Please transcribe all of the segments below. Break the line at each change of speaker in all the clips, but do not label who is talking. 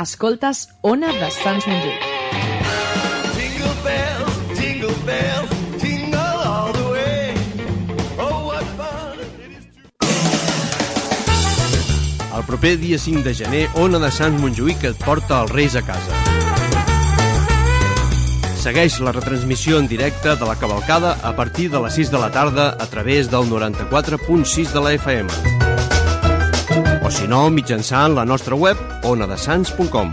Escoltes Ona de Sants Montjuïc.
Jingle bells, jingle bells, jingle all the way. Oh, what fun it is to...
El proper dia 5 de gener, Ona de Sants Montjuïc et porta els Reis a casa. Segueix la retransmissió en directe de la cavalcada a partir de les 6 de la tarda a través del 94.6 de la FM. O si no, mitjançant la nostra web onadesans.com.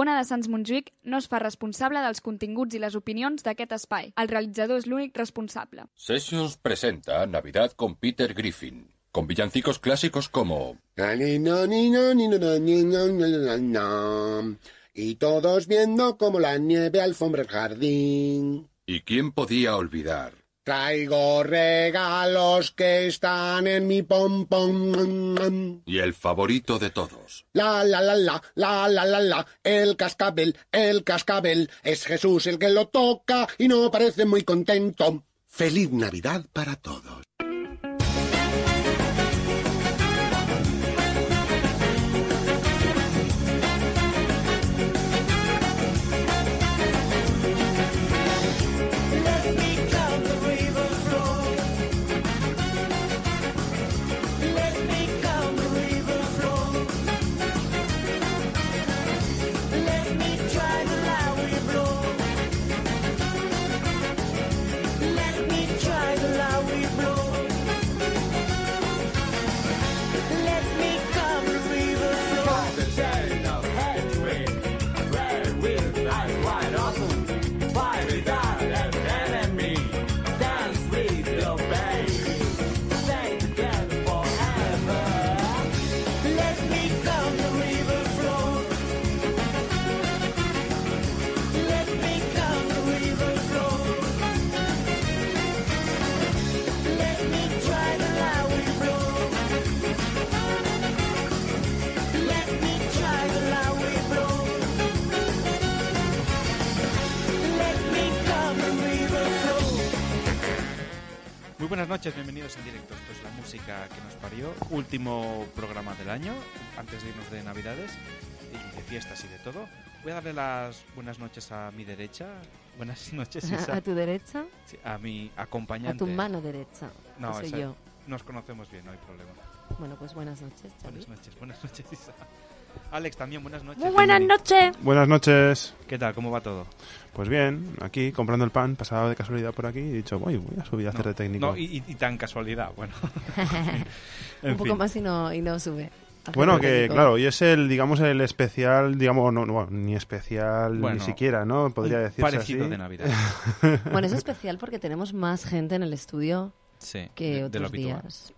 Ona de Sants Montjuïc no es fa responsable dels continguts i les opinions d'aquest espai. El realitzador és l'únic responsable.
Sessions presenta Navidad con Peter Griffin, con villancicos clásicos como
Y todos viendo como la nieve alfombra el jardín.
¿Y quién podía olvidar?
Traigo regalos que están en mi pompón.
Y el favorito de todos,
La la la la, la la la la, el cascabel, el cascabel. Es Jesús el que lo toca y no parece muy contento. Feliz Navidad para todos.
Muy buenas noches, bienvenidos en directo. Esto es la música que nos parió. Último programa del año, antes de irnos de Navidades y de fiestas y de todo. Voy a darle las buenas noches a mi derecha. Buenas noches, Isa.
A tu derecha,
Sí, a mi
a
acompañante.
tu mano derecha.
No,
No, soy
esa-
yo.
Nos conocemos bien, no hay problema.
Bueno, pues buenas noches, Xavi.
Buenas noches, buenas noches, Isa. Alex, también buenas noches.
Muy buenas
bienvenido.
noches.
Buenas noches.
¿Qué tal? ¿Cómo va todo?
Pues bien, aquí comprando el pan, pasaba de casualidad por aquí y he dicho, voy, voy a subir a hacer de técnico.
No, y, y- y tan casualidad, bueno. En
Un poco
fin.
más y no, y no sube. Hace
Bueno,
poco
que
digo.
claro, hoy es el, digamos, el especial, digamos, no, no, bueno, ni especial
Bueno,
ni siquiera, ¿no? Podría
Un
decirse
Parecido
así.
de Navidad.
Bueno, es especial porque tenemos más gente en el estudio
Sí.
que
de- de lo
otros
habitual.
días.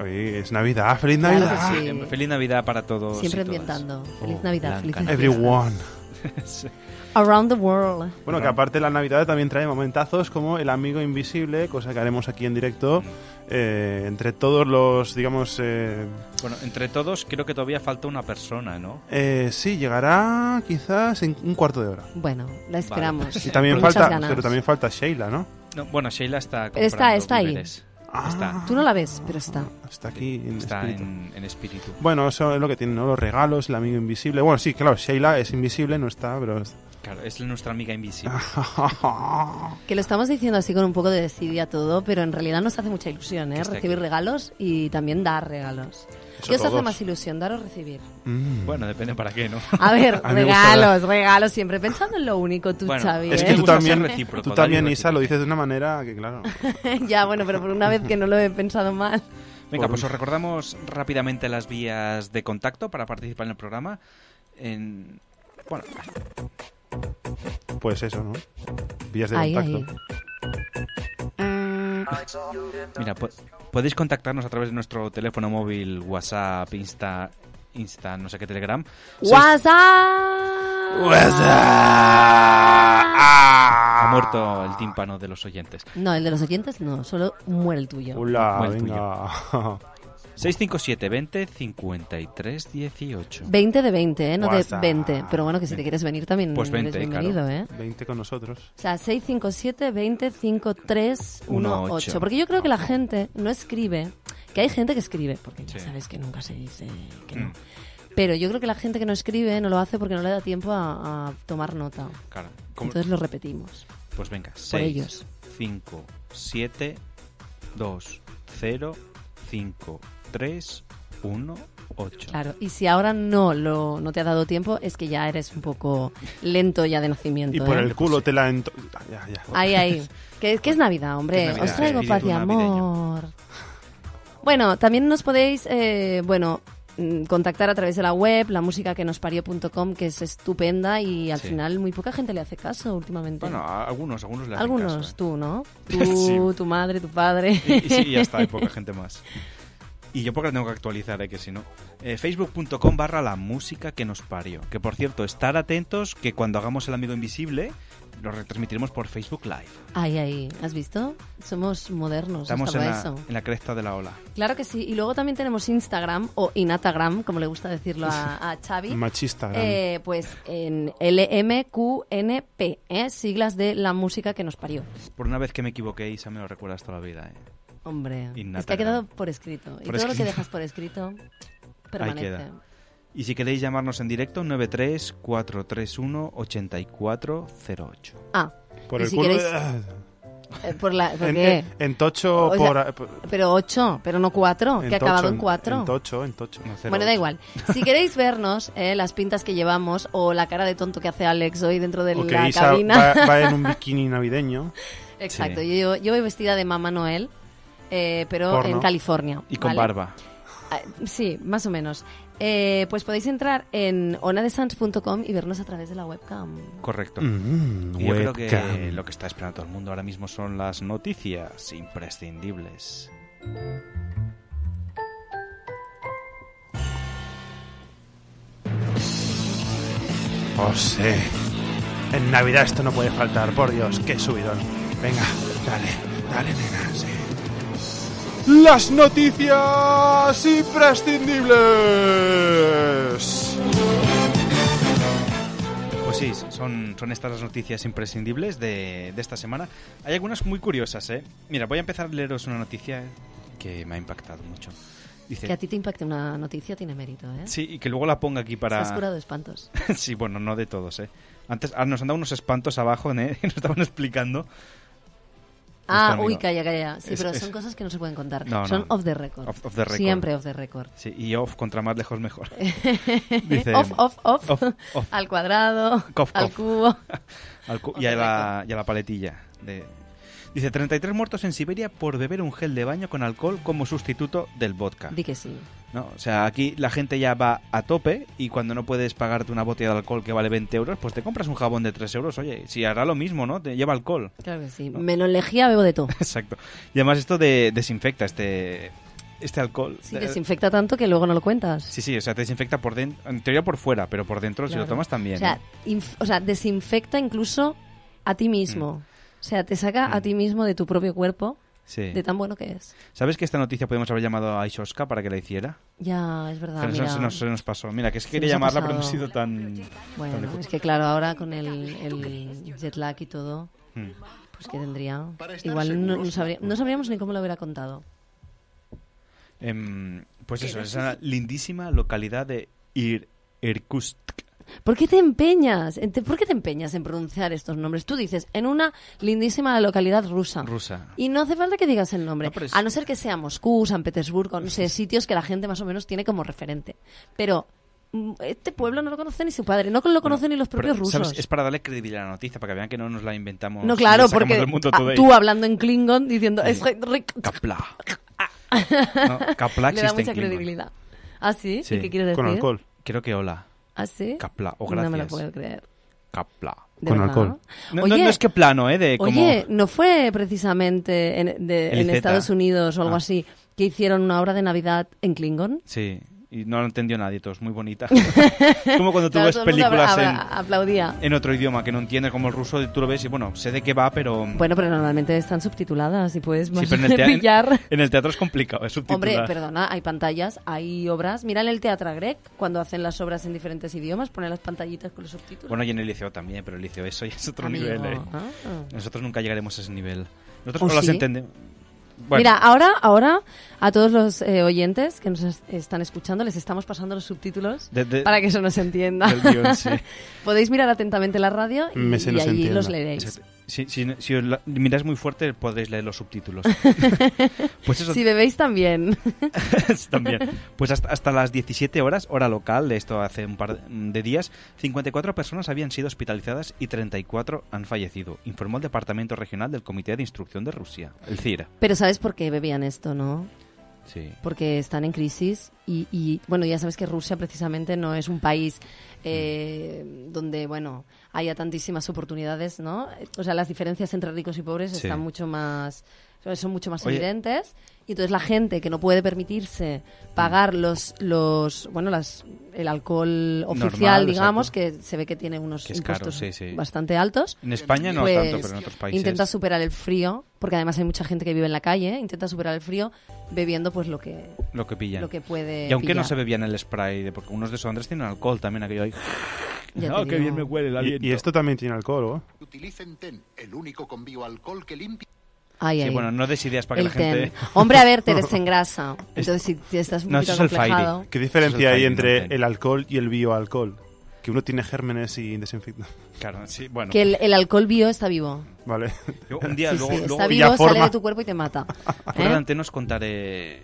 Hoy es Navidad, ¡Feliz
Claro
Navidad!
que
Siempre- Feliz Navidad para todos.
Siempre
y todas.
ambientando. Feliz
Oh,
Navidad,
Blanca
felices
Everyone.
Sí.
fiestas. Around the world.
Bueno, que aparte la Navidad también trae momentazos como El Amigo Invisible, cosa que haremos aquí en
Mm.
directo, eh, entre todos los, digamos, eh,
Bueno, entre todos creo que todavía falta una persona, ¿no?
eh, sí, llegará quizás en un cuarto de hora.
Bueno, la esperamos.
Y también
Con muchas
falta,
ganas.
pero también falta Sheila, ¿no?
No, bueno, Sheila está
Pero está-
comprando
está ahí. Ah.
víveres. Está.
Tú no la ves, pero está.
Ah, Está aquí en
Está
espíritu.
en, en espíritu.
Bueno, eso es lo que tienen, ¿no? Los regalos, el amigo invisible. Bueno, sí, claro, Sheila es invisible, no está, pero... es-
Claro, es nuestra amiga invisible.
Que lo estamos diciendo así con un poco de desidia todo, pero en realidad nos hace mucha ilusión,
Que
¿eh?
está
Recibir
aquí.
regalos y también dar regalos.
Eso
¿Qué os hace
todos.
más ilusión, dar o recibir?
Mm.
Bueno, depende para qué, ¿no?
A ver,
A mí me gusta
regalos, regalos, siempre pensando en lo único, tú,
Bueno,
Xavi.
es
¿eh?
que tú
Gusta ser
también,
recíproco,
tú
dar y
también
recibir.
Isa, lo dices de una manera que, claro...
ya, bueno, pero por una vez que no lo he pensado mal.
Venga,
Por-
pues os recordamos rápidamente las vías de contacto para participar en el programa. En... Bueno,
Pues eso, ¿no? Vías de
Ahí,
contacto.
mira, po- podéis contactarnos a través de nuestro teléfono móvil, WhatsApp, Insta, Insta, no sé qué, Telegram.
WhatsApp.
Ha muerto el tímpano de los oyentes.
No, el de los oyentes no, solo muere el tuyo.
Hola,
Bueno, el
venga.
657 20 53 18.
20 de 20, ¿eh? No de
WhatsApp.
20. Pero bueno, que si te quieres venir también
Pues 20,
eres bienvenido, ¿eh?
20 con nosotros.
O sea, 657 20 53
18.
18. Porque yo creo que la gente no escribe, que hay gente que escribe, porque ya
Sí.
sabes que nunca se dice que
Mm.
no. Pero yo creo que la gente que no escribe no lo hace porque no le da tiempo a, a tomar nota.
Claro. ¿Cómo?
Entonces lo repetimos.
Pues venga, 6,
ellos.
5, 7, 2, 0, 5, 3, 1, 8.
Claro. Y si ahora no lo no te ha dado tiempo, es que ya eres un poco lento ya de nacimiento.
Y por
¿eh?
el culo te la... ento- Ah, ya, ya.
Ahí, ahí. Que, que es Navidad, hombre.
Es Navidad,
Os traigo
espíritu
paz y
navideño.
amor. Bueno, también nos podéis, eh, bueno, mm, contactar a través de la web, la música que nos que es estupenda y al
Sí.
final muy poca gente le hace caso últimamente.
Bueno, a algunos, algunos le hacen
Algunos,
caso, ¿eh?
tú, ¿no?
Sí.
Tú, tu madre, tu padre.
Y, y sí, ya está, hay poca gente más. Y yo porque la tengo que actualizar, ¿eh? que si no. Eh, Facebook.com barra la música que nos parió. Que por cierto, estar atentos que cuando hagamos el amigo invisible, lo retransmitiremos por Facebook Live.
Ay, ay, ¿has visto? Somos modernos
Estamos
hasta
en
Pues para
la,
eso.
en la cresta de la ola.
Claro que sí. Y luego también tenemos Instagram o Inatagram, como le gusta decirlo a, a Xavi.
Machista. gran.
Eh, pues en LMQNP, ¿eh? siglas de la música que nos parió.
Por una vez que me equivoqué, Isa me lo recuerdas toda la vida. ¿eh?
Hombre,
Innata
es que ha
gran.
quedado por escrito. y
Por
todo lo
escrito.
que dejas por escrito permanece.
queda. Y si queréis llamarnos en directo, 93431-8408.
Ah,
por
y
el
si
culo...
queréis-
Ah.
eh, por la, ¿por
En,
qué?
en- en tocho
O sea,
por... ah, por-
Pero ocho, pero no cuatro,
en
que ha
tocho,
acabado en cuatro.
En tocho, en tocho.
Bueno, da igual. Si queréis vernos, eh, las pintas que llevamos o la cara de tonto que hace Alex hoy dentro de
O que
la
Isa
cabina.
va, va en un bikini navideño.
Exacto,
Sí.
yo, yo voy vestida de Mamá Noel, eh, pero
Porno.
en California.
Y con
¿vale?
barba.
Ah, Sí, más o menos. Eh, pues podéis entrar en onadesans.com y vernos a través de la webcam.
Correcto.
Mm,
Y Yo creo que lo que está esperando todo el mundo ahora mismo son las noticias imprescindibles.
Oh, sí. En Navidad esto no puede faltar, por Dios, qué subidón. Venga, dale, dale, nena, sí. Las noticias imprescindibles.
Pues sí, son, son estas las noticias imprescindibles de, de esta semana. Hay algunas muy curiosas, ¿eh? Mira, voy a empezar a leeros una noticia que me ha impactado mucho.
Que a
Dice...
ti te impacte una noticia tiene mérito, ¿eh?
Sí, y que luego la ponga aquí para...
Estás curado de espantos.
Sí, bueno, no de todos, ¿eh? Antes ah, nos han dado unos espantos abajo, ¿eh? Nos estaban explicando.
Ah,
amigo.
uy, calla, calla. Sí,
Es-
pero
es-
son cosas que no se pueden contar.
No, no.
son off the record.
Off- off the record.
Siempre off the record.
Sí, y off, contra más lejos mejor. Dice,
off, off, off,
off, off.
Al cuadrado,
Cof,
al
cof.
cubo.
Al cu- y, a la, y a la paletilla. De... Dice, 33 muertos en Siberia por beber un gel de baño con alcohol como sustituto del vodka.
Di que sí.
¿no? O sea, aquí la gente ya va a tope y cuando no puedes pagarte una botella de alcohol que vale 20 euros, pues te compras un jabón de 3 euros. Oye, si hará lo mismo, ¿no? Te lleva alcohol.
Claro que sí. Me lo elegía, bebo de todo.
Exacto. Y además esto de, desinfecta este, este alcohol.
Sí,
De-
desinfecta tanto que luego no lo cuentas.
Sí, sí, o sea, te desinfecta por dentro, en teoría por fuera, pero por dentro si lo
Claro.
tomas también.
O sea,
¿eh?
inf- o sea, desinfecta incluso a ti
Mm.
mismo. O sea, te saca a ti mismo de tu propio cuerpo,
Sí.
de tan bueno que es.
¿Sabes que esta noticia podemos haber llamado a Ishoska para que la hiciera?
Ya, es verdad.
Pero eso
mira.
se nos, se nos pasó. Mira, que es que
Se
quería
nos
llamarla,
ha
pero
pasado.
no ha sido tan... tan
Bueno,
lejos.
es que claro, ahora con el, el jet lag y todo,
Mm.
pues que tendría. Igual no, no sabría- no sabríamos ni cómo lo hubiera contado.
Em, pues eso, es una lindísima localidad de Ir Irkutsk.
¿Por qué te empeñas? En te- ¿Por qué te empeñas en pronunciar estos nombres? Tú dices, en una lindísima localidad rusa.
Rusa.
Y no hace falta que digas el nombre.
No, pero es-
A no ser que sea Moscú, San Petersburgo, no sé, sitios que la gente más o menos tiene como referente. Pero mm, este pueblo no lo conoce ni su padre, no lo conocen
Bueno,
ni los propios
pero,
rusos.
¿sabes? Es para darle credibilidad a la noticia, para que vean que no nos la inventamos.
No,
y
claro,
la sacamos
porque
del mundo
ah,
today.
tú hablando en Klingon diciendo
Sí.
es re- re-
Kapla. No, Kapla
le da
existe en
mucha
Klingon.
credibilidad. ¿Ah, sí?
Sí,
¿Y qué quieres decir?
Con alcohol.
Creo que hola.
¿Ah, sí?
Kapla. O
no me lo
gracias.
puedo creer.
Kapla.
De
Con
verdad.
alcohol.
No,
Oye,
no- no es que plano, ¿eh? De como...
Oye, ¿no fue precisamente en, de-
El
en
Z.
Estados Unidos o algo
Ah.
así que hicieron una obra de Navidad en Klingon?
Sí. Y no lo entendió nadie, todos, muy bonita. Es como cuando tú
Claro,
ves
todo el mundo
películas
abra-
en,
abra- aplaudía.
en otro idioma que no entiendes, como el ruso, y tú lo ves y bueno, sé de qué va, pero.
Bueno, pero normalmente están subtituladas y puedes
Sí, pero en el, tea- en-
pillar.
en el teatro es complicado, es subtitular.
Hombre, perdona, hay pantallas, hay obras. Mira en el Teatro Grec, cuando hacen las obras en diferentes idiomas, ponen las pantallitas con los subtítulos.
Bueno, y en el liceo también, pero el liceo eso ya es otro
Amigo.
nivel, ¿eh?
Ah.
Nosotros nunca llegaremos a ese nivel.
¿O
Nosotros no las
sí?
entendemos. Bueno,
Mira, ahora, ahora a todos los eh, oyentes que nos es- están escuchando les estamos pasando los subtítulos
De- de-
para que eso nos entienda.
del guión, sí.
Podéis mirar atentamente la radio y,
Me se
y
nos
allí
entienda.
los leeréis.
Exacto. Si, si- si os la- miráis muy fuerte podréis leer los subtítulos. pues eso
Si bebéis también.
también. Pues hasta, hasta las 17 horas, hora local, de esto hace un par de días, 54 personas habían sido hospitalizadas y 34 han fallecido, informó el Departamento Regional del Comité de Instrucción de Rusia, el CIRA.
Pero ¿sabes por qué bebían esto, no?
Sí.
porque están en crisis y, y, bueno, ya sabes que Rusia precisamente no es un país eh, donde, bueno, haya tantísimas oportunidades, ¿no? O sea, las diferencias entre ricos y pobres
Sí.
están mucho más son mucho más
Oye.
evidentes y entonces la gente que no puede permitirse pagar los los bueno las el alcohol
Normal,
oficial digamos
exacto.
que se ve que tiene unos
Que es caro,
impuestos
sí, sí.
bastante altos
En España no
pues,
tanto, pero en otros países.
Intenta superar el frío, porque además hay mucha gente que vive en la calle, ¿eh? intenta superar el frío bebiendo pues lo que,
lo que pillan.
lo que puede.
y aunque no
pillar.
se bebían el spray, de- porque unos desodorants tienen alcohol también, aquello ahí.
Ya
No,
te
Ah, qué
digo.
bien me huele el aliento.
Y, y esto también tiene alcohol, ¿eh?
Utilicen TEN, el único con bioalcohol que limpia.
Ay,
Sí,
ay,
bueno, no des ideas para que
el
la gente...
ten. Hombre, a ver, te desengrasa. Entonces, si te estás un
No,
poquito
eso es el Fairy.
complejado.
¿Qué diferencia
Eso es
hay
el
entre
Fairy, no
el alcohol y el bioalcohol? Que uno tiene gérmenes y desinfecta.
Claro, sí, bueno.
Que el, el alcohol bio está vivo.
Vale.
Yo un día,
Sí,
luego,
sí,
luego
está
y
vivo,
ya
sale
forma.
de tu cuerpo y te mata.
fuera de
¿Eh?
antena os contaré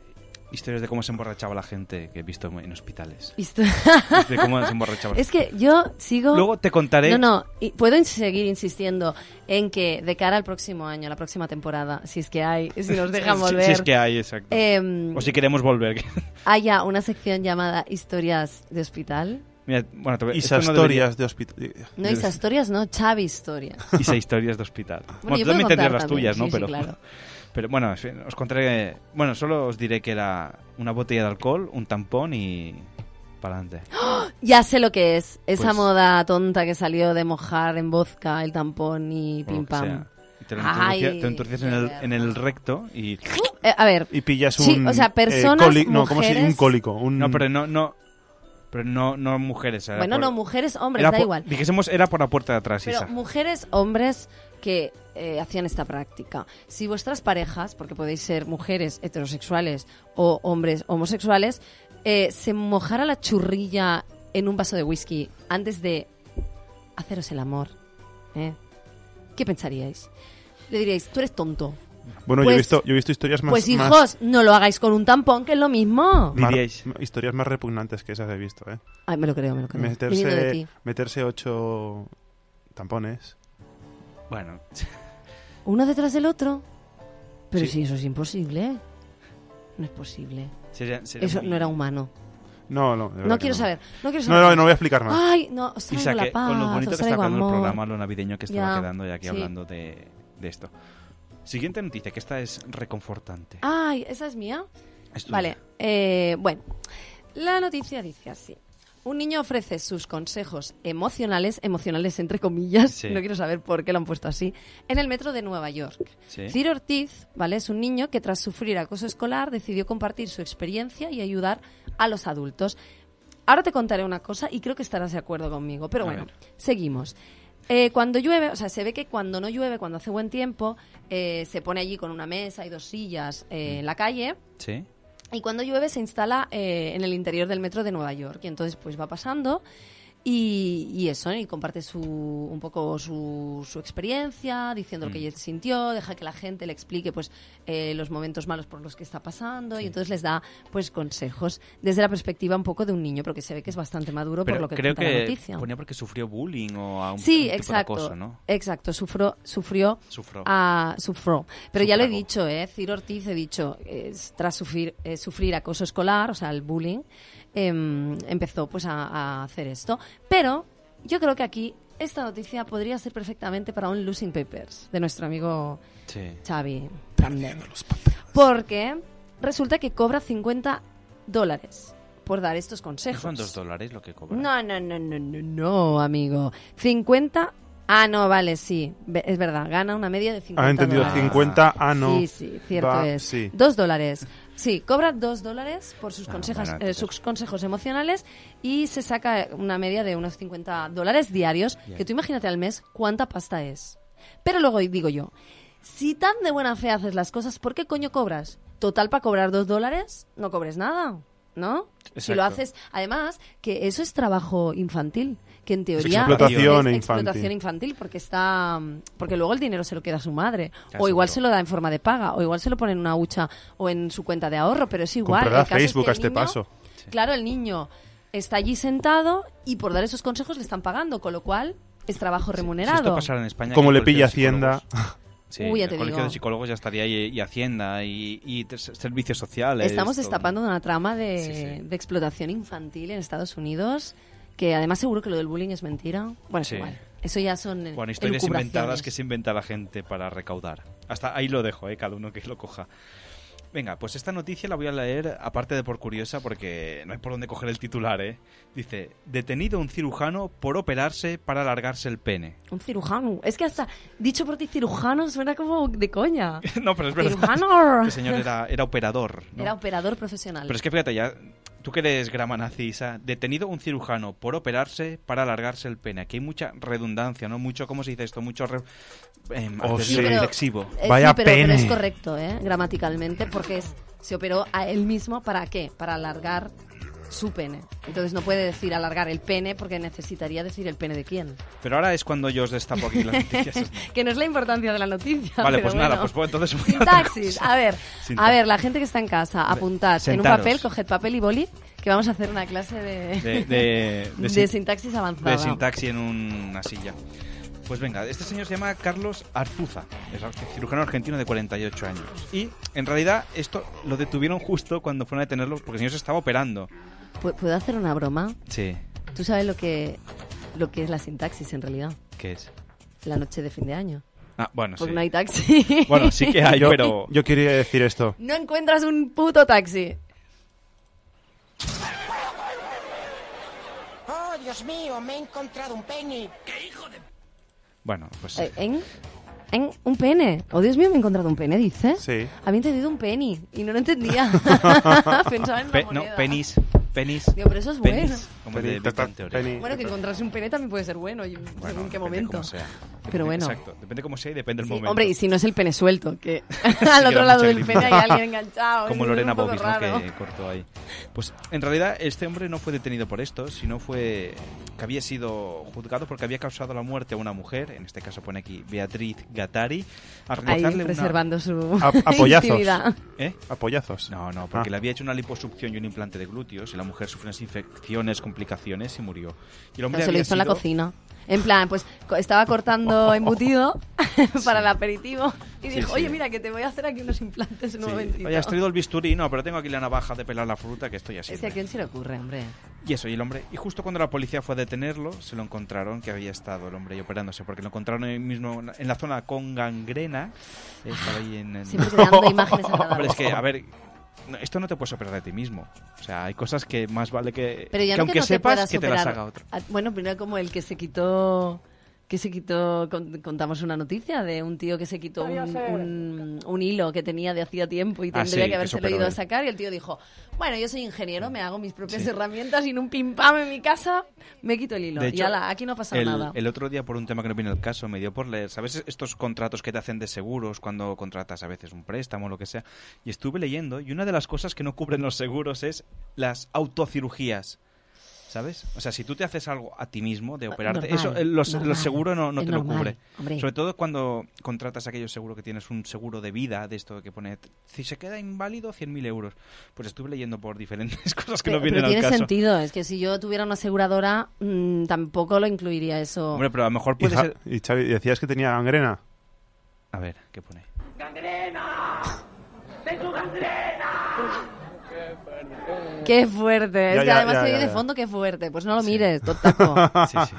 historias de cómo se emborrachaba la gente que he visto en hospitales.
Esto-
De cómo se emborrachaba.
es que yo sigo.
Luego te contaré...
No, no, y puedo in- seguir insistiendo en que de cara al próximo año, la próxima temporada, si es que hay, si nos dejan
si,
volver,
si es que hay, exacto.
em,
o si queremos volver. que-
haya una sección llamada Historias de Hospital.
Mira, bueno, te voy-
Y
esto
esas
no debería-
historias de hospital.
No, Isa Historias no, Chavi Historias.
Isa historias de hospital.
Bueno,
Bueno,
yo
tú
puedo
también tendrías
contar
las tuyas, ¿no?
también,
pero,
sí, sí, claro.
pero bueno, en fin, os contaré... Bueno, solo os diré que era una botella de alcohol, un tampón y... Para adelante.
Ya sé lo que es. Esa
Pues-
moda tonta que salió de mojar en vodka el tampón y
o lo
pim
que
pam.
sea. Y Te lo
Ay,
introducía- te lo introducías en el, en el recto y...
Eh, a ver,
Y pillas un.
Sí, o sea,
eh,
personas,
coli- no, ¿cómo se dice?
mujeres-
Un cólico. Un...
No, pero no, no, pero no, no mujeres. era
bueno,
por-
no, mujeres, hombres,
era
da
por-
igual.
Dijésemos, era por la puerta de atrás,
Pero
Isa.
mujeres, hombres que eh, hacían esta práctica. Si vuestras parejas, porque podéis ser mujeres heterosexuales o hombres homosexuales, eh, se mojara la churrilla en un vaso de whisky antes de haceros el amor, ¿eh? ¿qué pensaríais? Le diríais, tú eres tonto.
Bueno, yo,
Pues-
he visto, yo he visto historias más.
pues
más-
hijos, no lo hagáis con un tampón, que es lo mismo.
más-
Diríais.
historias más repugnantes que esas he visto, ¿eh?
Ay, me lo creo, me lo creo. Viniendo de ti.
Meterse, meterse ocho tampones.
Bueno,
Uno detrás del otro. Pero
Sí.
si eso es imposible. No es posible.
sería- sería
Eso
muy-
no era humano.
No, no. de verdad
No
que
quiero saber. No quiero
No,
saber.
no, no voy a explicar más.
Ay, no, os traigo
Isa,
la
que
paz.
con lo bonito que
os
está
traigo
quedando el
amor.
programa, lo navideño que estaba
Ya,
quedando ya aquí
sí.
hablando de, de esto. Siguiente noticia, que esta es reconfortante.
Ay, ¿esa es mía?
Es tuya.
Vale, eh, bueno. La noticia dice así. Un niño ofrece sus consejos emocionales, emocionales entre comillas,
Sí.
no quiero saber por qué lo han puesto así, en el metro de Nueva York.
Sí.
Ciro Ortiz, ¿vale? Es un niño que tras sufrir acoso escolar decidió compartir su experiencia y ayudar a los adultos. Ahora te contaré una cosa y creo que estarás de acuerdo conmigo, pero
A
bueno,
ver.
seguimos. Eh, cuando llueve, o sea, se ve que cuando no llueve, cuando hace buen tiempo, eh, se pone allí con una mesa y dos sillas
Mm.
eh, en la calle
Sí.
y cuando llueve se instala eh, en el interior del metro de Nueva York. Y entonces pues va pasando y, y eso, y comparte su, un poco su, su experiencia, diciendo lo
Mm.
que ella sintió, deja que la gente le explique pues eh, los momentos malos por los que está pasando y entonces les da pues consejos desde la perspectiva un poco de un niño, pero que se ve que es bastante maduro
Pero
por lo que
creo
cuenta la
que
noticia.
ponía porque sufrió bullying o a un, un
Sí,
tipo de
exacto.
acoso, ¿no?
Exacto, sufrió, sufrió
Sufró.
a- sufró. Pero ya lo he
Sufrago.
dicho, ¿eh? Ciro Ortiz, he dicho, es- tras sufrir, eh, sufrir acoso escolar, o sea, el bullying, em, empezó pues a, a hacer esto. Pero yo creo que aquí esta noticia podría ser perfectamente para un Losing Papers de nuestro amigo
Sí.
Xavi. Perdiendo Porque resulta que cobra 50 dólares por dar estos consejos.
¿No son dos dólares lo que cobran?
No, no, no, no, no, no, amigo. 50. Ah, no, vale, sí. Ve- Es verdad, gana una media de 50.
Ha Ah, entendido
dólares.
50, ah, no.
Sí, sí, cierto
Va,
es.
sí.
Dos dólares. Sí, cobra dos dólares por sus,
Ah,
consejas-
barato,
eh, sus consejos emocionales y se saca una media de unos 50 dólares diarios,
Bien.
que tú imagínate al mes cuánta pasta es. Pero luego digo yo, si tan de buena fe haces las cosas, ¿por qué coño cobras? Total, para cobrar dos dólares, no cobres nada, ¿no? Si
Exacto.
lo haces, además, que eso es trabajo infantil, que en teoría
explotación infantil.
es explotación infantil porque está mm, porque luego el dinero se lo queda a su madre,
Ya,
o igual
seguro.
se lo da en forma de paga, o igual se lo pone en una hucha o en su cuenta de ahorro, pero es igual.
Comprará
el caso es
Facebook
que
a
el
este
niño-
paso.
Claro, el niño está allí sentado y por dar esos consejos le están pagando, con lo cual es trabajo
Si esto
remunerado.
pasara en España,
Como
que
le
el colegio
pilla
de psicólogos-
Hacienda.
Sí,
Uy, ya
el
te
colegio
digo.
de psicólogos ya estaría ahí, y Hacienda y, y ter- servicios sociales.
Estamos
todo.
destapando una trama de,
Sí, sí.
de explotación infantil en Estados Unidos, que además seguro que lo del bullying es mentira. Bueno, es
Sí.
igual. Eso ya son eh,
Bueno, historias
elucubraciones.
inventadas que se inventa la gente para recaudar. Hasta ahí lo dejo, ¿eh? cada uno que lo coja. Venga, pues esta noticia la voy a leer, aparte de por curiosa, porque no hay por dónde coger el titular, ¿eh? Dice, detenido un cirujano por operarse para alargarse el pene.
Un cirujano. Es que hasta dicho por ti cirujano suena como de coña.
no, pero es verdad.
Cirujano.
El señor era, era operador, ¿no?
Era operador profesional.
Pero es que fíjate ya, tú que eres grama nazi, Isa, detenido un cirujano por operarse para alargarse el pene. Aquí hay mucha redundancia, ¿no? Mucho, ¿cómo se dice esto? Mucho... re- em,
Oh,
adverbio
sí.
reflexivo.
Eh, sí,
Vaya
pero, pero
pene.
es correcto, ¿eh? Gramaticalmente, porque es, se operó a él mismo para qué? Para alargar su pene. Entonces no puede decir alargar el pene porque necesitaría decir el pene de quién.
Pero ahora es cuando yo os destapo aquí las noticias.
Que no es la importancia de la noticia.
Vale,
pero
pues nada,
bueno.
pues bueno, entonces voy a otra
Sintaxis.
cosa.
A ver, a
Sintaxis.
ver, la gente que está en casa, apuntad en un
Sentaros.
papel, coged papel y boli, que vamos a hacer una clase de,
De, de, de
de
sin-
sintaxis avanzada.
de sintaxis en una silla. Pues venga, este señor se llama Carlos Arzuza, es ar- cirujano argentino de 48 años. Y en realidad esto lo detuvieron justo cuando fueron a detenerlo porque el señor se estaba operando.
¿Pu- ¿Puedo hacer una broma?
Sí,
Tú sabes lo que, lo que es la sintaxis en realidad.
¿qué es?
La noche de fin de año.
Ah, bueno, sí.
Porque Pues no hay taxi.
Bueno, sí que hay,
yo,
pero...
yo quería decir esto.
No encuentras un puto taxi.
Oh, Dios mío, me he encontrado un penny.
Bueno, pues...
Eh, ¿En? ¿En? ¿Un pene? Oh, Dios mío, me he encontrado un pene, dices.
Sí.
Había entendido un penny y no lo entendía. Pensaba en una
Pe- no,
moneda.
penis, penis.
Digo, pero eso es
penis,
bueno.
Como el de
Penny,
Big Bang
tata,
Theory.
penny.
Bueno, que encontrarse un pene también puede ser bueno, y-
Bueno,
según qué
depende
momento.
cómo sea.
Pero bueno.
Exacto, depende cómo sea y depende del
Sí,
momento.
hombre, y si no es el pene suelto, que al
queda
otro lado
mucha
del
grima.
pene hay alguien enganchado.
Como
es
Lorena
un poco
Bobis, ¿no?
raro.
Que cortó ahí. Pues en realidad este hombre no fue detenido por esto, sino fue que había sido juzgado porque había causado la muerte a una mujer, en este caso pone aquí Beatriz Gattari, al
Ahí
realizarle una...
preservando su
A- apoyazos.
intimidad.
¿Eh?
Apoyazos.
No, no, porque
Ah.
le había hecho una liposucción y un implante de glúteos y la mujer sufrió unas infecciones, complicaciones y murió. Y el hombre
se lo
había
hizo en la
sido-
cocina. En plan, pues co- estaba cortando embutido para el aperitivo y
Sí,
dijo,
sí.
oye, mira, que te voy a hacer aquí unos implantes en un
Sí,
momentito.
Oye, has traído el bisturí, no, pero tengo aquí la navaja de pelar la fruta que estoy así.
Es que a quién se le ocurre, hombre.
Y eso, y el hombre. Y justo cuando la policía fue a detenerlo, se lo encontraron que había estado el hombre ahí operándose, porque lo encontraron ahí mismo en la- en la zona con gangrena. Estaba ahí en. en-
Siempre te Ah, pues, dando imágenes
Hombre,
agradables.
es que, a ver. no, Esto no te puedes operar de ti mismo. O sea, hay cosas que más vale que,
Pero ya
que
no
aunque
que no te
sepas,
puedas
que te las
operar.
haga otro.
Ah, Bueno, primero como el que se quitó... Que se quitó, con- contamos una noticia de un tío que se quitó un, un- un hilo que tenía de hacía tiempo y
Ah,
tendría
sí,
que
que
haberse
superó
ido a
él.
sacar. Y el tío dijo: Bueno, yo soy ingeniero, me hago mis propias herramientas y en un pim pam en mi casa me quito el hilo.
De
y
hecho,
ala, aquí no ha pasado
el,
nada.
el otro día, por un tema que no viene el caso, me dio por leer, ¿sabes? Estos contratos que te hacen de seguros cuando contratas a veces un préstamo o lo que sea. Y estuve leyendo y una de las cosas que no cubren los seguros es las autocirugías. ¿Sabes? O sea, si tú te haces algo a ti mismo de operarte,
Ah, normal,
eso eh, los,
normal,
los seguro no, no
es
te
normal,
lo cubre.
hombre.
Sobre todo cuando contratas aquello seguro que tienes un seguro de vida, de esto que pone, si se queda inválido, 100.000 euros. Pues estuve leyendo por diferentes cosas que
Pero-
no vienen
pero
al
tiene
caso.
sentido, es que si yo tuviera una aseguradora mm, tampoco lo incluiría eso.
Hombre, pero a lo mejor
Y,
puede
Ja-
ser...
y Xavi, decías que tenía gangrena.
A ver, ¿qué pone?
qué fuerte, es
Ya,
que
ya,
además
ya,
se
ya,
oye de
ya.
fondo qué fuerte. Pues no lo
Sí.
mires, totaco.
Sí, sí.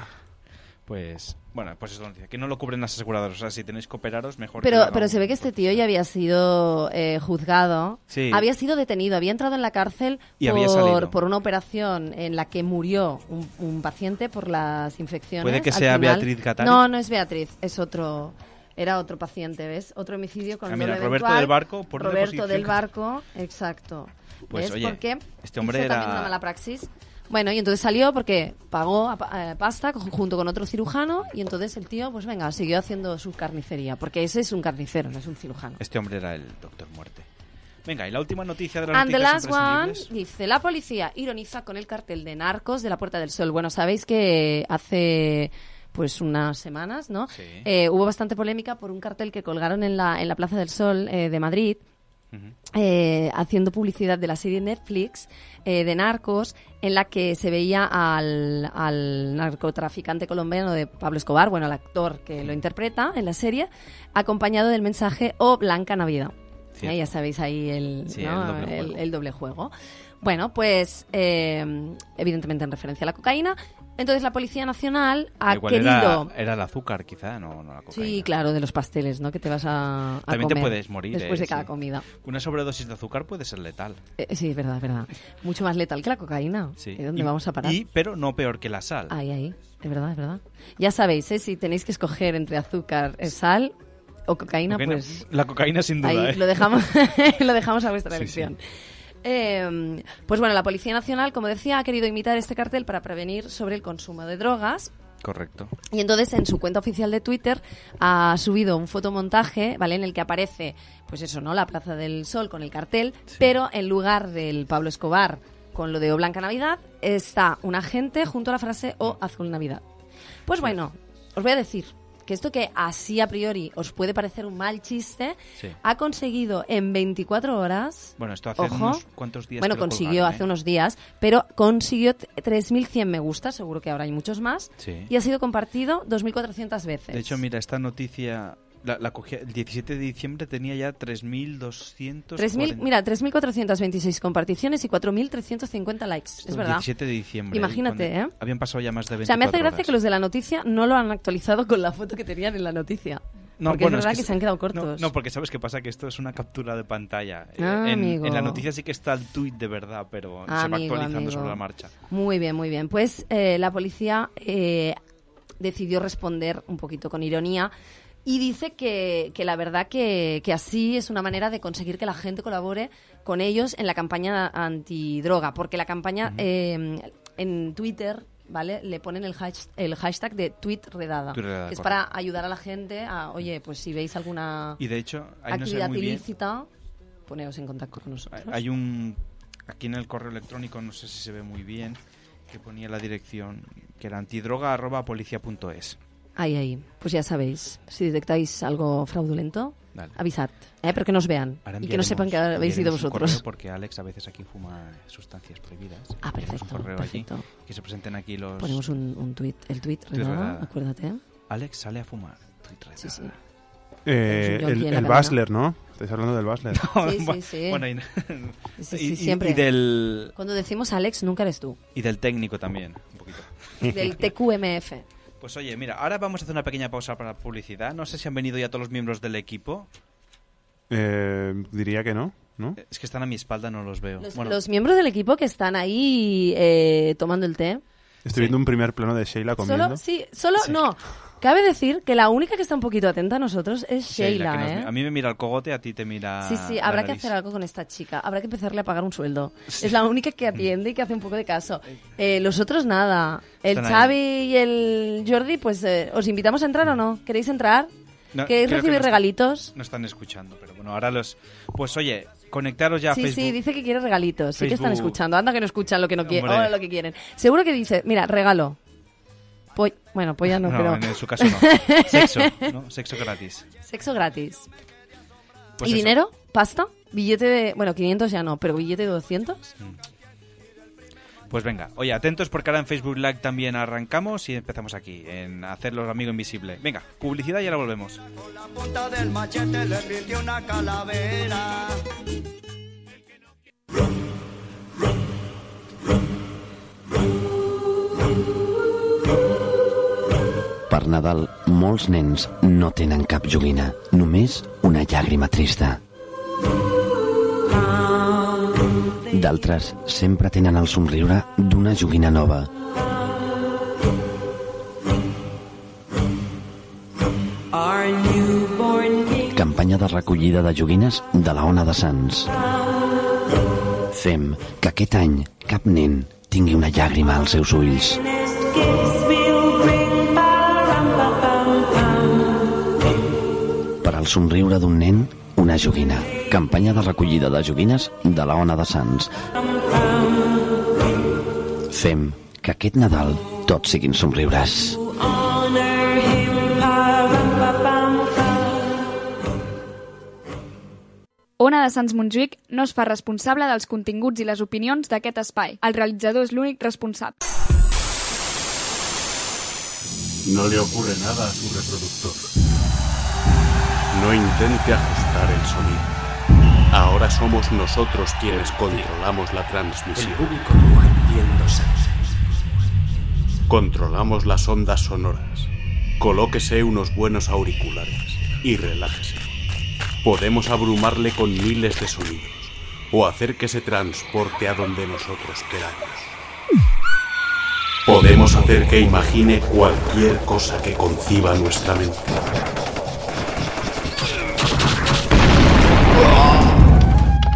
Pues Bueno, pues eso lo dice, que no lo cubren las aseguradoras. O sea, si tenéis que operaros, mejor. que lo
Pero,
haga
pero
un-
se ve que este tío ya había sido eh, juzgado,
Sí.
había sido detenido, había entrado en la cárcel
Y había
por,
salido.
por una operación en la que murió un, un paciente por las infecciones.
Puede que
Al
sea
final-
Beatriz Gattari.
No, no es Beatriz, es otro, era otro paciente, ¿ves? Otro homicidio con
Ah, mira,
doble
Roberto
eventual.
del Barco, por una
Roberto
posición.
del Barco, exacto.
Pues,
¿Ves
oye,
por qué?
este hombre
Hizo
era-
también una mala praxis. Bueno, y entonces salió porque pagó a pa- eh, pasta co- junto con otro cirujano y entonces el tío, pues venga, siguió haciendo su carnicería, porque ese es un carnicero, no es un cirujano.
Este hombre era el Doctor Muerte. Venga, y la última noticia de las
And the
noticias
last one,
imprescindibles.
dice, la policía ironiza con el cartel de narcos de la Puerta del Sol. Bueno, sabéis que hace pues unas semanas, ¿no? Eh, hubo bastante polémica por un cartel que colgaron en la, en la Plaza del Sol eh, de Madrid, eh, haciendo publicidad de la serie Netflix eh, de Narcos, en la que se veía al, al narcotraficante colombiano de Pablo Escobar, bueno, al actor que lo interpreta en la serie, acompañado del mensaje O Blanca Navidad.
Cierto.
Eh, ya sabéis ahí el,
Sí,
¿no?
el doble
el-
juego.
el doble juego. Bueno, pues eh, evidentemente en referencia a la cocaína. Entonces la Policía Nacional ha
Ah, Igual
querido...
era, era el azúcar, quizá, no, no la cocaína.
Sí, claro, de los pasteles, ¿no? Que te vas a, a
También te
comer
puedes morir,
Después
eh,
de cada
sí.
comida.
Una sobredosis de azúcar puede ser letal.
Eh, sí, es verdad, es verdad. Mucho más letal que la cocaína.
Sí.
¿Y dónde
Y-
vamos a parar?
y- pero no peor que la sal.
Ahí, ahí. Es verdad, es verdad. Ya sabéis, ¿eh? Si tenéis que escoger entre azúcar, eh, sal o cocaína,
Cocaína-
pues...
la cocaína sin duda,
Ahí
¿eh?
lo dejamos, lo dejamos a vuestra
Sí,
elección. Eh, pues bueno, la Policía Nacional, como decía, ha querido imitar este cartel para prevenir sobre el consumo de drogas
Correcto.
y entonces en su cuenta oficial de Twitter ha subido un fotomontaje, ¿vale? En el que aparece, pues eso, ¿no? La Plaza del Sol con el cartel, pero en lugar del Pablo Escobar con lo de O Blanca Navidad, está un agente junto a la frase O Azul Navidad. Pues bueno, os voy a decir que esto que así a priori os puede parecer un mal chiste,
Sí.
ha conseguido en 24 horas...
Bueno, esto hace
ojo,
unos cuantos días
Bueno,
que lo
consiguió
colgaron,
hace
¿eh?
unos días, pero consiguió t- 3.100 me gusta, seguro que ahora hay muchos más,
Sí.
y ha sido compartido 2.400 veces.
De hecho, mira, esta noticia la, la cogí el 17 de diciembre, tenía ya 3.200.
3.000, mira, 3.426 comparticiones y 4.350 likes, es verdad.
El 17 de diciembre.
Imagínate,
cuando-
¿eh?
Habían pasado ya más de
O
24
sea, me hace gracia
horas.
que los de la noticia no lo han actualizado con la foto que tenían en la noticia.
No,
porque
bueno,
es
es
verdad
que
que,
es-
se han quedado
No,
cortos.
no, porque sabes qué pasa, que esto es una captura de pantalla. Eh,
Ah,
en,
amigo.
en la noticia sí que está el tuit de verdad, pero se va
Ah, Amigo,
actualizando
amigo.
sobre la marcha.
Muy bien, muy bien. Pues eh, la policía eh, decidió responder un poquito con ironía y dice que, que la verdad que, que así es una manera de conseguir que la gente colabore con ellos en la campaña antidroga, porque la campaña eh, en Twitter... ¿Vale? Le ponen el, hash- el hashtag de tweet redada.
Tuit redada,
que es
correcto.
para ayudar a la gente a, oye, pues si veis alguna
Y de hecho, ahí no sé
actividad
muy bien.
ilícita, poneos en contacto con nosotros.
Hay un. Aquí en el correo electrónico, no sé si se ve muy bien, que ponía la dirección, que era antidroga.policia.es.
Ahí, ahí. Pues ya sabéis, si detectáis algo fraudulento,
Dale.
avisad, ¿eh? pero que nos vean
Ahora
y que no
enviaremos-
sepan que habéis sido
enviaremos un correo
vosotros.
Porque Alex a veces aquí fuma sustancias prohibidas.
Ah,
Enviaremos
perfecto,
Un correo allí,
perfecto.
que se presenten aquí los.
Ponemos un, un tweet, el tweet,
Tuit
redada,
redada.
acuérdate. ¿eh?
Alex sale a fumar. Tuit redada.
Sí, sí.
Eh,
Es un
el
yonki en la
el
cadena.
Basler, ¿no? Estáis hablando del Basler.
Sí, sí, sí.
Bueno, y-
Sí, sí,
y- y-
siempre.
y del-
Cuando decimos Alex, nunca eres tú.
Y del técnico también, un poquito.
Del TQMF.
Pues oye, mira, ahora vamos a hacer una pequeña pausa para publicidad. No sé si han venido ya todos los miembros del equipo.
Eh, diría que no, ¿no?
Eh, Es que están a mi espalda, no los veo.
Los,
bueno,
los miembros del equipo que están ahí eh, tomando el té.
Estoy viendo un primer plano de Sheila comiendo.
Solo, sí, solo, no. Cabe decir que la única que está un poquito atenta a nosotros es Sheila,
que nos-
¿eh?
A mí me mira el cogote, a ti te mira.
Sí, sí,
la
habrá que
nariz.
hacer algo con esta chica. Habrá que empezarle a pagar un sueldo. Es la única que atiende y que hace un poco de caso. Eh, los otros nada. El
Están ahí.
Xavi y el Jordi, pues eh, os invitamos a entrar o no. ¿Queréis entrar?
No,
¿Queréis
creo que
recibir
no-
regalitos?
No están escuchando, pero bueno, ahora los. Pues oye, conectaros ya a
sí,
Facebook.
sí, dice que quiere regalitos. Sí que están
Facebook.
escuchando. Anda que no escuchan lo que no quieren.
Hombre.
lo que quieren. Seguro que dice, mira, regalo. Po- bueno, polla no,
No,
pero...
en su caso no. Sexo, ¿no? Sexo gratis.
Sexo gratis.
Pues
¿Y
eso.
dinero? ¿Pasta? ¿Billete de...? Bueno, 500 ya no, pero ¿billete de 200?
Pues venga, oye, atentos porque ahora en Facebook Live también arrancamos y empezamos aquí, en hacerlos amigo invisible. Venga, publicidad y ahora volvemos.
punta del machete le pinté una calavera.
Per
Nadal, molts nens no tenen cap joguina, només una llàgrima trista. D'altres sempre tenen el somriure d'una joguina nova. Campanya de recollida de joguines de la Ona de Sants. Fem que aquest any cap nen tingui una llàgrima als seus ulls. Per al somriure d'un nen, una joguina. Campanya de recollida de joguines de la Ona de Sants. Fem que aquest Nadal tots siguin somriures.
Ona de Sants Montjuïc no es fa responsable dels continguts i les opinions d'aquest espai. El realitzador és l'únic responsable.
No le ocurre nada a su reproductor. No intente ajustar el sonido. Ahora somos nosotros quienes controlamos la transmisión.
El público no entiendo
Controlamos las ondas sonoras. Colóquese unos buenos auriculares y relájese. Podemos abrumarle con miles de sonidos o hacer que se transporte a donde nosotros queramos. Podemos hacer que imagine cualquier cosa que conciba nuestra mente.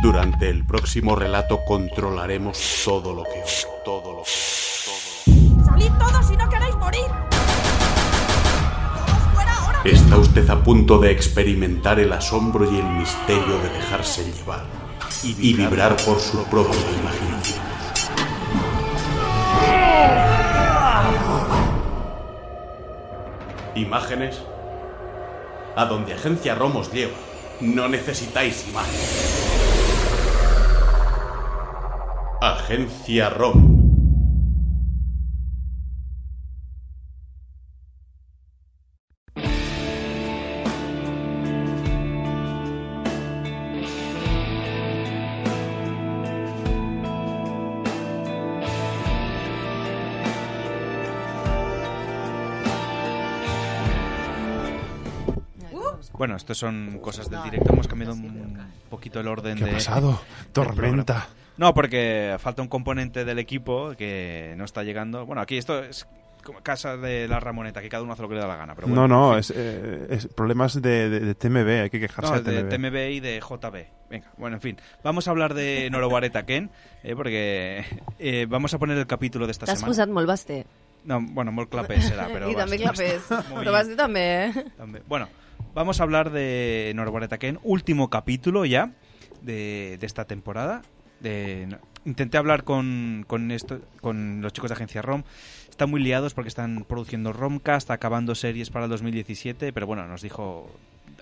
Durante el próximo relato controlaremos todo lo que todo lo que
¡Salid todos si no queréis morir!
Está usted a punto de experimentar el asombro y el misterio de dejarse llevar y vibrar por su propia imaginación. Imágenes a donde Agencia Romos lleva. No necesitáis imágenes. Agencia Rom.
Bueno, estos son cosas del directo. Hemos cambiado un poquito el orden
¿Qué ha
de-
pasado?
del
Tormenta.
programa. No, porque falta un componente del equipo que no está llegando. Bueno, aquí esto es como casa de la Ramoneta, que cada uno hace lo que le da la gana. Pero bueno,
No, no,
en
es, eh, es problemas de, de- de TMB, hay que quejarse
no,
de
de
TMB.
TMB y de JB. Venga, bueno, en fin. Vamos a hablar de Norowareta Ken, eh, porque eh, vamos a poner el capítulo de esta
T'has
semana.
posat molt basté.
No, bueno, molt clapés será, pero...
I també
basta.
clapés.
Muy-
Però basté també, eh?
También. Bueno, vamos a hablar de Norbareta Ken, último capítulo ya de, de esta temporada. De- no- intenté hablar con, con esto, con los chicos de Agencia ROM. Están muy liados porque están produciendo Romcast, acabando series para el 2017, pero bueno, nos dijo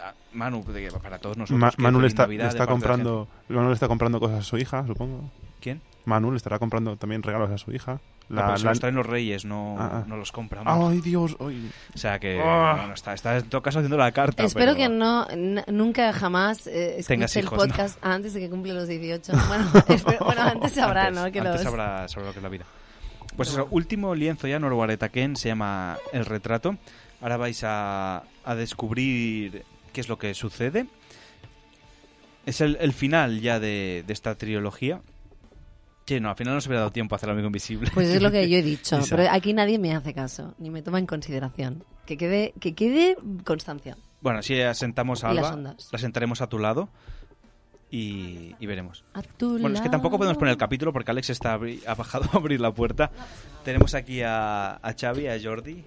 ah, Manu, de que para todos nosotros.
Ma-
que
Manu le
feliz
está,
Navidad
le
de
está
parte de
comprando, Manu le está comprando cosas a su hija, supongo.
¿Quién?
Manu le estará comprando también regalos a su hija.
No, pero se los traen los reyes, no- no los compra, Manu.
Ah, Ay, Dios. ay.
O sea que
Ah.
bueno, está, está en todo caso haciendo la carta.
Espero
pero-
que no, n- nunca jamás eh,
Tengas
escuche el
hijos, ¿no?
podcast antes de que cumple los 18. Bueno, espero- bueno, antes sabrá,
Antes-
¿no? Que
antes
los...
sabrá sobre lo que es la vida. Pues eso, último lienzo ya norbaretaquén se llama El retrato. Ahora vais a, a descubrir qué es lo que sucede. Es el, el final ya de, de esta trilogía. Que no, al final no se hubiera dado tiempo a hacer el amigo invisible.
Pues es lo que yo he dicho,
Isa.
pero aquí nadie me hace caso, ni me toma en consideración. Que quede, que quede constancia.
Bueno, si asentamos a
Y las
Alba,
ondas.
la sentaremos a tu lado y, y veremos.
A tu
bueno, es que tampoco podemos poner el capítulo porque Alex está abri- ha bajado a abrir la puerta. Tenemos aquí a, a Xavi, a Jordi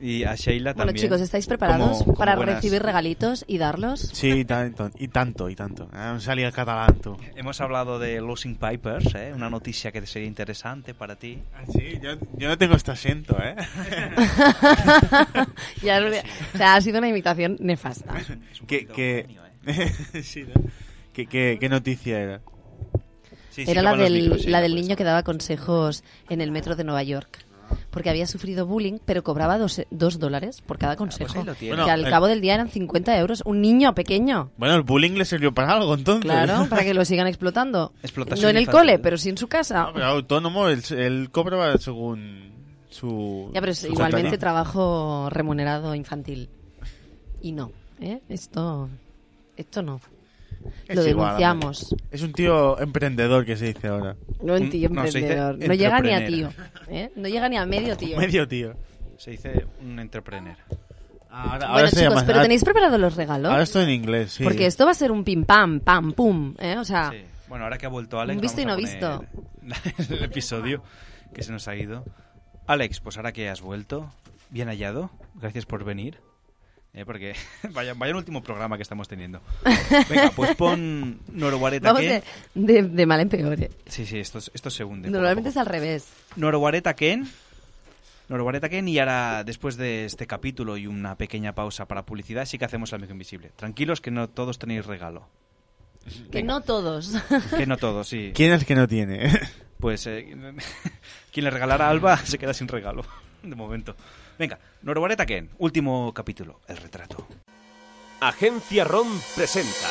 y a Sheila
Bueno,
Ah, también.
chicos, ¿estáis preparados
Como- como
para
buenas-
recibir regalitos y darlos?
Sí, tanto, y tanto, y tanto. Ah, Han salido el catalán, tú.
Hemos hablado de Losing Pipers, ¿eh? una noticia que sería interesante para ti.
Ah, Sí, yo, yo no tengo este asiento, ¿eh?
Ya lo- o sea, ha sido una imitación nefasta.
que, que... Sí, ¿no? ¿Qué- qué- qué noticia era?
Era la del, la del niño que daba consejos en el metro de Nueva York. Porque había sufrido bullying, pero cobraba dos, dos dólares por cada consejo.
ahí lo
que
tienes. Bueno,
al
el-
cabo del día eran 50 euros. Un niño pequeño.
Bueno, el bullying le sirvió para algo, entonces.
Claro, para que lo sigan explotando.
Explotación
no en el
infantil.
cole, pero sí en su casa.
Pero autónomo, él, él cobraba según... su.
Ya, pero es
Pues,
su
igualmente
santuario.
trabajo remunerado infantil. Y no, ¿eh? Esto, esto no.
Es
Lo
igual,
denunciamos.
hombre. Es un tío emprendedor que se dice ahora. Mm,
No un tío
se dice
emprendedor. No, llega ni a tío.
entrepreneur.
¿eh? No llega ni a medio tío.
Medio tío.
Se dice un entrepreneur.
Ah, Ahora,
Bueno,
se
chicos,
llama-
pero
ahora-
tenéis preparados los regalos.
Ahora estoy en inglés, sí.
Porque esto va a ser un pim pam, pam, pum. ¿eh? O sea,
Bueno, ahora que ha vuelto Alex.
Un visto
vamos
y no
a poner El episodio que se nos ha ido. Alex, pues ahora que has vuelto, bien hallado. Gracias por venir. Eh, porque vaya, vaya el último programa que estamos teniendo. Venga, pues pon Noroguareta
vamos
aquí.
de, de- de mal en peor. ¿eh?
Sí, sí, esto, esto se hunde. poco a
Normalmente es al revés.
Noroguareta Ken. Noroguareta Ken y ahora después de este capítulo y una pequeña pausa para publicidad sí que hacemos el amigo invisible. Tranquilos que no todos tenéis regalo.
Que no todos.
Que no todos, sí.
¿Quién es el que no tiene?
Pues eh, quien le regalara a Alba se queda sin regalo, de momento. Venga, Norobareta Ken, último capítulo, el retrato.
Agencia ROM presenta.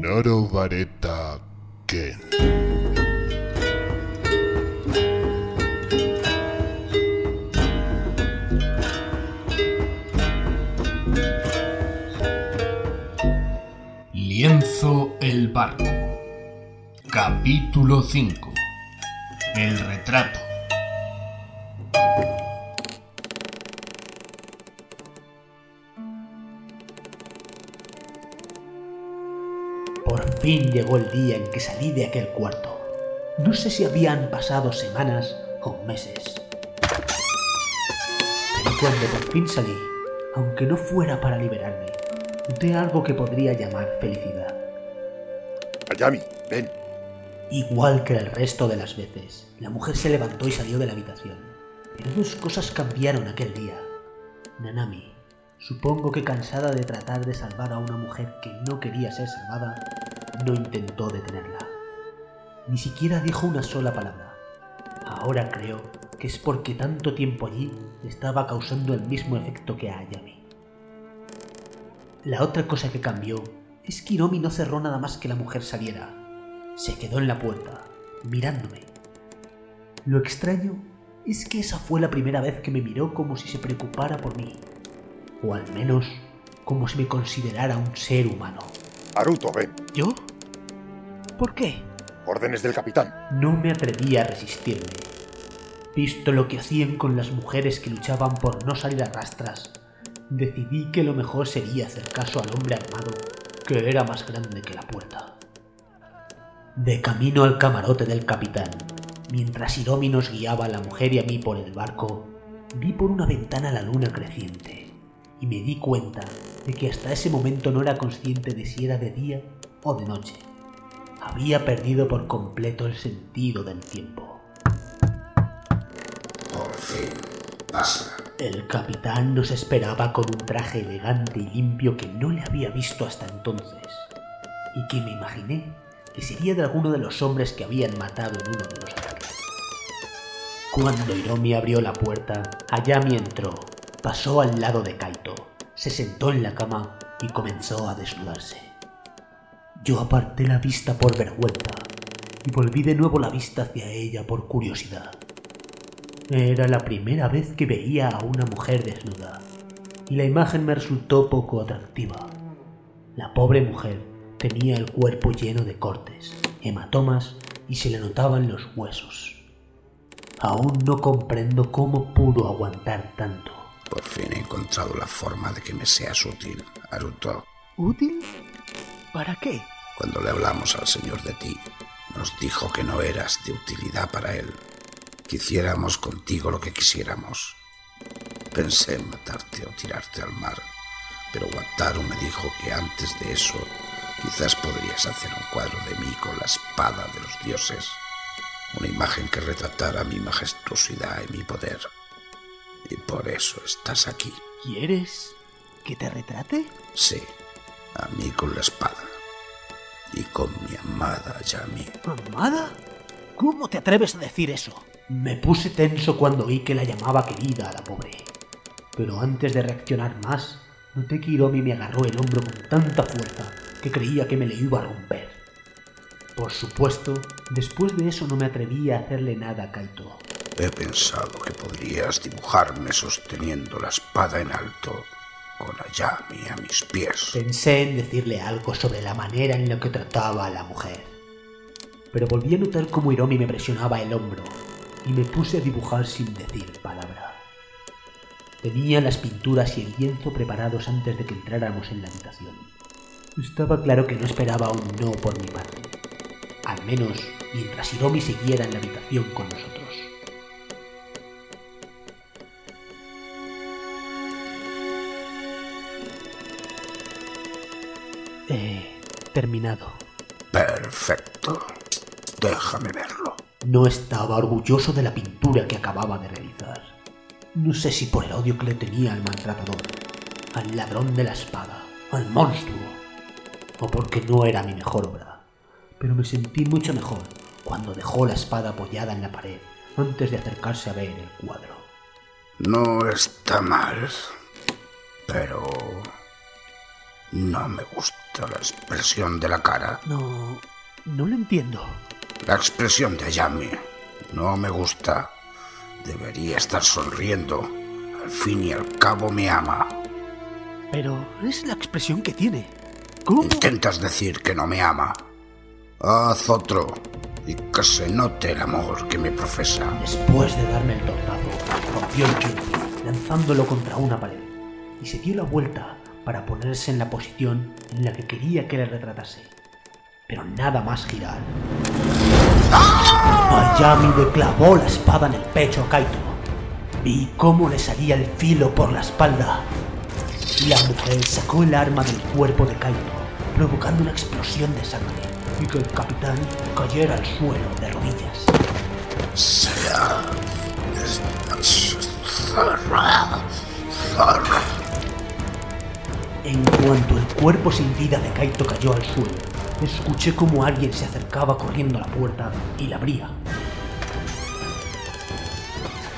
Noro Vareta Ken.
Lienzo el barco. Capítulo 5. El retrato.
Por fin llegó el día en que salí de aquel cuarto. No sé si habían pasado semanas o meses. Pero cuando por fin salí, aunque no fuera para liberarme, noté algo que podría llamar felicidad.
Ayami, ven.
Igual que el resto de las veces, la mujer se levantó y salió de la habitación. Pero dos cosas cambiaron aquel día. Nanami, supongo que cansada de tratar de salvar a una mujer que no quería ser salvada, no intentó detenerla. Ni siquiera dijo una sola palabra. Ahora creo que es porque tanto tiempo allí le estaba causando el mismo efecto que a Ayami. La otra cosa que cambió es que Hiromi no cerró nada más que la mujer saliera. Se quedó en la puerta, mirándome. Lo extraño es que esa fue la primera vez que me miró como si se preocupara por mí, o al menos como si me considerara un ser humano.
Aruto, ven.
¿Yo? ¿Por qué?
Órdenes del capitán.
No me atrevía a resistirme. Visto lo que hacían con las mujeres que luchaban por no salir a rastras, decidí que lo mejor sería hacer caso al hombre armado, que era más grande que la puerta. De camino al camarote del capitán, mientras Hiromi nos guiaba a la mujer y a mí por el barco, vi por una ventana la luna creciente y me di cuenta de que hasta ese momento no era consciente de si era de día o de noche. Había perdido por completo el sentido del tiempo.
Por fin. Pasa.
El capitán nos esperaba con un traje elegante y limpio que no le había visto hasta entonces, y que me imaginé que sería de alguno de los hombres que habían matado en uno de los ataques. Cuando Hiromi abrió la puerta, Ayami entró, pasó al lado de Kaito, se sentó en la cama y comenzó a desnudarse. Yo aparté la vista por vergüenza y volví de nuevo la vista hacia ella por curiosidad. Era la primera vez que veía a una mujer desnuda, y la imagen me resultó poco atractiva. La pobre mujer tenía el cuerpo lleno de cortes, hematomas y se le notaban los huesos. Aún no comprendo cómo pudo aguantar tanto.
Por fin he encontrado la forma de que me seas útil, Aruto.
¿Útil? ¿Para qué?
Cuando le hablamos al señor de ti, nos dijo que no eras de utilidad para él. Quisiéramos contigo lo que quisiéramos. Pensé en matarte o tirarte al mar, pero Wataru me dijo que antes de eso quizás podrías hacer un cuadro de mí con la espada de los dioses, una imagen que retratara mi majestuosidad y mi poder. Y por eso estás aquí.
¿Quieres que te retrate?
Sí, a mí con la espada. Y con mi amada Yami.
¿Amada? ¿Cómo te atreves a decir eso? Me puse tenso cuando oí que la llamaba querida a la pobre. Pero antes de reaccionar más, noté que Hiromi me agarró el hombro con tanta fuerza que creía que me le iba a romper. Por supuesto, después de eso no me atreví a hacerle nada a Kaito.
He pensado que podrías dibujarme sosteniendo la espada en alto con Ayami a mis pies.
Pensé en decirle algo sobre la manera en la que trataba a la mujer. Pero volví a notar cómo Hiromi me presionaba el hombro y me puse a dibujar sin decir palabra. Tenía las pinturas y el lienzo preparados antes de que entráramos en la habitación. Estaba claro que no esperaba un no por mi parte. Al menos mientras Hiromi siguiera en la habitación con nosotros. Eh, terminado.
Perfecto. Déjame verlo.
No estaba orgulloso de la pintura que acababa de realizar. No sé si por el odio que le tenía al maltratador, al ladrón de la espada, al monstruo, o porque no era mi mejor obra. Pero me sentí mucho mejor cuando dejó la espada apoyada en la pared antes de acercarse a ver el cuadro.
No está mal, pero no me gusta la expresión de la cara.
No, no lo entiendo.
La expresión de Yami no me gusta. Debería estar sonriendo. Al fin y al cabo me ama.
Pero es la expresión que tiene. ¿Cómo?
Intentas decir que no me ama. Haz otro y que se note el amor que me profesa.
Después de darme el tortazo, rompió el quince, lanzándolo contra una pared, y se dio la vuelta para ponerse en la posición en la que quería que le retratase. Pero nada más girar. Ayami le clavó la espada en el pecho a Kaito. Vi cómo le salía el filo por la espalda. La mujer sacó el arma del cuerpo de Kaito, provocando una explosión de sangre y que el capitán cayera al suelo de rodillas.
Será. Zorra. Zorra.
En cuanto el cuerpo sin vida de Kaito cayó al suelo, escuché como alguien se acercaba corriendo a la puerta y la abría.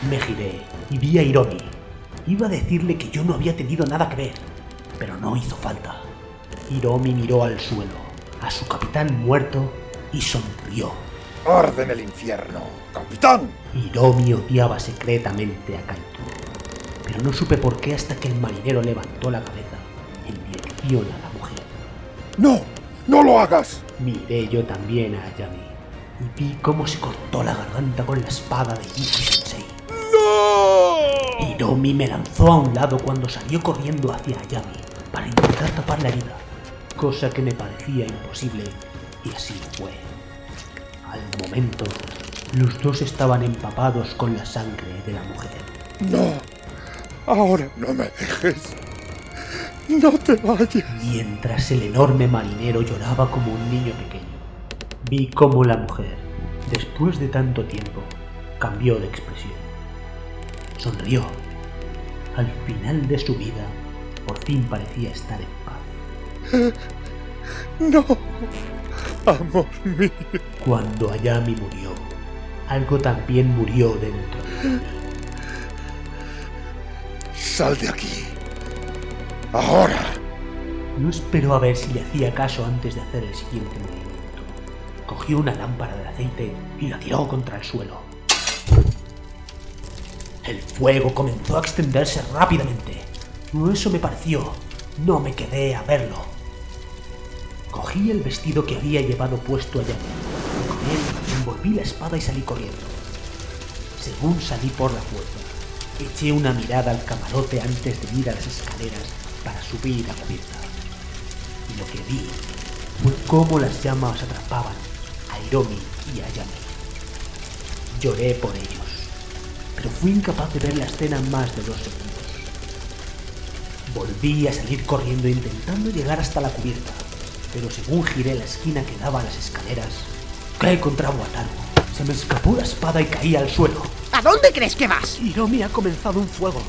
Me giré y vi a Hiromi. Iba a decirle que yo no había tenido nada que ver, pero no hizo falta. Hiromi miró al suelo, a su capitán muerto y sonrió.
Orden el infierno, capitán.
Hiromi odiaba secretamente a Kaito, pero no supe por qué hasta que el marinero levantó la cabeza en dirección a la mujer.
¡No! ¡No lo hagas!
Miré yo también a Ayami y vi cómo se cortó la garganta con la espada de Yuki Sensei. ¡No! Hiromi me lanzó a un lado cuando salió corriendo hacia Ayami para intentar tapar la herida, cosa que me parecía imposible y así fue. Al momento, los dos estaban empapados con la sangre de la mujer.
¡No! Ahora no me dejes. No te vayas.
Mientras el enorme marinero lloraba como un niño pequeño, vi cómo la mujer, después de tanto tiempo, cambió de expresión. Sonrió. Al final de su vida, por fin parecía estar en paz.
No. Amor mío.
Cuando Ayami murió, algo también murió dentro. de mí.
Sal de aquí. Ahora.
No esperó a ver si le hacía caso antes de hacer el siguiente movimiento. Cogió una lámpara de aceite y la tiró contra el suelo. El fuego comenzó a extenderse rápidamente. Eso me pareció. No me quedé a verlo. Cogí el vestido que había llevado puesto allá. y Con él envolví la espada y salí corriendo. Según salí por la puerta, eché una mirada al camarote antes de ir a las escaleras para subir a cubierta. Y lo que vi fue cómo las llamas atrapaban a Hiromi y a Yami. Lloré por ellos, pero fui incapaz de ver la escena más de dos segundos. Volví a salir corriendo intentando llegar hasta la cubierta, pero según giré la esquina que daba a las escaleras, caí contra Wataru. Se me escapó la espada y caí al suelo.
¿A dónde crees que vas?
Hiromi ha comenzado un fuego.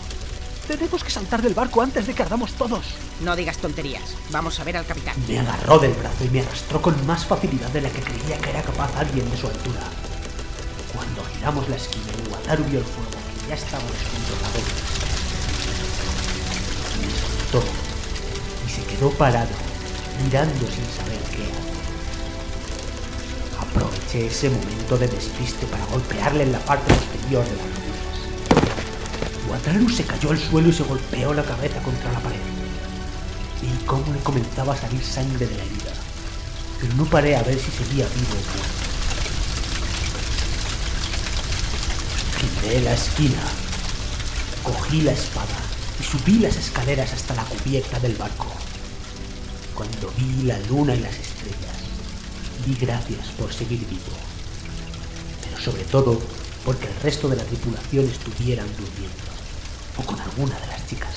Tenemos que saltar del barco antes de que ardamos todos.
No digas tonterías. Vamos a ver al capitán.
Me agarró del brazo y me arrastró con más facilidad de la que creía que era capaz alguien de su altura. Cuando giramos la esquina, Wataru vio el fuego que ya estaba descontrolado. Me soltó y se quedó parado, mirando sin saber qué hacer. Aproveché ese momento de despiste para golpearle en la parte posterior de las rodillas. Wataru se cayó al suelo y se golpeó la cabeza contra la pared. Vi cómo le comenzaba a salir sangre de la herida, pero no paré a ver si seguía vivo o muerto. Giré la esquina, cogí la espada y subí las escaleras hasta la cubierta del barco. Cuando vi la luna y las estrellas, di gracias por seguir vivo, pero sobre todo porque el resto de la tripulación estuvieran durmiendo, o con alguna de las chicas.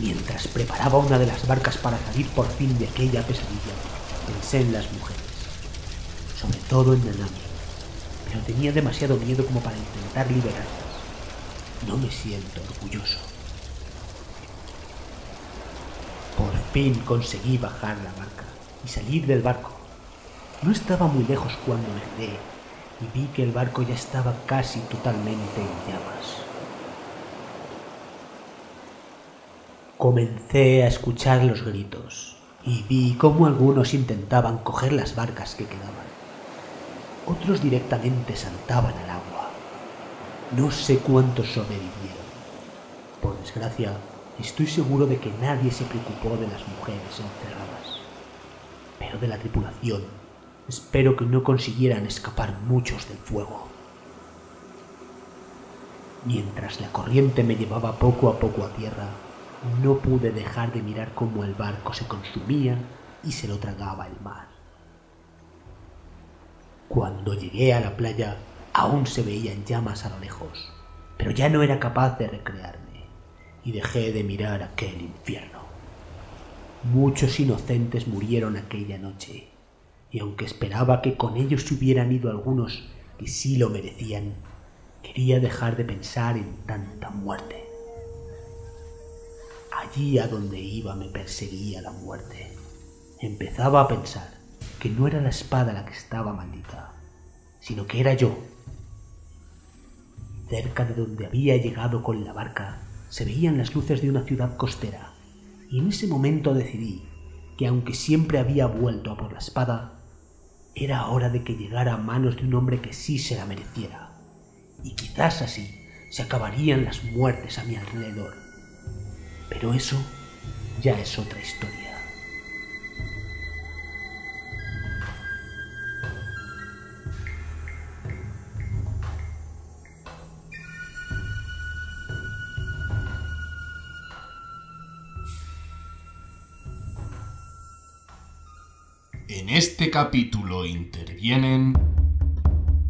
Mientras preparaba una de las barcas para salir por fin de aquella pesadilla, pensé en las mujeres, sobre todo en Nanami, pero tenía demasiado miedo como para intentar liberarlas. No me siento orgulloso. Por fin conseguí bajar la barca y salir del barco. No estaba muy lejos cuando me giré y vi que el barco ya estaba casi totalmente en llamas. Comencé a escuchar los gritos y vi cómo algunos intentaban coger las barcas que quedaban. Otros directamente saltaban al agua. No sé cuántos sobrevivieron. Por desgracia, estoy seguro de que nadie se preocupó de las mujeres encerradas. Pero de la tripulación, espero que no consiguieran escapar muchos del fuego. Mientras la corriente me llevaba poco a poco a tierra, no pude dejar de mirar cómo el barco se consumía y se lo tragaba el mar. Cuando llegué a la playa, aún se veían llamas a lo lejos, pero ya no era capaz de recrearme y dejé de mirar aquel infierno. Muchos inocentes murieron aquella noche, y aunque esperaba que con ellos se hubieran ido algunos que sí lo merecían, quería dejar de pensar en tanta muerte. Allí a donde iba me perseguía la muerte. Empezaba a pensar que no era la espada la que estaba maldita, sino que era yo. Cerca de donde había llegado con la barca se veían las luces de una ciudad costera, y en ese momento decidí que aunque siempre había vuelto a por la espada, era hora de que llegara a manos de un hombre que sí se la mereciera, y quizás así se acabarían las muertes a mi alrededor. Pero eso ya es otra historia.
En este capítulo intervienen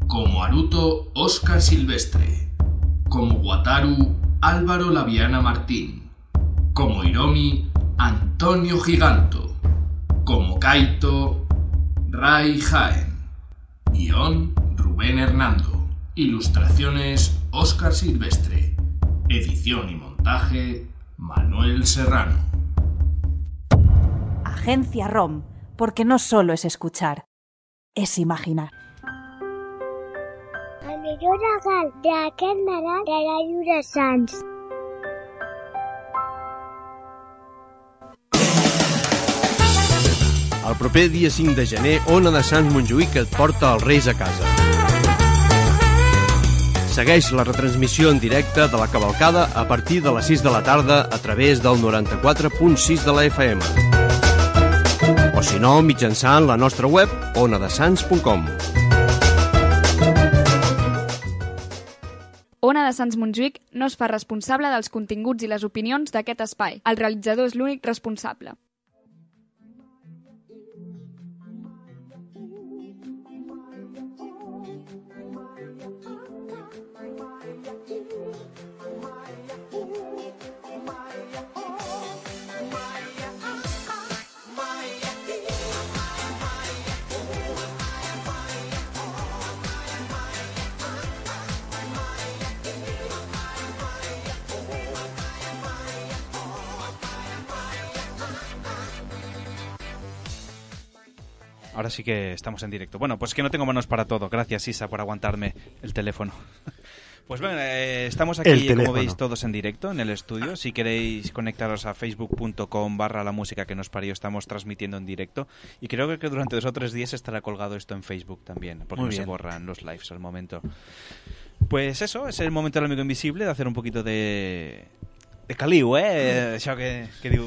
como Aruto Oscar Silvestre, como Wataru Álvaro Laviana Martín, como Hiromi Antonio Giganto, como Kaito Rai Jaén, guión Rubén Hernando, ilustraciones Oscar Silvestre, edición y montaje Manuel Serrano.
Agencia ROM, porque no solo es escuchar, es imaginar.
El millor regal d'aquest Nadal de la Lluna Sants.
El proper dia 5 de gener, Ona de Sants Montjuïc et porta els Reis a casa. Segueix la retransmissió en directe de la cavalcada a partir de les 6 de la tarda a través del 94.6 de la FM. O si no, mitjançant la nostra web onadesans.com.
Ona de Sants Montjuïc no es fa responsable dels continguts i les opinions d'aquest espai. El realitzador és l'únic responsable.
Ahora sí que estamos en directo. Bueno, pues que no tengo manos para todo. Gracias, Isa, por aguantarme el teléfono. Pues bueno, eh, estamos aquí,
El
como
teléfono.
veis, todos en directo en el estudio. Si queréis conectaros a facebook.com barra la música que nos parió, estamos transmitiendo en directo. Y creo que durante dos o tres días estará colgado esto en Facebook también, porque
Muy
no se
bien.
borran los lives al momento. Pues eso, es el momento del amigo invisible de hacer un poquito de... De caliu, eh? Això que, que diu...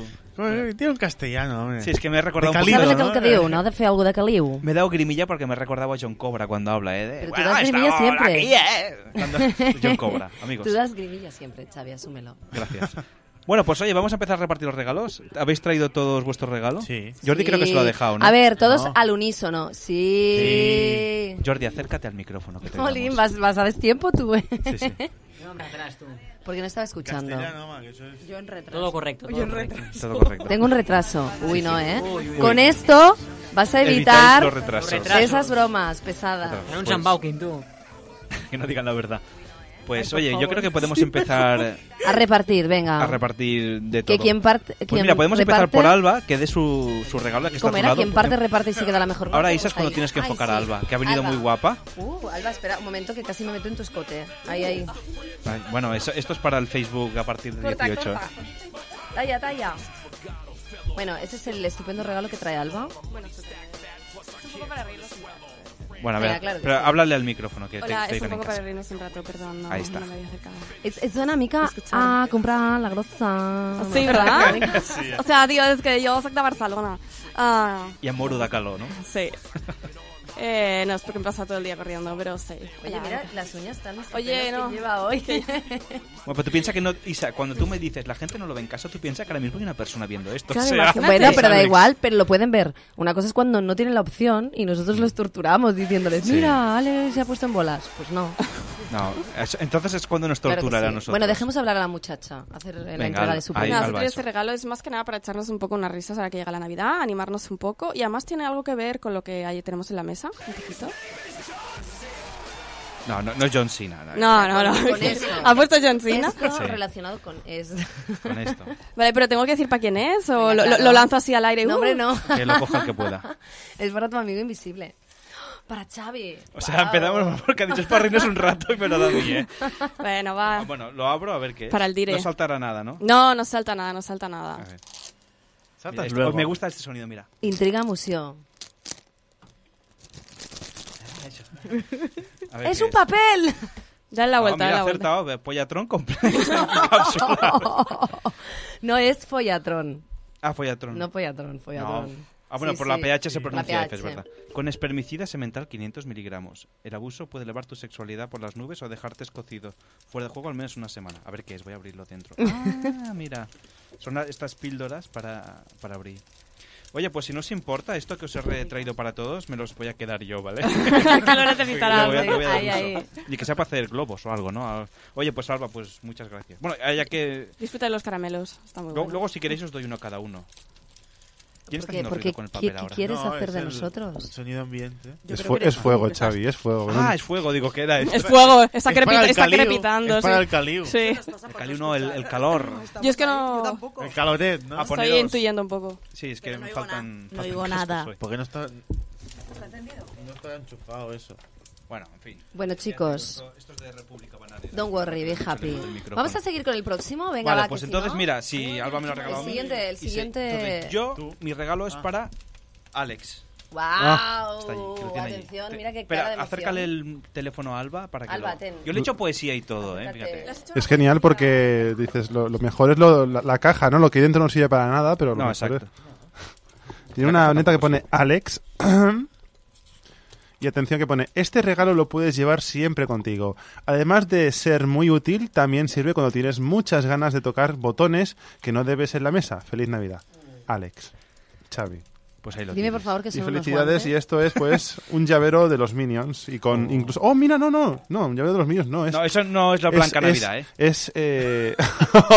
Tiene un castellano, hombre.
Sí, es que me he recordado
De
un
caliu,
poquito,
Sabe
¿no?
de caliu, no? Ha de fer alguna de caliu.
Me he dado grimilla porque me recordaba a John Cobra cuando habla, ¿eh? De,
Pero tú
"Bueno,
das
estamos
grimilla siempre.
aquí, ¿eh?". Cuando- John Cobra, amigos.
Tú das gribilla siempre, Xavi, asúmelo.
Gracias. Bueno, pues oye, vamos a empezar a repartir los regalos. ¿Habéis traído todos vuestros regalos? Sí. Jordi creo que se lo ha
Sí.
dejado, ¿no?
A ver, todos
No.
al unísono. Sí.
Sí. Jordi, acércate al micrófono que te
Jolín,
damos.
vas, vas a destiempo tú, eh.
Sí, sí.
No, atrás tú. Porque no estaba escuchando.
Castellano, ma, que eso es-
Yo en retraso.
Todo correcto, todo Yo en correcto. retraso.
Todo correcto.
Tengo un retraso. Uy, no, ¿eh?
Uy, uy,
Con
uy.
esto vas a
Evitáis
evitar
los retrasos. Los retrasos.
esas bromas pesadas.
Era un Pues- Zambaukin,
tú.
Que no digan la verdad. Pues
Ay, por
oye, yo
favor.
creo que podemos empezar
A repartir, venga.
a repartir de todo.
Que quien parte-
Pues
quien
mira, podemos empezar
reparte-
por Alba, que dé su, su regalo, que está a
Como
tu
era,
lado.
quien parte reparte y se queda la mejor.
Ahora Isa es cuando
Ahí.
tienes que
Ay,
enfocar a
sí.
Alba, que ha venido
Alba.
muy guapa.
Uh, Alba, espera un momento que casi me meto en tu escote. Ahí, ahí.
Ay, Bueno, eso- esto es para el Facebook a partir de
Corta,
18.
corta. Talla, talla. Bueno, ese es el estupendo regalo que trae Alba.
Bueno, a ver,
Venga, claro que
pero
sí.
háblale al micrófono que te-
Hola,
te
és
oigan
un
en
poco
casa.
para reírnos un rato, perdón, no,
Ahí está.
no me había acercado.
Es, es una mica a comprar la grosa.
Sí, ¿verdad? O sea, tío, es que yo soy de Barcelona. Ah,
Y a Moro da calor, ¿no?
sí. Eh, no, es porque me pasa todo el día corriendo, pero sí.
Oye, mira, las uñas tan
Oye,
estupendas
no.
que lleva hoy.
Bueno, pero tú piensas que no, Isa, cuando tú me dices la gente no lo ve en casa, tú piensas que ahora mismo hay una persona viendo esto.
Claro,
o sea,
imagínate.
Bueno, pero da
Alex.
igual, pero lo pueden ver. Una cosa es cuando no tienen la opción y nosotros los torturamos diciéndoles,
Sí.
mira, Ale se ha puesto en bolas. Pues no.
No, es- entonces es cuando nos
Claro que
torturará
sí.
a nosotros.
Bueno, dejemos hablar a la muchacha, hacer la
Venga,
entrega de su
ahí,
premio.
Alba, Ah.
Pero
eso.
este regalo es más que nada para echarnos un poco unas risas ahora que llega la Navidad, animarnos un poco y además tiene algo que ver con lo que ahí tenemos en la mesa, un poquito.
No, no, no es John Cena. no.
No, no, no.
Con esto.
¿Ha puesto John Cena?
Esto
Sí.
relacionado con esto.
Con esto.
Vale, pero tengo que decir para quién es o lo,
claro.
lo lanzo así al aire.
No,
Uh.
hombre, no.
Que lo coja el que pueda.
Es para tu amigo invisible. Para Xavi.
O sea, empezamos porque ha dicho es para reírnos un rato y me lo da a mí, ¿eh?
Bueno, va.
Ah, bueno, lo abro a ver qué es.
Para el dire.
No saltará nada, ¿no?
No, no salta nada, no salta nada.
Mira, esto-
luego.
Me gusta este sonido, mira.
Intriga museo.
A ver
¡Es
qué
un papel!
Dale la
Ah,
vuelta,
mira,
dale la vuelta.
acertado, ve, Pollatron completo.
No es follatron.
ah, Pollatron.
No follatron, follatron.
No. Ah, bueno,
Sí,
por
sí.
la pH se
La
pronuncia F, es
pH.
verdad. Con espermicida semental 500 miligramos. El abuso puede elevar tu sexualidad por las nubes o dejarte escocido. Fuera de juego al menos una semana. A ver qué es, voy a abrirlo dentro. Ah, mira. Son la- estas píldoras para, para abrir. Oye, pues si no os importa, esto que os he retraído para todos, me los voy a quedar yo, ¿vale?
Que lo
Lo
necesitarás,
voy a-
¿eh?
lo voy a dar
ahí,
uso. Y que sea para hacer globos o algo, ¿no? Oye, pues Alba, pues muchas gracias. Bueno, ya que...
Disfruta de los caramelos, está muy
Luego,
bueno.
luego, si queréis os doy uno a cada uno. ¿Quién está
Porque-
haciendo
porque
ruido con el
¿qué-
papel
qué
ahora?
quieres No, hacer es de el- nosotros?
el sonido ambiente. Yo
Es,
creo
fue-
que eres
es fuego,
tú, estás-
Xavi, es fuego.
Ah, es fuego, digo, ¿qué era?
Es fuego, está,
Es para
crepita-
el
está
caliu,
crepitando.
es para
sí.
el caliu.
Sí.
El caliu no, el, el calor.
Yo es que no...
El caloret, ¿no?
Ah,
Estoy
poneros-
intuyendo un poco.
Sí, es que me faltan...
no oigo
faltan
nada.
gestos hoy. ¿Por qué no está...? No está enchufado eso.
Bueno, en fin.
Bueno, chicos. Don't worry, be happy. Vamos a seguir con el próximo. Venga,
vale,
va,
pues
que si
entonces,
no-
mira, si Alba me lo ha regalado a
El
mí,
siguiente, el
y sí.
siguiente.
Entonces, yo, mi regalo es
Ah.
para Alex.
¡Wow!
Está allí, que lo tiene allí.
Ah, uh, Atención,
Te-
mira qué
Espera,
cara de emoción.
acércale el teléfono a Alba para que
Alba,
lo...
ten.
Yo le he hecho poesía y todo, eh, fíjate.
Es genial porque dices, lo, lo mejor es lo- la, la caja, ¿no? Lo que hay dentro no sirve para nada, pero lo
No,
mejor
exacto.
es- Tiene una neta que pone Alex. y atención que pone, este regalo lo puedes llevar siempre contigo. Además de ser muy útil, también sirve cuando tienes muchas ganas de tocar botones que no debes en la mesa. Feliz Navidad. Alex. Xavi.
Pues ahí lo
Dime, por favor, que
y
son unos
felicidades,
guantes.
y esto es pues un llavero de los Minions y con incluso... ¡Oh, mira, no, no! No, un llavero de los Minions no es...
No, eso no es la Blanca Navidad, ¿eh?
Es... eh,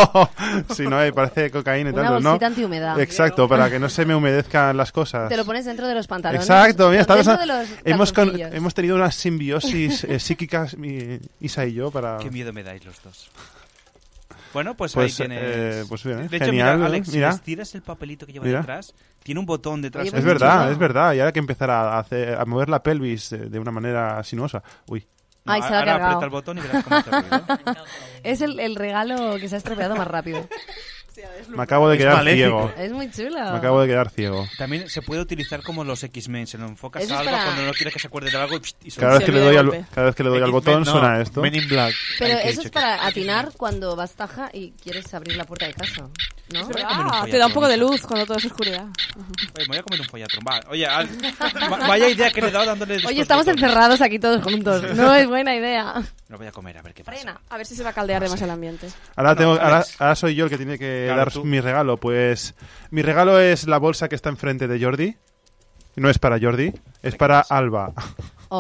sí, no, eh, parece cocaína y
Una
tanto, ¿no?
bolsita antihumedad.
Exacto, para que no se me humedezcan las cosas.
Te lo pones dentro de los pantalones.
Exacto, mira, está
dentro
pensando-
de los
hemos, con-
calzoncillos.
hemos tenido una simbiosis eh, psíquica, mi- Isa y yo, para...
Qué miedo me dais los dos. Bueno, pues,
Pues,
ahí tienes.
eh, pues bien, ¿eh?
De hecho,
Genial,
mira, Alex,
mira.
si estiras el papelito que lleva
Mira.
detrás, tiene un botón detrás.
Es
ahí.
verdad, es verdad. Y ahora hay que empezar a, hacer- a mover la pelvis eh, de una manera sinuosa. Uy.
Ay, se la ha
ahora
cargado.
aprieta el botón y verás cómo hace ruido.
es el, el regalo que se ha estropeado más rápido.
Me acabo de
Es
quedar
maléfico.
ciego.
Es muy chulo.
Me acabo de quedar ciego.
También se puede utilizar como los X-Men, se lo enfocas
Eso
a
es
algo
para-
cuando no quieres que se acuerde de algo y, pst, y suena.
Cada vez que le doy al, cada vez que le doy al
X-Men,
botón
no,
suena esto.
Men in Black.
Pero eso es para atinar cuando vas taja y quieres abrir la puerta de casa. ¿no?
Ah, te da un poco de luz cuando todo es oscuridad.
Oye, me voy a comer un follatron. Va, oye, al- va- vaya idea que le he dado dándole estos
Oye, estamos
botones.
encerrados aquí todos juntos. No es buena idea.
Lo voy a comer, a ver qué pasa.
Frena.
A ver si se va a
Ah,
caldear demasiado el ambiente.
Ahora, tengo,
Alex.
ahora, ahora soy yo el que tiene que
Claro,
dar
tú.
mi regalo. Pues mi regalo es la bolsa que está enfrente de Jordi. No es para Jordi, es para Alba.
Oh,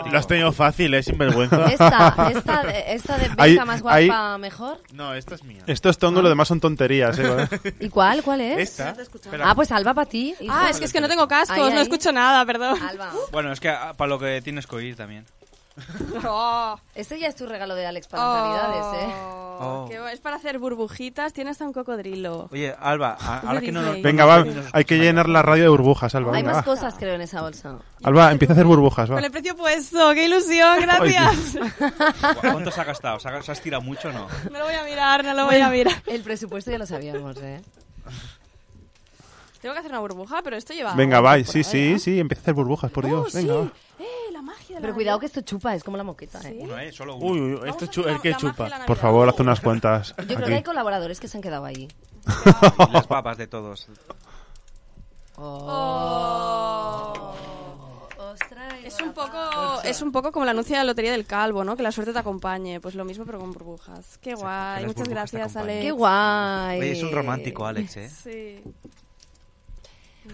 Oh, lo has tenido fácil, ¿eh? Sinvergüenza.
Esta, esta, de- esta de
Ahí-
beca más guapa
ahí-
mejor.
No, esta es mía.
Esto es tongo, lo demás son tonterías. ¿eh?
¿Y cuál? ¿Cuál es?
Esta.
Ah, pues Alba para ti.
Ah, es que es que no tengo cascos,
Ahí,
no
ahí.
escucho nada, perdón.
Alba.
Bueno, es que ah, para lo que tienes que oír también.
Ah.
Este ya es tu regalo de Alex para las navidades, ¿eh?
Oh.
Qué bueno, es para hacer burbujitas, tiene hasta un cocodrilo.
Oye, Alba, a- ahora que no nos...
Venga, va, hay que llenar la radio de burbujas, Alba.
Hay
venga,
más
va.
cosas, creo, en esa bolsa.
Alba, empieza a hacer burbujas, va.
Con el precio puesto, Oh, qué ilusión, gracias.
¿Cu- ¿Cuánto se ha gastado? ¿Se ha, se has tirado mucho o no?
No lo voy a mirar, no lo voy a mirar.
El presupuesto ya lo sabíamos, ¿eh?
Tengo que hacer una burbuja, pero esto
Ah,
lleva.
Venga, va, sí, sí, sí, empieza a hacer burbujas,
Uh,
por Dios. Venga, va.
Pero cuidado que esto chupa, es como la moqueta, ¿eh?
Uno, ¿eh? Solo uno.
Uy, uy, uy, esto es chu- el que chupa.
Por favor, haz unas cuantas.
Yo creo
aquí.
que hay colaboradores que se han quedado ahí.
Y Las papas de todos.
Oh,
Oh.
Es un poco, es un poco como la anuncio de la lotería del calvo, ¿no? Que la suerte te acompañe. Pues lo mismo, pero con burbujas. Qué
las
guay, muchas
burbujas te
gracias,
acompañen.
Ale.
¡Qué guay!
Oye, es un romántico, Alex, ¿eh?
Sí.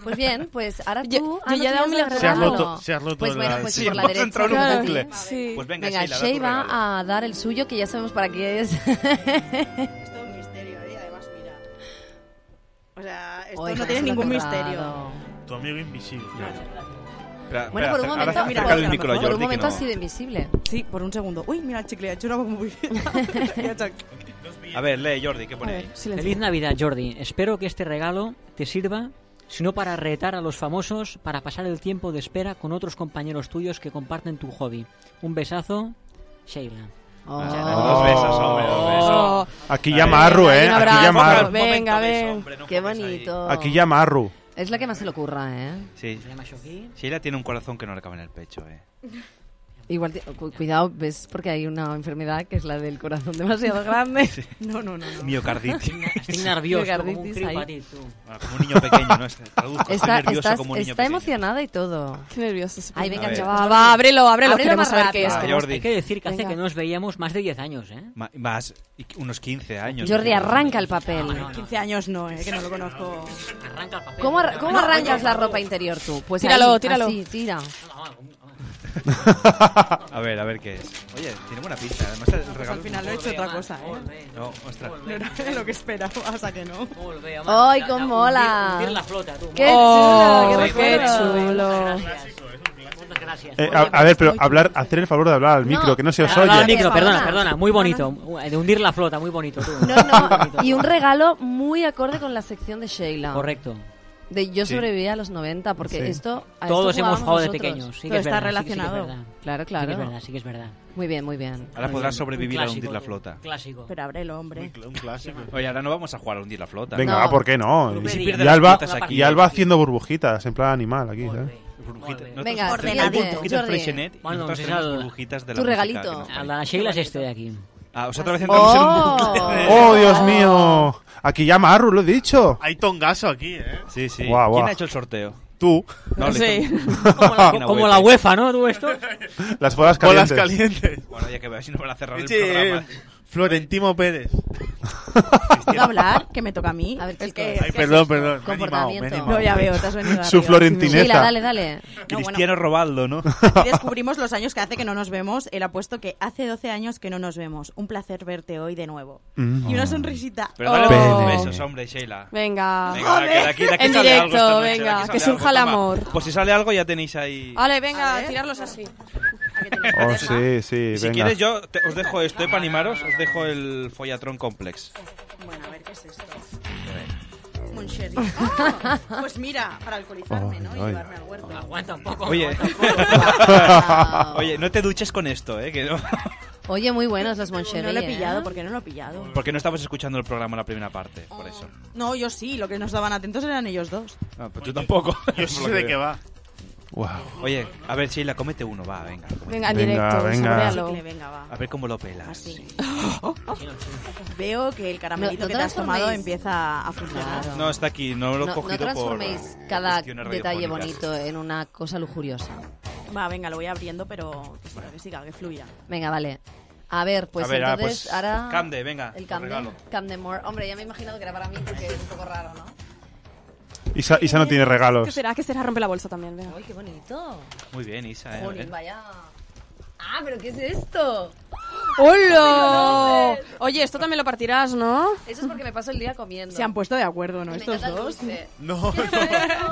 Pues bien, pues ahora tú...
Yo-
ah,
yo
no
ya he dado
tenías nada
mi
de
Se ha
regalo.
roto- se ha roto
Pues bueno,
la-
pues
sí,
por la
hemos
derecha.
entrado en un
claro.
bucle.
Sí.
Pues venga,
Venga,
Sheila, da
Shea
tu regalo.
va a dar el suyo, que ya sabemos para qué es.
Es todo un misterio, ¿eh? Además, mira. O sea, esto
Oiga,
no tiene
se lo
ningún
han
misterio.
robado.
Tu amigo invisible.
Espera,
Bueno,
espera,
por un
acer- ahora
momento,
acércale
mira,
el micro a
por un
Jordi, que
momento
no-
ha sido invisible.
Sí, por un segundo. Uy, mira, el chicle, ha hecho una cosa muy bien. Y ha hecho-
A ver, lee, Jordi, ¿qué pone ahí?
Feliz Navidad, Jordi. Espero que este regalo te sirva, si no para retar a los famosos, para pasar el tiempo de espera con otros compañeros tuyos que comparten tu hobby. Un besazo, Sheila.
Oh.
Oh.
Dos besos, hombre, dos besos.
Oh. Aquí
A
ya
ver.
marro, ¿eh?
Un
Aquí ya
abrazo.
marro.
Venga,
beso,
ven.
hombre, no
Qué
juegues ahí.
bonito.
Aquí ya marro.
Es la que más se le ocurra, ¿eh?
Sí. Sheila tiene un corazón que no le cabe en el pecho, ¿eh?
Igual, te- cu- cuidado, ves, porque hay una enfermedad que es la del corazón demasiado grande.
No, no, no. no.
Miocarditis.
Estoy nervioso, como un
Miocarditis
crío
ahí.
para ti, tú.
Bueno, Ah, como un niño pequeño, ¿no? Este- Traduzco. Estoy
Está,
nervioso
estás-
como un niño
está
pequeño.
emocionada y todo.
Qué nervioso. ese
Ay,
pibe.
venga,
A ver.
Va, va, ábrelo, ábrelo, queremos
más
saber qué es.
rápido.
Ah, Jordi.
Hay que decir que hace
Venga.
que no nos veíamos más de 10 años, ¿eh?
Ma- Más, y- unos 15 años.
Jordi,
¿no?
arranca el papel.
15 años no, ¿eh? Que no lo conozco.
Arranca el papel.
¿Cómo, ar- cómo
No,
arrancas
oye,
la ropa interior tú? Pues
Tíralo,
ahí,
tíralo.
así, tira.
A ver, a ver qué es. Oye, tiene buena pinta. Además, el
Pues
regalo.
al final lo he hecho otra cosa, ¿eh?
No, ostras.
No era lo que esperaba, hasta que no.
¡Ay, cómo mola!
Hundir la flota, tú.
¡Qué
Oh,
chulo! ¡Qué,
qué
recuerdo!
chulo.
Muchas gracias.
Eh, a, a ver, pero hablar, hacer el favor de hablar al micro, que no se os oye.
al micro, perdona,
Perdona.
perdona. Muy bonito. De hundir la flota, muy bonito. Tú.
No, no, y un regalo muy acorde con la sección de Sheila.
Correcto.
De Yo
Sí.
sobreviví a los 90, porque
Sí.
esto. a
Todos
esto
hemos jugado de
nosotros.
pequeños. Sí que es verdad, sí que- sí que es verdad.
Claro,
Sí que
claro.
es verdad, sí que es verdad.
Muy bien, muy bien.
Ahora
Muy bien,
podrás
un
sobrevivir a
clásico,
hundir la
tío,
flota.
Clásico.
Pero ábrelo, hombre.
Un clásico.
Oye, ahora no vamos a jugar a hundir la flota.
Venga,
¿no?
va, ¿por qué no?
Grupo
Y,
de
y
diez.
Alba,
Las paquitas
y Alba haciendo burbujitas, en plan animal aquí, ¿sabes?
Burbujitas. Nosotros
Venga,
hacemos
siguiente,
burbujitas
Jordi.
Freixenet y
Bueno,
nosotros
pues
hacemos
al-
burbujitas de la
tu
música
regalito.
que nos
A
pone.
la Sheila es este de aquí.
Ah, o sea, otra vez entramos en un
¡Oh!
bucle.
¡Oh, Dios mío! Aquí ya marro, lo he dicho.
Hay tongazo aquí, ¿eh?
Sí, sí.
Guau, guau.
¿Quién ha hecho el sorteo?
Tú,
No, lo
Sí.
hizo-
Como la,
Máquina
como
huete.
la UEFA, ¿no? Tú esto.
las bodas
Bolas
calientes.
calientes.
Bueno, ya que veo, si no van a cerrar el
Sí,
programa.
Florentino Pérez.
¿Puedo hablar? Que me toca a mí.
A ver,
Es
chicos.
que-
Ay, perdón, perdón. Me he animado, me he
Comportamiento.
No, ya veo, te has venido
Su
arriba.
florentineta.
Sheila, dale, dale.
No, bueno.
Cristiano Robaldo, ¿no?
Aquí descubrimos los años que hace que no nos vemos. Él ha puesto que hace 12 años que no nos vemos. Un placer verte hoy de nuevo.
Mm.
Y una sonrisita.
Pero dale
Oh.
unos besos, hombre, Sheila.
Venga.
Venga, que de aquí, de aquí
en
sale algo
directo,
esta noche, de aquí
venga,
sale
que surja el
algo, toma.
amor.
Pues si sale algo ya tenéis ahí.
Vale, venga, tirarlos así.
Oh, sí, sí,
si
venga.
quieres yo te- os dejo esto, eh, para animaros, os dejo el Follatron Complex.
Bueno, a ver qué es esto. Muy un sherry. Ah, pues mira, para alcoholizarme, ¿no? Y llevarme al huerto.
Aguanta un poco.
Oye.
Wow.
Oye, no te duches con esto, ¿eh? Que no.
Oye, muy buenas las Moncherry.
No lo he
¿eh?
pillado, ¿por qué no lo he pillado?
Porque no estabas escuchando el programa la primera parte, por eso.
No, yo sí, lo que no estaban atentos eran ellos dos.
Ah, pues yo tampoco.
Yo sí sé de qué
va. Oye, a ver, Sheila, cómete uno, va, venga. cómete.
Venga, en directo, sorbealo.
Chicle, venga, va.
A ver cómo lo pelas.
Veo que el caramelito
No- no
que te has
transforméis.
tomado empieza a funcionar.
No, está aquí, no lo he
No, no
cogido
transforméis
por
cada
cuestiones
detalle
radiofónicas.
bonito en una cosa lujuriosa.
Va, venga, lo voy abriendo, pero que siga, que siga, que fluya.
Venga, vale. A ver, pues
A ver, ah,
entonces
pues,
ahora...
Camde, venga,
El
os
Camde,
regalo.
Camde More. Hombre, ya me he imaginado que era para mí porque es un poco raro, ¿no?
Isa, Isa no tiene
¿Qué
regalos.
será? ¿Qué será? Rompe la bolsa también, venga.
¡Ay, qué bonito!
Muy bien, Isa, ¿eh?
Jolín, vaya... ¡Ah, pero qué es esto!
¡Hola! Oye, esto también lo partirás, ¿no?
Eso es porque me paso el día comiendo.
Se han puesto de acuerdo, ¿no?
Me
Estos
encanta el
dos.
dulce.
No.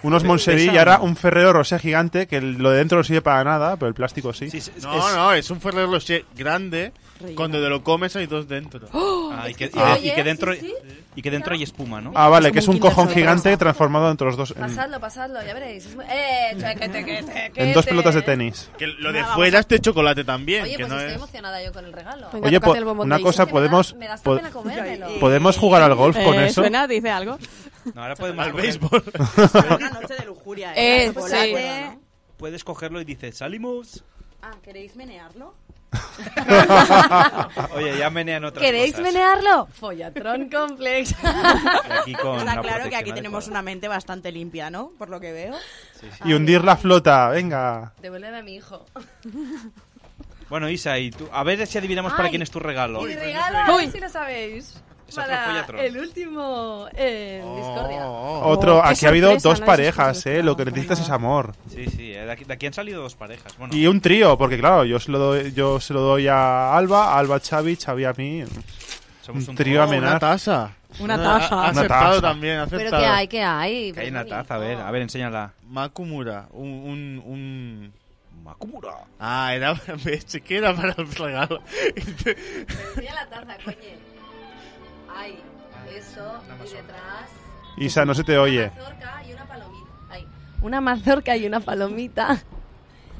Unos Moncherí y ahora un Ferrero Rosé gigante que el- lo de dentro no sirve para nada, pero el plástico sí.
No, no, es un Ferrero Rocher grande.
Relleno.
Cuando te lo comes hay dos dentro.
Ah, y, que,
sí,
y,
oye,
que dentro,
sí,
y que dentro hay espuma, ¿no?
Ah, vale, que es un cojón
Kinder
gigante transformado entre los dos. en-
Pasadlo, pasadlo, ya veréis. Es muy- ¡Eh! chaquete, que, te- que
En dos
te-
pelotas de tenis.
Que lo de
Nada,
fuera es de chocolate también.
Oye,
que
pues
no
estoy
es...
emocionada yo con el regalo.
Oye, po- una cosa, podemos,
Me das
po-
pena comérmelo.
podemos jugar al golf con
Eh,
eso.
¿Suena? ¿Te dice algo?
No, ahora podemos al
béisbol.
Una noche de lujuria,
Eh,
¿eh?
sí.
Chocolate, ¿no?
Puedes cogerlo y dices, salimos.
Ah, ¿queréis menearlo?
Oye, ya menean otras
¿Queréis
cosas.
menearlo? Follatron Complex.
Aquí con
Está
la
claro que aquí
protección
tenemos una mente bastante limpia, ¿no? Por lo que veo.
Y hundir la flota, venga.
Devuélveme a mi hijo.
Bueno, Isa, y tú, a ver si adivinamos para
Ay.
quién es tu regalo.
Y mi regalo, a ver
Uy.
si lo sabéis.
Es otro
Para
follatron.
el último en
Oh,
Discordia.
Otro,
Oh, qué
aquí ha habido
sorpresa,
dos
¿no?
parejas, eh. Lo que necesitas es amor.
Sí, sí, eh, de aquí, de aquí han salido dos parejas. Bueno,
Y un trío, porque claro, yo se lo doy, yo se lo doy a Alba, Alba a Xavi, Xavi a mí.
Somos
un
un
trío
combo.
amenaza.
Una taza.
Una taza. Ha- ha acertado también, ha
Pero
acertado.
que hay, que hay.
que hay una taza, a ver, a ver, enséñala.
Makumura, un, un, un... Makumura. Ah, era para... pensé que era para el regalo.
Mira la taza, coño. Ay, eso. Y detrás.
Isa, no se te oye.
mazorca y una palomita. Ay, Una mazorca y una palomita.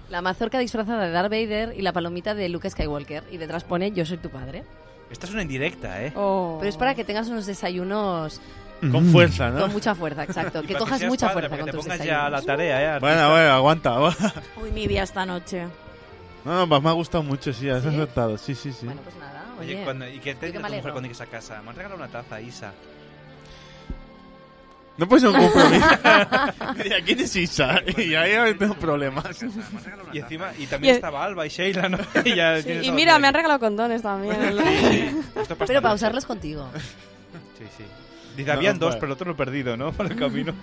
La mazorca disfrazada de Darth Vader y la palomita de Luke Skywalker. Y detrás pone Yo soy tu padre.
Esta es una indirecta,
Oh,
¿eh?
Pero es para que tengas unos desayunos
Con fuerza, ¿no?
con mucha fuerza, exacto.
Y
Que
para
cojas
seas
mucha
padre,
fuerza
para
con
que te
tus
pongas
desayunos.
ya a la tarea, ¿eh? artista?
Bueno, bueno, aguanta. va.
Uy, mi día esta noche.
No, no, me ha gustado mucho, sí, has
¿Sí?
acertado. Sí, sí, sí.
Pues nada,
Oye,
oye.
cuando, ¿y qué te
Yo
dice
que me
tu mujer
alegro.
cuando llegues a casa? Me han regalado una taza, Isa.
No puedes ser un compromiso. Mira, ¿quién es Isa? Y ahí ahora tengo problemas.
Y encima, y también
Y-
estaba Alba y Sheila, ¿no? Y, ya tienes
Y
todo
mira,
aquí.
me han regalado condones también.
Pero para usarlos contigo.
Sí, sí. Dice, habían
No,
dos,
vale.
pero el otro lo he perdido, ¿no? Por el camino.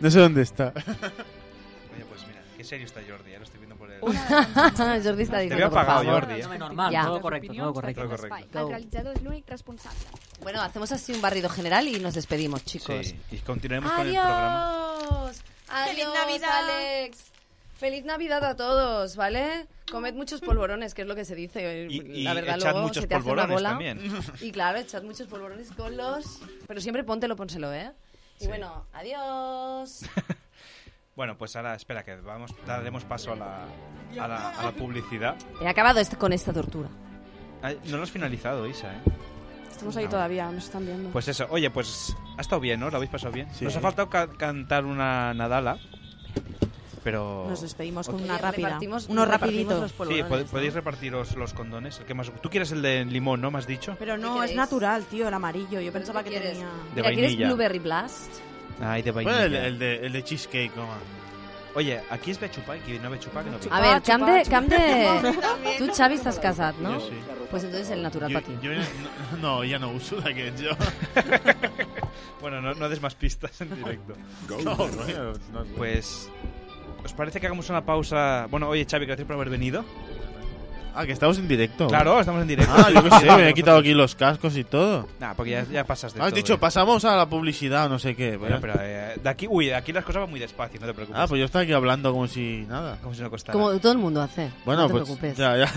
No sé dónde está.
Oye, pues mira, qué serio está Jordi, ya lo estoy viendo por el...
Jordi está
Te veo
diciendo, por
apagado,
favor.
Jordi, ¿eh?
normal,
Ya.
todo correcto, todo correcto.
Todo correcto.
El realizador es l'únic responsable.
Bueno, hacemos así un barrido general y nos despedimos, chicos.
Sí, y continuaremos con el programa.
Adiós. Adiós,
Navidad!
Alex. Feliz Navidad a todos, ¿vale? Comed muchos polvorones, que es lo que se dice.
Y- y
la verdad,
echad
luego
muchos
se te hace una
polvorones
bola.
también.
Y claro, echad muchos polvorones con los. Pero siempre póntelo, pónselo, ¿eh? Y bueno, adiós.
Bueno, pues ahora espera que vamos, daremos paso a la, a la, a la publicidad.
He acabado este- con esta tortura.
Ay, no lo has finalizado, Isa, ¿eh?
Estamos ahí todavía, nos están viendo.
Pues eso, oye, pues ha estado bien, ¿no? ¿Lo habéis pasado bien?
Sí.
Nos ha faltado ca- cantar una Nadala, pero...
Nos despedimos con
Oye,
una rápida.
repartimos-
Uno
repartimos
rapidito.
los
Sí,
polvorones,
pod-
¿no?
podéis repartiros los condones. El que más... Tú quieres el de limón, ¿no? ¿Me has dicho?
Pero
¿Qué
no, es
queréis?
natural, tío, el amarillo. Yo pensaba
qué
que
quieres?
tenía...
De
Mira, ¿quieres
vainilla.
Blueberry Blast?
Ay, de
Bueno,
vainilla.
el, el de, el de cheesecake, coma.
Oye, aquí es bechupa y que no bechupa, que no
A
bechupa.
ver,
chupa,
Camde,
chupa.
Camde, tú Xavi estás casado, ¿no?
Yo sí.
Pues entonces el natural
Yo-
para ti.
yo ya- no, no, ya no uso la que yo.
Bueno, no, no des más pistas en directo.
No, bueno, no es bueno.
Pues... ¿Os parece que hagamos una pausa? Bueno, oye, Xavi, gracias por haber venido.
Ah, que estamos en directo.
Claro, estamos en directo.
Ah, yo qué sé, me he quitado aquí los cascos y todo.
Nah, porque ya, ya pasas de
Has
todo,
dicho,
¿eh?
pasamos a la publicidad o no sé qué.
Bueno,
¿verdad?
pero eh, de aquí, uy, de aquí las cosas van muy despacio, no te preocupes.
Ah, pues yo estaba aquí hablando como si nada.
Como si no costara.
Como todo el mundo hace.
Bueno,
no te
pues
preocupes.
ya, ya.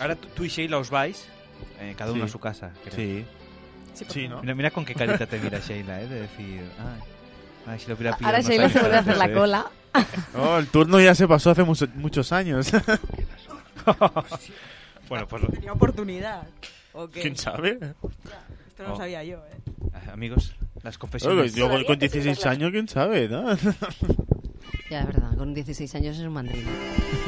Ahora tú tú y Sheila os vais, eh, cada uno
Sí.
a su casa. creo.
sí.
Sí, ¿no?
Mira, mira con qué carita te mira Sheila, ¿eh? De decir, ay, ay, si lo hubiera pillado
Ahora
unos
Sheila se
años
vuelve a hacer la
antes, ¿eh?
cola.
No,
Oh,
el turno ya se pasó hace mucho- muchos años.
Pues
bueno, pues lo-
Tenía oportunidad. ¿O qué?
¿Quién sabe?
Esto no lo
Oh.
sabía yo, ¿eh?
Ah, Amigos, las
pues
Claro,
confesiones.
yo con- con 16 años, quién sabe, ¿no?
Ya, es verdad, con 16 años es un mandril.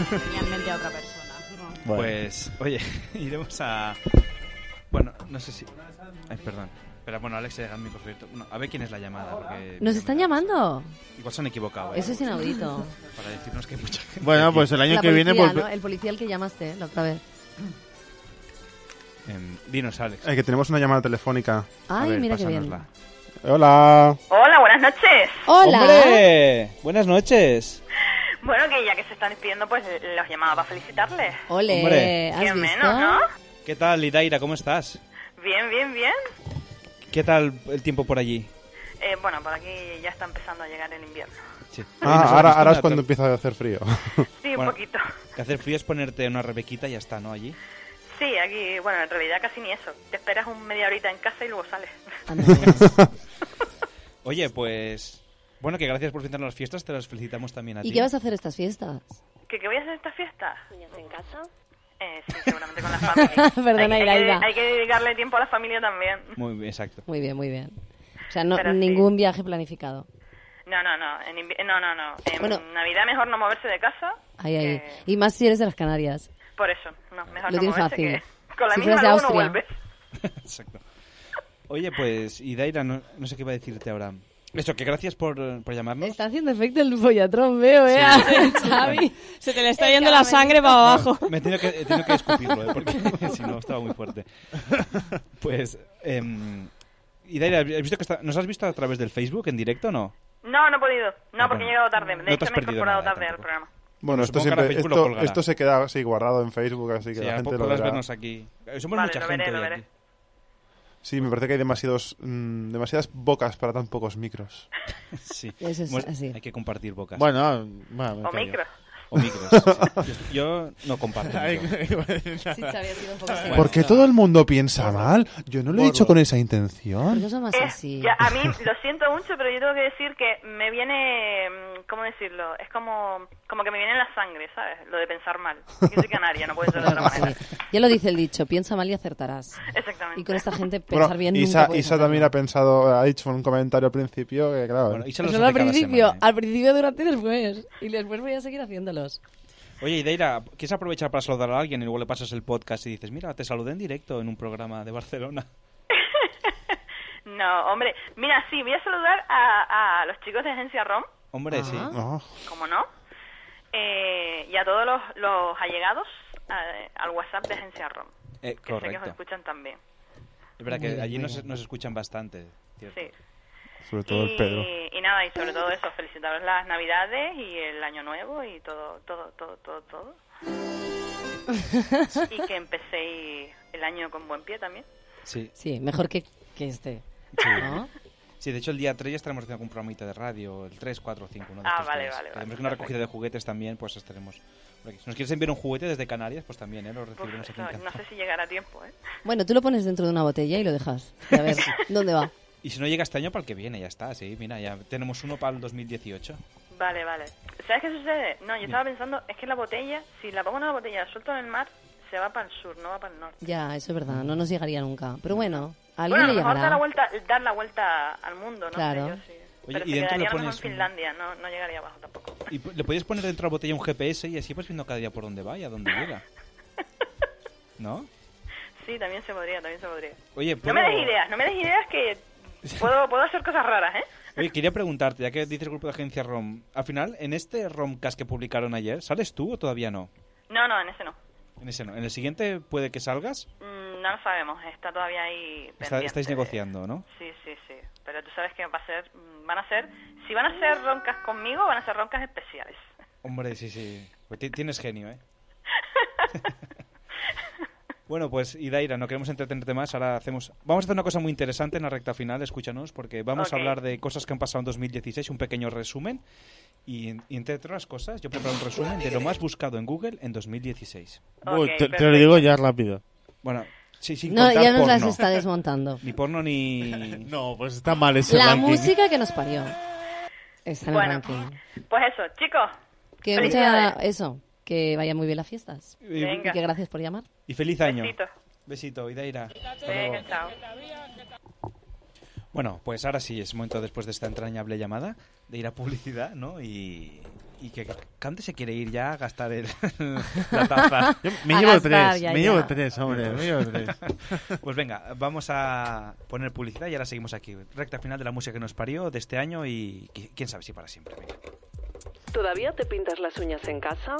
Tenía en mente a otra persona.
Pues, oye, iremos a. Bueno, no sé si. Ay, perdón. Pero bueno, Alex, eh, deja el micro abierto. No, a ver quién es la llamada. Porque
Nos están llamando.
Igual se han equivocado. eh.
Eso es inaudito.
Para decirnos que hay mucha gente.
Bueno, pues el año
La
que viene
policía,
volve-
¿no? El policía al que llamaste la otra vez.
Em, dinos, Alex.
Eh, que tenemos una llamada telefónica.
Ay,
A ver,
mira qué bien.
pásanosla. Hola.
Hola, buenas noches.
¡Hombre! Buenas noches.
Bueno, que ya que se están despidiendo, pues los llamaba para felicitarles.
Eh,
Ole, Hombre. ¿has
Bien
visto?
menos, ¿no?
¿Qué tal, Lidaira? ¿Cómo estás?
Bien, bien, bien.
¿Qué tal el tiempo por allí?
Eh, bueno, por aquí ya está empezando a llegar el invierno.
Ah, ahora, ahora es cuando empieza a hacer frío.
Sí, un poquito.
Que hacer frío es ponerte una rebequita y ya está, ¿no? Allí.
Sí, aquí, bueno, en realidad casi ni eso. Te esperas un media horita en casa y luego sales.
Oye, pues... Bueno, que gracias por felicitarnos las fiestas, te las felicitamos también a ti.
¿Y qué vas a hacer estas fiestas?
¿Qué, qué voy a hacer esta fiesta? en casa? Eh, sí, seguramente con la familia.
Perdona,
hay, que- hay,
Iraida.
que, hay que dedicarle tiempo a la familia también.
Muy bien, exacto.
Muy bien, muy bien. O sea, no,
Pero sí.
ningún viaje planificado.
No, no, no. En invi- no, no, no. En
Bueno.
Navidad mejor no moverse de casa.
Ahí, ahí. Y más si eres de las Canarias.
Por eso. No, mejor
Lo
no
tienes
moverse
fácil.
que con la
Si
misma
fueras de
luego no
Austria.
vuelves.
Exacto. Oye, pues, y Daira, no, no sé qué iba a decirte ahora. Eso, que gracias por, por llamarnos.
Está haciendo efecto el follatrón, veo, ¿eh? Xavi.
Se te le está yendo la sangre para abajo.
Me he tenido que, he tenido que escupirlo, ¿eh? porque si no estaba muy fuerte. Pues, em, y Daira, ¿has visto que está- ¿nos has visto a través del Facebook en directo o no?
No, no he podido. No, porque he llegado tarde.
Ah, No
De
te
hecho,
has
me he
perdido
incorporado
nada
tarde al programa.
Bueno, esto,
Pues Supongo que ahora
siempre,
Facebook lo
esto,
colgará.
esto se queda así guardado en Facebook, así que
Sí,
la
ahora
gente lo
podrás
verá.
vernos aquí. Somos
Vale,
mucha
lo
gente
veré, lo
hoy
veré.
aquí.
Sí, me parece que hay demasiados, mm, demasiadas bocas para tan pocos micros.
Sí.
Eso es
Bueno,
así.
Hay que compartir bocas.
Bueno, ah, bueno, me O callo.
micros.
O micros. sí. Yo yo no comparto.
Ay,
micro.
Sí, Xavi ha sido un poco
Bueno,
Porque todo el mundo piensa mal. Yo no lo he dicho con esa intención.
Eh, ya, a mí lo siento mucho, pero yo tengo que decir que me viene, mm, ¿cómo decirlo? Es como, como que me viene en la sangre, ¿sabes? Lo de pensar mal. Yo soy canaria, no puede ser de otra
Claro que
manera.
sí. Ya lo dice el dicho, piensa mal y acertarás.
Exactamente.
Y con esta gente pensar
Bueno,
bien
Isa,
nunca puedes
Isa
acertar.
también ha pensado, ha dicho en un comentario al principio que, claro.
Eso no al principio,
¿eh?
al principio durante y después. Y después voy a seguir haciéndolos.
Oye, y Daira, ¿quieres aprovechar para saludar a alguien y luego le pasas el podcast y dices, mira, te saludé en directo en un programa de Barcelona?
No, hombre. Mira, sí, voy a saludar a, a los chicos de Agencia ROM,
Hombre, sí. Ah.
como no, eh, y a todos los, los allegados eh, al WhatsApp de Agencia ROM. Que
Eh,
sé que os
correcto.
escuchan también.
Es verdad
Muy
que
bien,
allí
muy
nos,
bien.
nos escuchan bastante. ¿cierto?
Sí.
Sobre todo el
y,
Pedro.
y nada, y sobre todo eso, felicitaros las Navidades y el Año Nuevo y todo, todo, todo, todo, todo. y que empecéis el año con buen pie también.
Sí.
Sí, mejor que, que este.
Sí.
¿Ah?
¿No?
Sí, de hecho el día 3 ya estaremos haciendo algún programita de radio, el 3, 4, 5, uno de
Ah,
estos
vale,
días.
vale, vale,
Tenemos una
perfecto.
recogida de juguetes también, pues estaremos por aquí. Si nos quieres enviar un juguete desde Canarias, pues también, ¿eh? Lo
Uf,
recibiremos aquí en
no,
casa.
no sé si llegará a tiempo, ¿eh?
Bueno, tú lo pones dentro de una botella y lo dejas. Y a ver, ¿dónde va?
Y si no llega este año, para el que viene, ya está, sí. Mira, ya tenemos uno para el 2018.
Vale, vale. ¿Sabes qué sucede? No, yo estaba pensando, es que la botella, si la pongo en una botella, la suelto en el mar, se va para el sur, no va para el norte.
Ya, eso es verdad, no nos llegaría nunca. Pero bueno, a alguien
Bueno, a lo
le
mejor dar la
llegará.
vuelta, dar la vuelta al mundo, ¿no?
Claro.
Sé yo, sí.
Oye,
Pero
y
se
dentro le
quedaría a lo mejor
pones
en
un-
Finlandia, no, no llegaría abajo tampoco.
Y p- le podías poner dentro de la botella un GPS y así vas viendo cada día por dónde va y a dónde llega. ¿No?
Sí, también se podría, también se podría.
Oye,
No
¿puedo-
me des ideas, no me des ideas que puedo, puedo hacer cosas raras, ¿eh?
Oye, quería preguntarte, ya que dices grupo de agencia ROM, al final, en este ROMcast que publicaron ayer, ¿sales tú o todavía no?
No, no, en ese no.
En ese no. En el siguiente puede que salgas.
Mm, No lo sabemos, está todavía ahí
Está-
pendiente.
estáis negociando, ¿no?
Sí, sí, sí. Pero tú sabes que va a ser, mm, van a ser, si van a ser roncas conmigo, van a ser roncas especiales.
Hombre, sí, sí. Pues ti- tienes genio, ¿eh? bueno, pues Idaira, no queremos entretenerte más. Ahora hacemos. Vamos a hacer una cosa muy interesante en la recta final, escúchanos, porque vamos
Ok.
a hablar de cosas que han pasado en 2016, un pequeño resumen. Y, y entre otras cosas, yo he preparado un resumen de lo más buscado en Google en 2016.
Uy, te, te lo digo ya rápido.
Bueno, Sí, sin
No,
contar
ya nos las
porno.
está desmontando.
Ni porno ni.
No, pues está mal ese
La
ranking.
música que nos parió. Está en el
Bueno.
ranking.
Pues eso, chicos.
Que mucha,
felicidades.
eso, que vayan muy bien las fiestas.
Venga.
Y que gracias por llamar.
Y feliz año.
Besito.
Besito, Idaira. Hasta
Venga,
luego.
chao.
Bueno, pues ahora sí, es momento después de esta entrañable llamada de ir a publicidad, ¿no? Y, y que Cante se quiere ir ya a gastar el- la taza.
Yo me A llevo gastar, tres, ya, me ya. llevo tres, hombre, me llevo tres.
Pues venga, vamos a poner publicidad y ahora seguimos aquí. Recta final de la música que nos parió de este año y qui- quién sabe si para siempre. Venga.
¿Todavía te pintas las uñas en casa?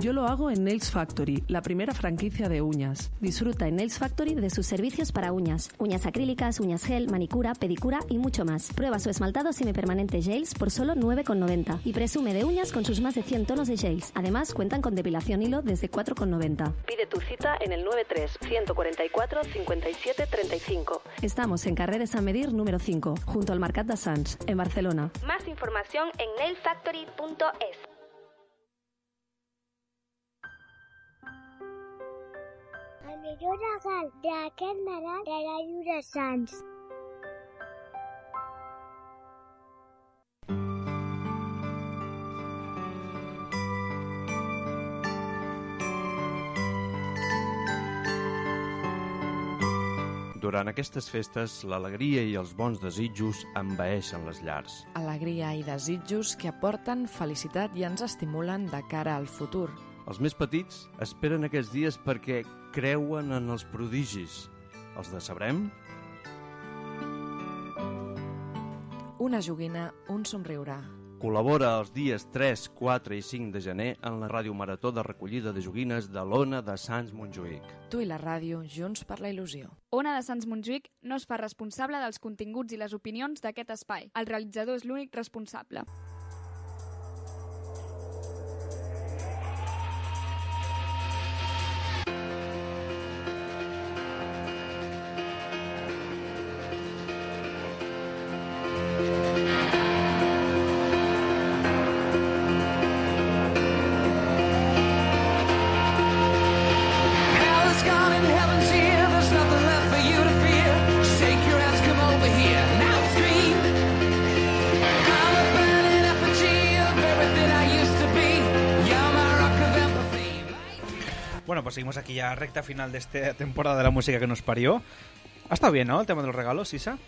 Yo lo hago en Nails Factory, la primera franquicia de uñas.
Disfruta en Nails Factory de sus servicios para uñas, uñas acrílicas, uñas gel, manicura, pedicura y mucho más. Prueba su esmaltado semipermanente Gels por solo 9,90 y presume de uñas con sus más de 100 tonos de Gels. Además, cuentan con depilación hilo desde 4,90.
Pide tu cita en el 93 144 57 35.
Estamos en Carrer de San Medir número 5, junto al Mercat de Sants, en Barcelona.
Más información en nailfactory.es.
El millor regal d'aquest Nadal serà Lliure Sants.
Durant aquestes festes, l'alegria i els bons desitjos envaeixen les llars.
Alegria i desitjos que aporten felicitat i ens estimulen de cara al futur.
Els més petits esperen aquests dies perquè creuen en els prodigis. Els decebrem?
Una joguina, un somriure.
Col·labora els dies 3, 4 i 5 de gener en la Ràdio Marató de recollida de joguines de l'Ona de Sants Montjuïc.
Tu i la ràdio, junts per la il·lusió.
Ona de Sants Montjuïc no es fa responsable dels continguts i les opinions d'aquest espai. El realitzador és l'únic responsable.
Hell is gone and heaven's here. There's nothing left for you to fear. Shake your ass, come over here. Now scream. I'm a burning effigy of everything I used to be. You're my rock of empathy.
Bueno, pues seguimos aquí ya recta final de esta temporada de la música que nos parió. Ha estado bien, ¿no? El tema de los regalos, Isa.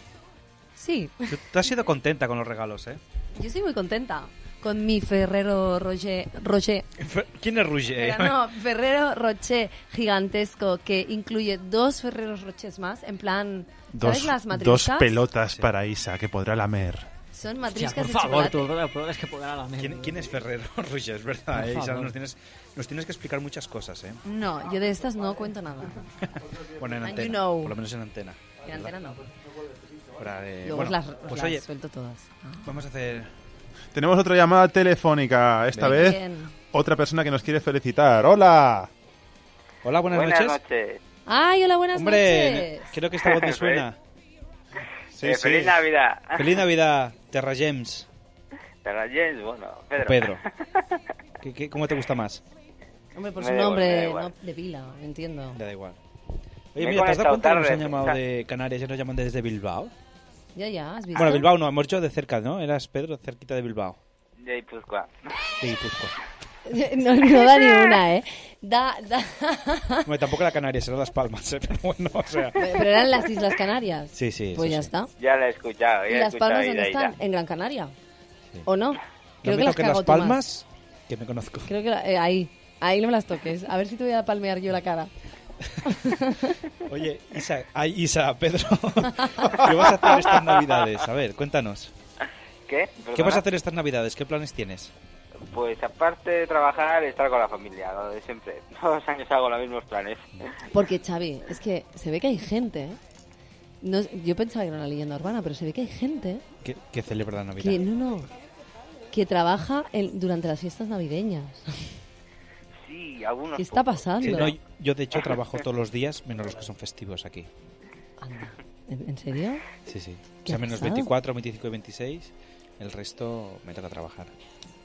Sí,
Tú, tú has sido contenta con los regalos, ¿eh?
yo estoy muy contenta con mi Ferrero Roger, Roger
Fer- ¿Quién es Roger?
Pero no, Ferrero Rocher gigantesco que incluye dos Ferreros Rochers más, en plan, ¿sabes
Dos,
las
dos
matriscas?
pelotas para Isa, que podrá lamer.
Son matriscas
por
de
favor,
chocolate.
tú, pero es que podrá la mente.
¿Quién, quién es Ferrero Roger? Es verdad,
Por
eh, Isa,
favor.
nos tienes, nos tienes que explicar muchas cosas, ¿eh?
No, yo de estas no cuento nada.
Bueno, en
And
antena.
you know.
Por lo menos en antena.
En antena no.
Fuera de-
Luego
bueno,
os las, os
pues
las
oye,
suelto todas. Ah.
vamos a hacer...
Tenemos otra llamada telefónica, esta
Bien.
vez
Bien.
otra persona que nos quiere felicitar. ¡Hola!
Hola, buenas,
Buenas
noches.
noches.
Ay, hola, buenas
Hombre,
noches.
creo que esta voz me suena.
Eh, feliz Navidad.
Feliz Navidad, Terra James.
Pero James, bueno, Pedro.
Pedro. ¿Qué- qué- cómo te gusta más?
Hombre, por
Me da igual,
su
me da
nombre,
igual.
no de pila, entiendo.
Me da igual.
Me
Oye,
he
mira, ¿te has dado
conectado
cuenta que nos
tarde,
han llamado
pensad.
de Canarias? Ya nos llaman desde Bilbao.
Ya, ya, has visto.
Bueno, Bilbao no, hemos hecho de cerca, ¿no? Eras Pedro, cerquita de Bilbao.
De Guipúzcoa.
De Guipúzcoa.
No, no da ni una, ¿eh? Da, da.
Bueno, tampoco era Canarias, era Las Palmas, ¿eh? pero bueno, o sea...
Pero eran las Islas Canarias.
Sí, sí,
Pues
sí,
ya
sí.
está.
Ya la he escuchado.
¿Y
Ya he
las
escuchado
palmas dónde
Ida, Ida.
están? ¿En Gran Canaria? ¿O no?
no
Creo
me
que las
toques
cago
Las
tú más.
Palmas, que me conozco.
Creo que la- eh, ahí, ahí no me las toques. A ver si te voy a palmear yo la cara.
Oye, Isa, ay, Isa, Pedro, ¿qué vas a hacer estas navidades? A ver, cuéntanos.
¿Qué?
¿Qué
Perdona.
vas a hacer estas navidades? ¿Qué planes tienes?
Pues aparte de trabajar, estar con la familia, lo de siempre. Todos los años hago los mismos planes.
Porque, Xavi, es que se ve que hay gente. ¿eh? No es- yo pensaba que era una leyenda urbana, pero se ve que hay gente
¿Qué, qué celebra la Navidad?
que no, no, que trabaja en- durante las fiestas navideñas.
Sí, algunos.
¿Qué está
pocos.
pasando?
Sí, no, yo, de hecho, trabajo todos los días, menos los que son festivos aquí.
¿En, en serio?
Sí, sí. O
Qué
sea, menos
pesado.
24, 25 y 26. El resto me toca trabajar.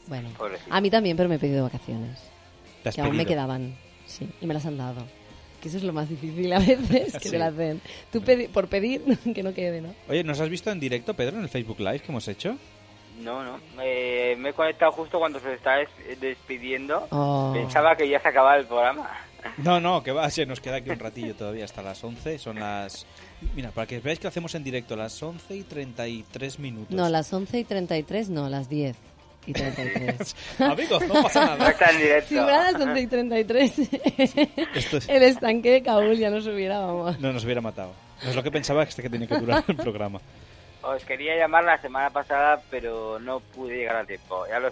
Bueno,
Pobrecito.
a mí también, pero me he pedido vacaciones.
¿Te has
que aún me
pedido?
quedaban, sí, y me las han dado. que eso es lo más difícil a veces, que
Sí.
se la hacen. Tú pedi- por pedir, que no quede, ¿no?
Oye, ¿nos has visto en directo, Pedro, en el Facebook Live que hemos hecho?
No, no. Eh, me he conectado justo cuando se está des- despidiendo.
Oh.
Pensaba que ya se acababa el programa.
No, no, que va, se nos queda aquí un ratillo todavía hasta las 11. Son las. Mira, para que veáis que lo hacemos en directo, las 11 y 33 minutos.
No, las 11 y 33, no, las 10 y 33.
Amigos, no pasa nada. No está en directo.
Si fuera las 11 y 33,
Esto es-
el estanque de Kabul ya nos hubiera, vamos.
No nos hubiera matado. No es lo que pensaba este que tenía que durar el programa.
Os quería llamar la semana pasada, pero no pude llegar a tiempo. Ya lo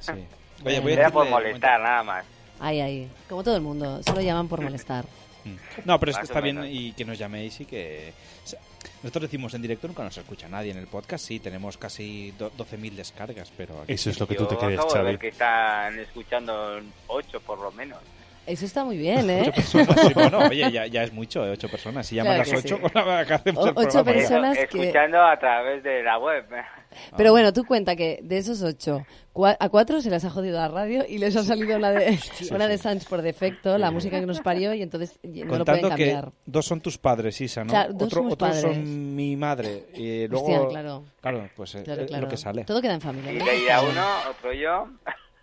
siento.
Oye, voy a
Era por
decirle-
molestar, nada más.
Ay, ay, como todo el mundo, solo llaman por molestar.
Mm. No, pero es que
Más o
está bien
menos.
y que nos llaméis y que... o sea, nosotros decimos en directo, nunca nos escucha nadie en el podcast. Sí, tenemos casi do- 12.000 descargas, pero... aquí-
Eso es lo que tú te
Yo
crees,
acabo de
Xavi.
ver que están escuchando ocho por lo menos.
Eso está muy bien, ¿eh?
Ocho personas, sí, bueno, oye, ya, ya es mucho, eh, ocho personas. Si llaman
Claro que
las ocho,
sí.
con la que hacemos
O-
el
ocho
programa. ¿eh?
personas que-
Escuchando a través de la web.
Pero bueno, tú cuenta que de esos ocho, cua- a cuatro se les ha jodido la radio y les ha salido una de, una de Sanz por defecto, la música que nos parió, y entonces y- no lo pueden
Contando que
cambiar.
dos son tus padres, Isa, ¿no?
Claro, dos somos
otro
padres.
son mi madre. Y luego,
Hostia, claro.
Claro, pues eh,
Claro,
es
claro.
lo que sale.
Todo queda en familia.
Y
¿no?
le irá uno, otro yo.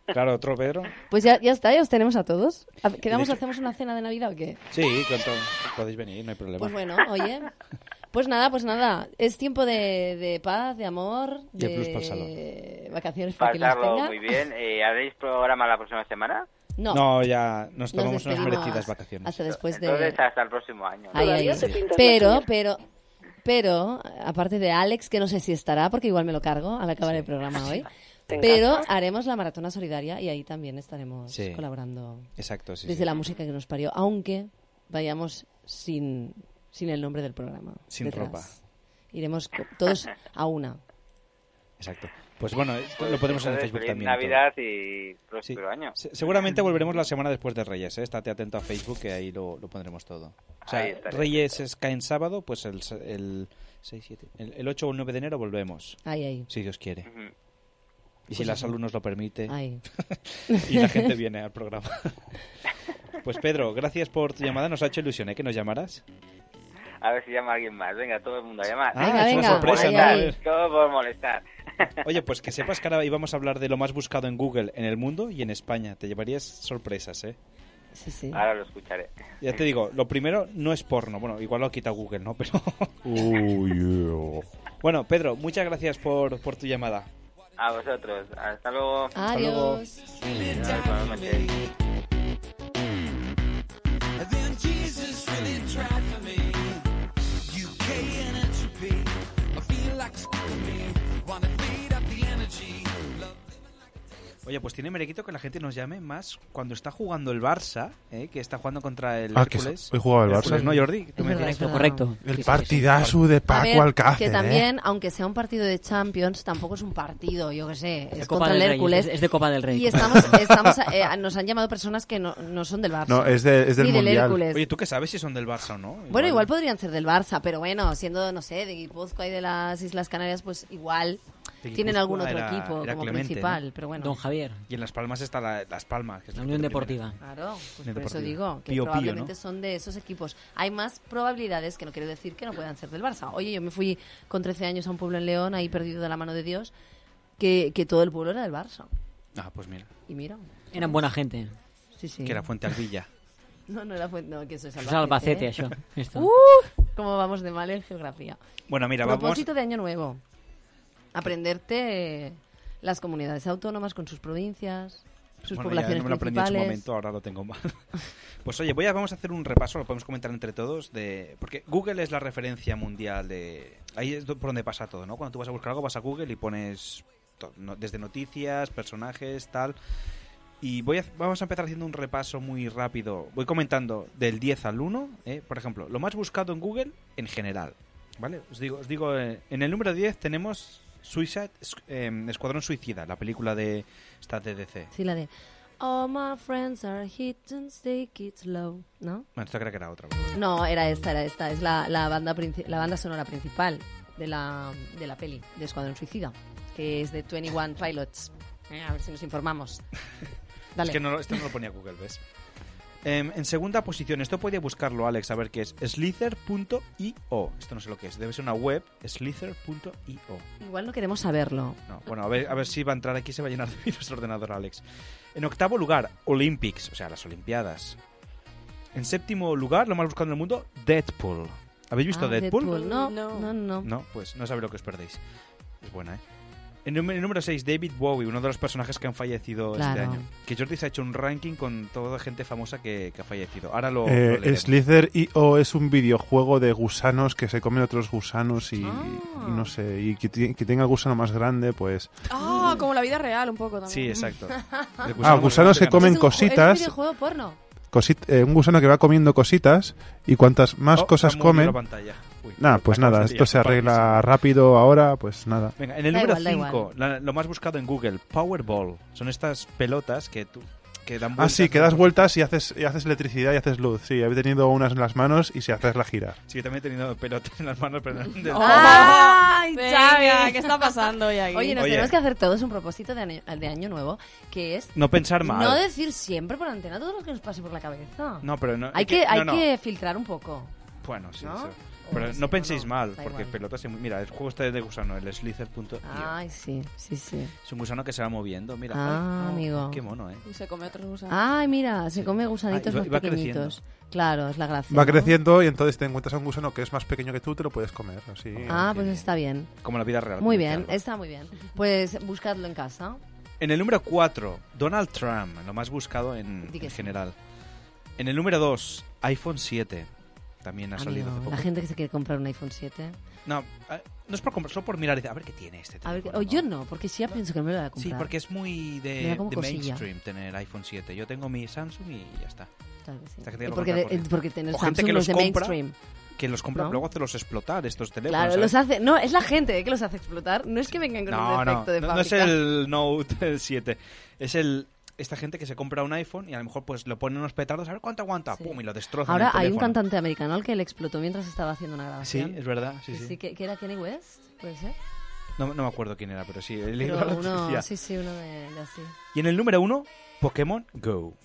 Claro, otro Pedro.
Pues ya, ya está, ya os tenemos a todos. A- ¿Quedamos,
hecho-
hacemos una cena de Navidad o qué?
Sí, con todo- podéis venir, no hay problema.
Pues bueno, oye. Pues nada, pues nada. Es tiempo de, de paz, de amor,
Y el plus para el
de eh, vacaciones para quien las
Pasarlo
tenga.
muy bien. Eh, ¿Haréis programa la próxima semana?
No.
No, ya nos
Nos
tomamos unas
despedimos
merecidas vacaciones.
Hasta después de...
Entonces, hasta el próximo año.
Ahí, ahí. Pero, pero, pero, aparte de Alex, que no sé si estará, porque igual me lo cargo al acabar el programa hoy,
Venga.
pero haremos la maratona solidaria y ahí también estaremos
Sí.
colaborando
Exacto, sí.
desde
sí.
la música que nos parió, aunque vayamos sin, sin el nombre del programa.
Sin
detrás.
ropa.
Iremos co- todos a una.
Exacto. Pues bueno, esto lo podemos en el
Entonces,
Facebook
feliz
también. y todo.
Navidad y próspero año.
Se- Seguramente volveremos la semana después de Reyes, ¿eh? Estate atento a Facebook que ahí lo, lo pondremos todo. O sea,
Ahí estaré.
Reyes es- cae en sábado, pues el, s- el, 6, 7, el, el 8 o el 9 de enero volvemos.
Ahí, ahí.
Si Dios quiere. Y si
Pues
la
eso.
salud nos lo permite.
Ahí.
y la gente viene al programa. pues Pedro, gracias por tu llamada. Nos ha hecho ilusión, ¿eh? Que nos llamaras.
A ver si llama alguien más. Venga, todo el mundo a llamar.
Ah, Venga, es una venga, sorpresa, ahí, ¿no? ahí.
Todo por molestar.
Oye, pues que sepas que ahora íbamos a hablar de lo más buscado en Google en el mundo y en España. Te llevarías sorpresas, ¿eh?
Sí, sí.
Ahora lo escucharé.
Ya te digo, lo primero no es porno. Bueno, igual lo quita Google, ¿no? Pero.
Uh.
Bueno, Pedro, muchas gracias por, por tu llamada.
A vosotros. Hasta luego.
Hasta luego.
Adiós, buenas noches.
Then Jesus really tried for me. UK and entropy. I feel like it's f***ing me. Wanna beat up the energy.
Oye, pues tiene merequito que la gente nos llame más cuando está jugando el Barça, ¿eh? que está jugando contra el
Ah, que
Hércules.
hoy jugaba el Barça.
Hércules, ¿no, Jordi? Tú me
verdad,
dirás.
es verdad. Correcto.
El partidazo de
A
Paco
ver,
Alcácer.
que
¿eh?
también, aunque sea un partido de Champions, tampoco es un partido, yo que sé, es
Copa
contra el
del Rey,
Hércules.
es- es de Copa del Rey.
Y estamos, estamos eh, nos han llamado personas que no, no son del Barça.
No, es de- es del
ni del
Mundial.
Hércules.
Oye, ¿tú qué sabes si son del Barça o no?
Bueno, igual podrían ser del Barça, pero bueno, siendo, no sé, de Guipúzcoa y de las Islas Canarias, pues igual
De
tienen
Guipúzcoa
algún otro
era-
equipo
era
como
Clemente,
principal,
¿no?
pero bueno.
Y en Las Palmas está la- Las Palmas, que es la,
Unión
que te
Deportiva.
primera.
Claro, pues
Unión
por eso
Deportiva.
digo que
Pío, pío, ¿no?
probablemente son de esos equipos. Hay más probabilidades que no quiero decir que no puedan ser del Barça. Oye, yo me fui con 13 años a un pueblo en León, ahí perdido de la mano de Dios, que, que todo el pueblo era del Barça.
Ah, pues mira,
Y mira.
Eran buena gente.
Sí, sí.
que era Fuente Alvilla.
No, no era Fuente, no, que eso es
Eso
Albacete.
es Albacete,
¿eh?
eso, esto.
¡Uh! Cómo vamos de mal en geografía.
Bueno, mira, vamos-
Propósito de Año Nuevo. Aprenderte las comunidades autónomas con sus provincias, sus
Bueno, ya
poblaciones
no me lo aprendí en su
principales.
momento, ahora lo tengo mal. Pues oye, voy a, vamos a hacer un repaso, lo podemos comentar entre todos, de porque Google es la referencia mundial de... Ahí es do- por donde pasa todo, ¿no? Cuando tú vas a buscar algo, vas a Google y pones to- no- desde noticias, personajes, tal. Y voy a- vamos a empezar haciendo un repaso muy rápido. Voy comentando del 10 al 1, ¿eh? por ejemplo, lo más buscado en Google en general. ¿Vale? Os digo, os digo eh, en el número 10 tenemos Suicide, Squ- em, Escuadrón Suicida, la película de esta de DC.
Sí, la de All my friends are hitting, take it low, ¿no?
Bueno, esto creo que era otra.
No, era esta, era esta. Es la, la banda, princi- la banda sonora principal de la, de la peli, de Escuadrón Suicida, que es de 21 Pilots. Eh, a ver si nos informamos. Dale.
Es que no, lo- esto no lo ponía Google, ¿ves? Em, en segunda posición, esto podía buscarlo, Alex, a ver qué es. Slither.io. Esto no sé lo que es. Debe ser una web. Slither.io.
Igual no queremos saberlo.
No, bueno, a ver, a ver si va a entrar aquí, se va a llenar de virus el ordenador, Alex. En octavo lugar, Olympics, o sea, las Olimpiadas. En séptimo lugar, lo más buscado en el mundo, Deadpool. ¿Habéis visto
Ah,
Deadpool?
No, no, no.
No, pues no sabéis lo que os perdéis. Es buena, ¿eh? En num- en número 6, David Bowie, uno de los personajes que han fallecido este
Claro.
año. Que Jordi se ha hecho un ranking con toda gente famosa que, que ha fallecido. Ahora lo, lo
Eh,
leeremos.
Slither IO es un videojuego de gusanos que se comen otros gusanos y,
Ah.
y no sé, y que, ti- que tenga el gusano más grande, pues...
Ah, como la vida real un poco también.
Sí, exacto.
Ah, gusanos que comen cositas,
videojuego porno.
cosit- eh, un gusano que va comiendo cositas y cuantas más
Oh,
cosas
se ha movido
comen...
la pantalla. Uy,
Nada, pues
acabas
nada,
de
esto
pillar,
se
Paco,
arregla rápido ahora, pues nada.
Venga, en el
Da
número
igual, da
5, lo más buscado en Google, Powerball. Son estas pelotas que, tú, que dan
Ah,
vueltas.
sí, que das vueltas y haces, y haces electricidad y haces luz. Sí, he tenido unas en las manos y si haces la gira.
Sí, yo también he tenido pelotas en las manos, pero... del-
Ah.
¡Ay,
Venga.
Xavi! ¿Qué está pasando hoy aquí?
Oye, nos
Oye.
tenemos que hacer todos un propósito de año, de año nuevo, que es
No pensar mal.
no decir siempre por antena todo lo que nos pase por la cabeza.
No, pero no-
Hay
que-
que,
no,
hay
no.
que filtrar un poco.
Bueno, sí,
¿No?
eso.
O
Pero
sí,
no penséis mal,
da
porque
igual.
pelotas... se- Mira, el juego está de gusano, el Slither.io.
Ay, sí, sí, sí.
Es un gusano que se va moviendo, mira. Ay,
Ah,
no,
amigo.
Qué mono, ¿eh?
Y se come otros gusanos.
Ay, mira, se come
Ah,
gusanitos
y va-
más
y va
pequeñitos. Claro, es la gracia.
Va
¿no?
creciendo y entonces te encuentras a un gusano que es más pequeño que tú, te lo puedes comer. Así.
Ah, pues está bien.
Como la vida real.
Muy
como
bien,
decía.
está muy bien. Pues buscadlo en casa.
En el número 4, Donald Trump, lo más buscado en,
Di que
en
sí.
general. En el número 2, iPhone 7. También ha salido hace
Amigo,
poco.
Ah, la gente que se quiere comprar un iPhone 7.
No, eh, no es por comprar, solo por mirar y decir, a ver qué tiene este
A ver,
teléfono.
o yo no, porque sí ya pienso que no me lo voy a comprar.
Sí, porque es muy
Me da
de,
como
de
cosilla.
mainstream tener iPhone 7. Yo tengo mi Samsung y ya está.
Claro que sí.
Esta gente
Y
lo
porque
compra
de- eh,
por-
porque tener
o gente
Samsung
que
no
los
es de
compra,
mainstream.
Que los compra,
¿No?
luego hace los explotar estos teléfonos.
Claro, los
¿sabes?
hace. No, es la gente eh, que los hace explotar. No es que vengan con
No,
un
no,
defecto de
no, no es
fábrica.
el Note el 7. Es el esta gente que se compra un iPhone y a lo mejor pues lo pone unos petardos, a ver cuánto aguanta, pum, y lo destroza. el
Ahora hay un
teléfono. Ah,
cantante americano al que le explotó mientras estaba haciendo una grabación.
Sí, es verdad, sí,
Que
sí.
que, que era Kenny West, puede ser.
No, no me acuerdo quién era, pero sí. he leído la
Pero uno,
noticia.
sí, sí, uno de, de así.
Y en el número uno, Pokémon Go.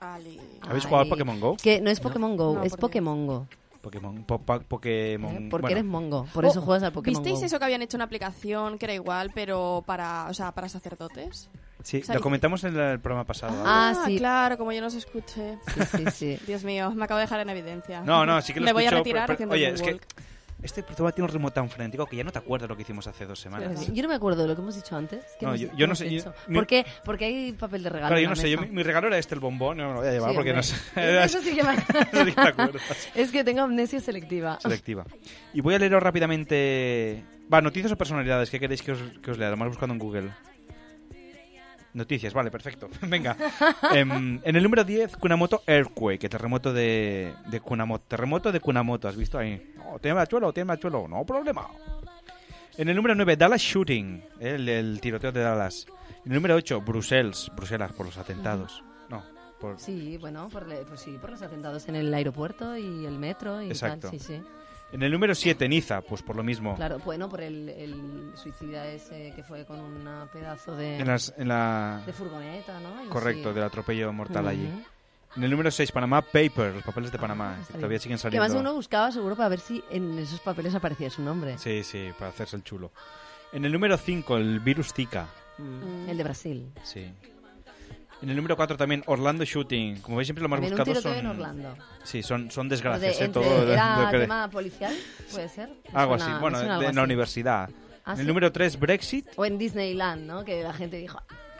¿Habéis jugado al
Ay,
Pokémon Go?
Que no es Pokémon Go,
No,
es
porque-
Pokémon Go. ¿Eh?
Pokémon, po- pa- Pokémon.
Porque
bueno.
eres mongo, por eso
Oh,
juegas al Pokémon
¿Visteis
Go.
eso que habían hecho una aplicación que era igual, pero para, o sea, para sacerdotes?
Sí,
O sea,
lo
y-
comentamos en el programa pasado.
Ah,
¿vale?
claro, como yo no os escuché.
Sí, sí.
Dios mío, me acabo de dejar en evidencia.
No, no, sí que lo
Me voy a
escucho,
retirar
pero- pero-
haciendo
Oye,
el
es que este programa tiene un ritmo tan frenético que ya no te acuerdas lo que hicimos hace dos semanas.
Yo no me acuerdo de lo que hemos dicho antes. ¿Qué
No,
hemos-
yo- yo
qué
no
hemos
sé, yo-
hecho?
mi-
¿Por qué? Porque hay papel de regalo.
Claro,
en
yo
la
no sé, yo, mi,
mesa.
mi regalo era este, el bombón, no me lo voy a llevar
Sí,
porque no
hombre.
sé.
Eso sí que me-
Eso sí que me acuerdo.
Es que tengo amnesia selectiva.
Selectiva. Y voy a leeros rápidamente. Va, noticias o personalidades, ¿qué queréis que os, que os lea? Lo más buscando en Google. Noticias, vale, perfecto. Venga. Em, en el número 10, Kunamoto Earthquake, terremoto de, de Kunamoto. Terremoto de Kunamoto, ¿has visto ahí? No, tiene machuelo, tiene machuelo, no problema. En el número 9, Dallas Shooting, eh, el, el tiroteo de Dallas. En el número 8, Bruselas, Bruselas por los atentados. No, por,
Mm. Sí, bueno, por, le- pues sí, por los atentados en el aeropuerto y el metro y
Exacto.
tal. Sí, sí.
En el número 7, Niza, pues por lo mismo.
Claro, bueno, por el, el suicida ese que fue con un pedazo de,
En las- en la-
eh, de furgoneta, ¿no? Y
Correcto,
sí.
del atropello mortal allí.
Ujú.
En el número 6, Panamá Papers, los papeles de Panamá, que
Ah, Está
todavía
bien.
siguen
Que
saliendo.
más de uno buscaba seguro para ver si en esos papeles aparecía su nombre.
Sí, sí, para hacerse el chulo. En el número 5, el virus Zika.
El de Brasil.
Sí. En el número 4 también Orlando Shooting. Como veis, siempre lo más
También un
buscado
tiroteo
son.
en Orlando.
Sí, son, son
Lo
desgracias,
de-
¿eh?
entre-
Todo lo-
¿Era
lo que- Ah,
tema policial? ¿Puede ser? Me
Algo así.
suena- me
Bueno, de-
suena algo
en la
así.
universidad.
Ah,
en
sí.
el número 3, Brexit.
O en Disneyland, ¿no? Que la gente dijo,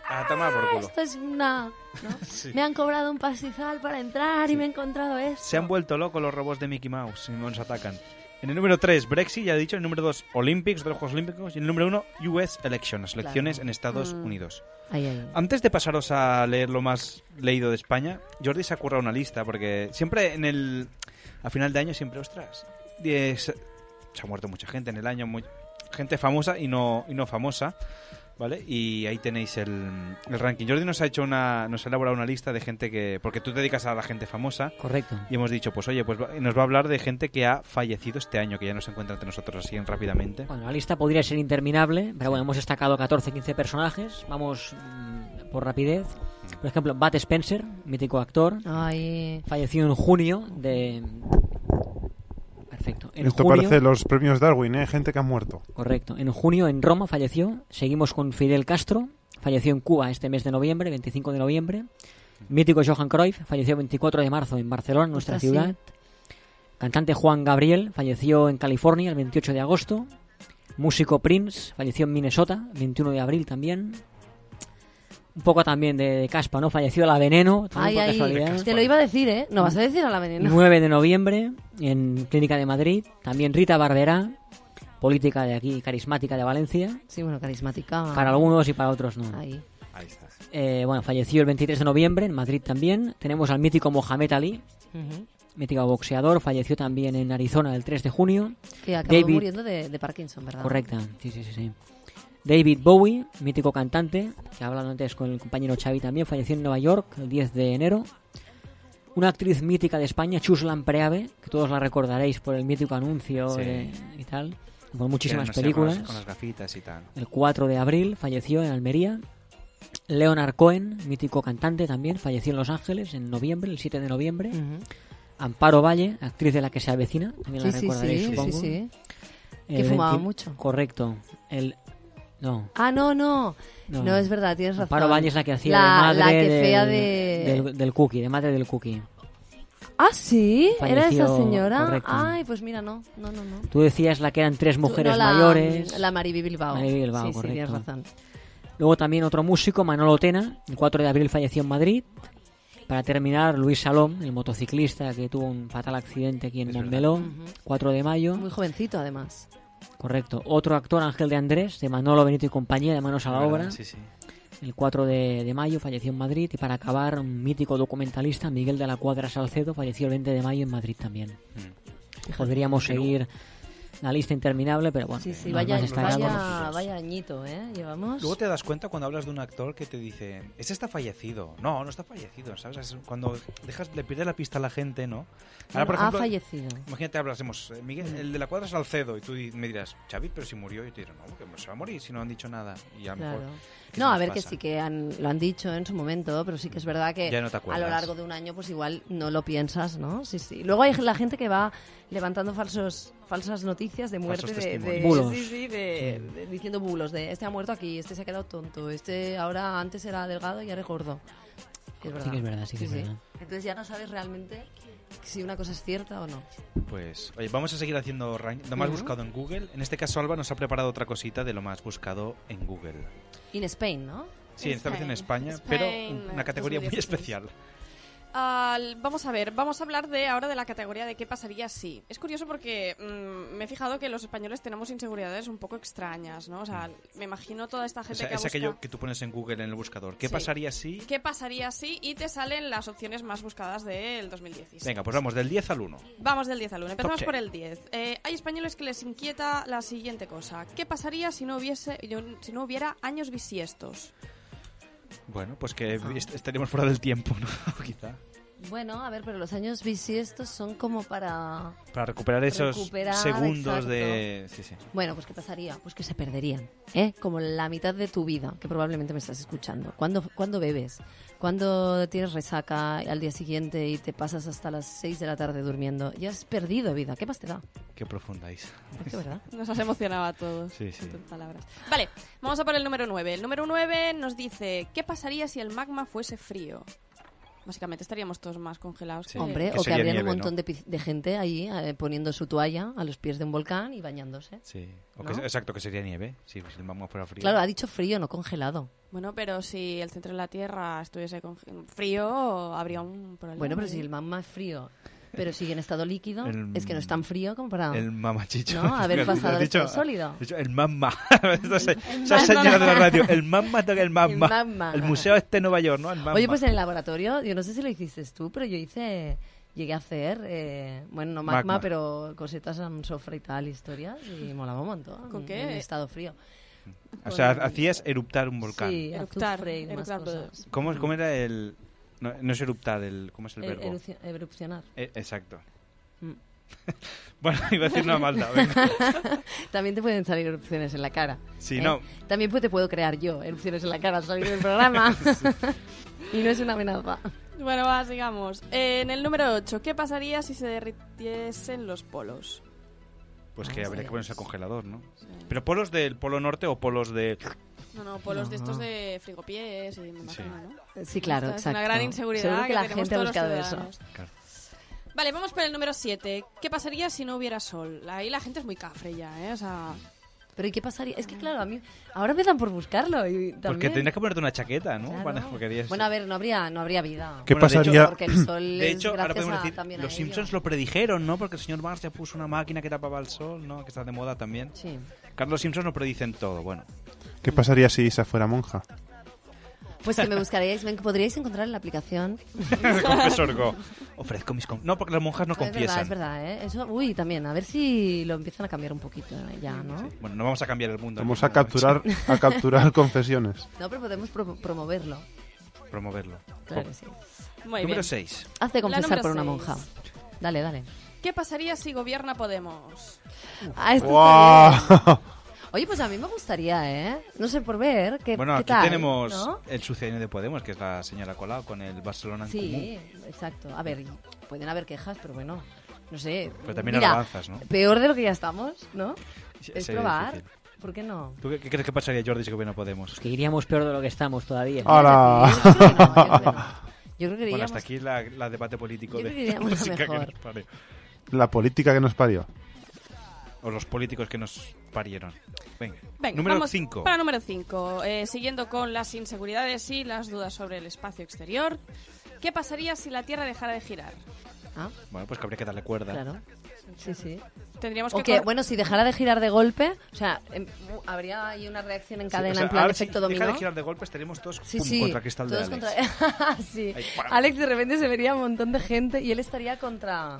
A tomar por
"Ah,
culo.
esto es una... ¿no?
Sí.
Me han cobrado un pastizal para entrar y me he encontrado esto.
Se han vuelto locos los robots de Mickey Mouse y nos atacan. En el número 3, Brexit, ya he dicho. En el número 2, Olympics, de los Juegos Olímpicos. Y en el número 1, US Elections, elecciones
Claro.
en Estados
Mm.
Unidos.
Ahí, ahí.
Antes de pasaros a leer lo más leído de España, Jordi se ha currado una lista, porque siempre en el... A final de año siempre, ostras, eh, se, se ha muerto mucha gente en el año, muy- gente famosa y no, y no famosa, ¿vale? Y ahí tenéis el, el ranking. Jordi nos ha hecho una... nos ha elaborado una lista de gente que... porque tú te dedicas a la gente famosa.
Correcto.
Y hemos dicho, pues oye, pues va- nos va a hablar de gente que ha fallecido este año, que ya no se encuentra entre nosotros así rápidamente.
Bueno, la lista podría ser interminable, pero bueno, hemos destacado 14-15 personajes. Vamos mm, por rapidez. Por ejemplo, Bat Spencer, mítico actor,
Ay.
falleció en junio de... Perfecto. En
Esto
junio-
parece los premios Darwin, ¿eh? Gente que ha muerto.
Correcto. En junio en Roma falleció. Seguimos con Fidel Castro. Falleció en Cuba este mes de noviembre, 25 de noviembre. Mítico Johan Cruyff falleció el 24 de marzo en Barcelona, en nuestra
Ostras, sí.
ciudad. Cantante Juan Gabriel falleció en California el 28 de agosto. Músico Prince falleció en Minnesota, 21 de abril también. Un poco también de, de caspa, ¿no? Falleció la Veneno,
Ay,
también Ah, por
ay,
casualidad.
te lo iba a decir, ¿eh? No vas a decir a la veneno.
9 de noviembre en Clínica de Madrid. También Rita Barberá, política de aquí, carismática de Valencia.
Sí, bueno, carismática.
Para algunos y para otros no.
Ahí.
Eh, bueno, falleció el 23 de noviembre en Madrid también. Tenemos al mítico Mohamed Ali,
Ujú.
mítico boxeador, falleció también en Arizona el 3 de junio.
Que acabó
David-
muriendo de, de Parkinson, ¿verdad?
Correcta, sí, sí, sí, sí. David Bowie, mítico cantante, que ha hablado antes con el compañero Xavi también, falleció en Nueva York el 10 de enero. Una actriz mítica de España, Chuslan Preave, que todos la recordaréis por el mítico anuncio
Sí.
de- y tal, por
Que
muchísimas
no sé,
películas.
Con las, con las gafitas y tal.
El 4 de abril falleció en Almería. Leonard Cohen, mítico cantante también, falleció en Los Ángeles en noviembre, el 7 de noviembre. Amparo Valle, actriz de la que se avecina, también la
Sí, sí,
recordaréis,
sí, sí,
supongo.
sí.
El
Que fumaba
20
mucho.
Correcto. El... No.
Ah, no, no.
No.
No, es verdad, tienes razón.
Amparo Valle es la que hacía
la,
de madre
la que
del,
fea de...
del, del cookie, de madre del cookie.
Ah, sí, era
Falleció-
esa señora.
correcto.
Ay, pues mira, no, no, no, no.
Tú decías la que eran tres mujeres
no, la-
mayores.
la Mariby Bilbao.
Mariby Bilbao,
Sí, sí,
correcto.
tienes razón.
Luego también otro músico, Manolo Tena, el 4 de abril falleció en Madrid. Para terminar, Luis Salom, el motociclista que tuvo un fatal accidente aquí en Montmeló, 4 de mayo.
Muy jovencito, además.
Correcto. Otro actor, Ángel de Andrés, de Manolo Benito y compañía, de Manos a la
¿Verdad?
Obra.
Sí, sí.
El 4 de, de mayo falleció en Madrid. Y para acabar, un mítico documentalista, Miguel de la Cuadra Salcedo, falleció el 20 de mayo en Madrid también.
Mm.
Podríamos seguir la lista interminable, pero bueno.
Sí, sí,
los
vaya,
más destacados.
vaya, Ah, vaya añito, ¿eh? Llevamos.
Luego te das cuenta cuando hablas de un actor que te dicen, ese está fallecido. No, no está fallecido, ¿sabes? Es Cuando dejas, le pierdes la pista a la gente, ¿no?
Claro, ha fallecido.
Imagínate, hablásemos, eh, Miguel, el de la cuadra es Salcedo, y tú di- me dirás, Xavi, pero si murió, yo te diré, no, que no se va a morir si no han dicho nada. Y a lo
Claro.
mejor, ¿qué
No,
nos
a ver, que
pasa?
sí que han, lo han dicho en su momento, pero sí que es verdad que
Ya no te
a
acuerdas.
lo largo de un año, pues igual no lo piensas, ¿no? Sí, sí. Luego hay la gente que va levantando falsos falsas noticias de muerte,
Falsos
de, de-
testimonios. Bulos.
sí, sí, de- de- diciendo bulos, de este ha muerto aquí, este se ha quedado tonto, este ahora antes era delgado y ahora es gordo. Sí, es verdad.
Sí que es verdad, sí que es verdad.
Entonces ya no sabes realmente si una cosa es cierta o no.
Pues, oye, vamos a seguir haciendo rank- lo más
Ujú.
buscado en Google. En este caso, Alba nos ha preparado otra cosita de lo más buscado en Google.
In Spain, ¿no?
Sí, esta vez en España,
Spain,
pero una categoría muy
2016.
especial.
Al- vamos a ver, vamos a hablar de ahora de la categoría de qué pasaría si. Es curioso porque mm, me he fijado que los españoles tenemos inseguridades un poco extrañas, ¿no? O sea, me imagino toda esta
O
gente
sea,
que
es
busca
aquello que tú pones en Google en el buscador. ¿Qué
Sí.
pasaría si...?
qué pasaría si y te salen las opciones más buscadas del 2016.
Venga, pues vamos, del 10 al 1.
Vamos del 10 al 1. Empezamos
Top
por
ten.
el 10. Eh, hay españoles que les inquieta la siguiente cosa. ¿Qué pasaría si no hubiese yo- si no hubiera años bisiestos?
Bueno, pues que est- estaríamos fuera del tiempo, ¿no? Quizá.
Bueno, a ver, pero los años bisiestos son como para...
Para recuperar esos
Recuperar,
segundos
exacto.
de... Sí, sí.
Bueno, pues ¿qué pasaría? Pues que se perderían, ¿eh? Como la mitad de tu vida, que probablemente me estás escuchando. ¿Cuándo, cuándo bebes? ¿Cuándo tienes resaca al día siguiente y te pasas hasta las 6 de la tarde durmiendo? Ya has perdido vida. ¿Qué más te da?
Qué profundáis.
Es que, ¿verdad?
Nos has emocionado a todos
Sí, sí.
con tus palabras. Vale, vamos a por el número 9. El número 9 nos dice, ¿qué pasaría si el magma fuese frío? Básicamente estaríamos todos más congelados. que-
Hombre, o que habría un montón de, pi- de gente ahí eh, poniendo su toalla a los pies de un volcán y bañándose.
Sí. O
¿No?
que- exacto, que sería nieve. Si el magma fuera frío.
Claro, ha dicho frío, no congelado.
Bueno, pero si el centro de la Tierra estuviese conge- frío, habría un problema.
Bueno, pero
¿eh?
si el magma es frío, pero sigue en estado líquido,
El-
es que no es tan frío como para...
El mamachicho.
No, haber pasado
Has
de
dicho-
estado sólido.
has dicho El mamma. Esa se- esa
mamma.
señora de la radio. El mamma toca el mamma.
El mamma.
El museo este de Nueva York, ¿no? El mamma.
Oye, pues en el laboratorio, yo no sé si lo hiciste tú, pero yo hice, llegué a hacer, eh, bueno, no magma,
Magma.
pero cositas en sofre y tal, historias, y molaba un montón.
¿Con
en-
qué?
En estado frío.
O sea, hacías eruptar un volcán.
Sí,
Eructar,
azufre y más
eructar
cosas.
todo.
¿Cómo, cómo era el...? No, no es eruptar, el, ¿cómo es el
Er-
verbo?
erucio- erupcionar.
Eh, exacto.
Mm.
Bueno, iba a decir una maldad, venga.
También te pueden salir erupciones en la cara. ¿eh?
Sí, no.
También pu- te puedo crear yo erupciones en la cara al salir del programa. y no es una amenaza.
Bueno, va, sigamos. Eh, en el número 8, ¿qué pasaría si se derritiesen los polos?
Pues
Ah,
que habría
sí.
que ponerse al congelador, ¿no? Pero polos del polo norte o polos de...
No, no, polos de
No.
estos de frigopiés y me imagino, ¿no?
Eh, Sí, claro, exacto.
Esta Es una gran inseguridad
Seguro que, la
tenemos
gente ha
todos los
buscado eso.
ciudadanos. Vale, vamos por el número 7. ¿Qué pasaría si no hubiera sol? Ahí la gente es muy cafre ya, ¿eh? O sea...
Pero ¿y qué pasaría? Es que claro, a mí ahora me dan por buscarlo y
Porque
también.
tendrías que ponerte una chaqueta, ¿no?
Claro.
Para las porquerías.
Bueno, a ver, no habría no habría vida.
¿Qué
Bueno, de hecho,
pasaría-
porque el sol
De
es
hecho, ahora
gracias
podemos
a-
decir,
también a
los
ello.
Simpsons lo predijeron, ¿no? Porque el señor Marx ya puso una máquina que tapaba el sol, ¿no? Que está de moda también.
Sí.
Carlos Simpson lo predicen todo, bueno.
¿Qué pasaría si Isa fuera monja?
Pues que me buscaríais, me podríais encontrar en la aplicación.
Confesor Go. Ofrezco mis... con- No, porque las monjas no confiesan.
Es verdad, es verdad, ¿eh? Eso, uy, también, a ver si lo empiezan a cambiar un poquito eh, ya, ¿no?
Bueno, no vamos a cambiar el mundo.
Vamos
¿no?
a capturar, a capturar confesiones.
No, pero podemos pro- promoverlo.
Promoverlo.
Claro
Pop.
que sí.
Muy
Número
bien.
6.
Hazte
La
confesar
número
por una
seis.
monja. Dale, dale.
¿Qué pasaría si gobierna Podemos?
Ah, esto
¡Guau!
está bien. Oye, pues a mí me gustaría, ¿eh? No sé, por ver qué,
Bueno,
qué
aquí
tal,
tenemos
¿no?
el sucedido de Podemos, que es la señora Colau con el Barcelona en común.
Sí, exacto. A ver, pueden haber quejas, pero bueno, no sé.
Pero también
Mira,
alabanzas, ¿no?
Peor de lo que ya estamos, ¿no?
Sí,
es
sería
probar.
difícil.
¿Por qué no?
¿Tú qué, qué crees que pasaría, Jordi, si gobierna Podemos?
Pues Que iríamos peor de lo que estamos todavía.
¡Hala!
Yo creo que no, yo creo que no.
Yo creo que
Bueno,
iríamos-
hasta aquí la, la debate político
Yo
de
creo que iríamos a
música que
mejor.
nos pare.
La política que nos parió.
O los políticos que nos parieron. Venga.
Venga,
número
vamos
5.
Para número 5, siguiendo con las inseguridades y las dudas sobre el espacio exterior, ¿qué pasaría si la Tierra dejara de girar?
Bueno, pues que habría que darle cuerda.
Claro. Sí, sí.
Tendríamos
O
que...
que,
cor-
bueno, si dejara de girar de golpe, o sea, em, habría ahí una reacción en
Sí,
cadena,
o sea,
en plan
ahora si
efecto
deja
dominó.
de girar de golpes, tenemos todos
Sí,
pum,
sí.
contra Cristal de
todos
Alex.
contra- sí.
Ahí, pam.
Alex de repente se vería un montón de gente y él estaría contra.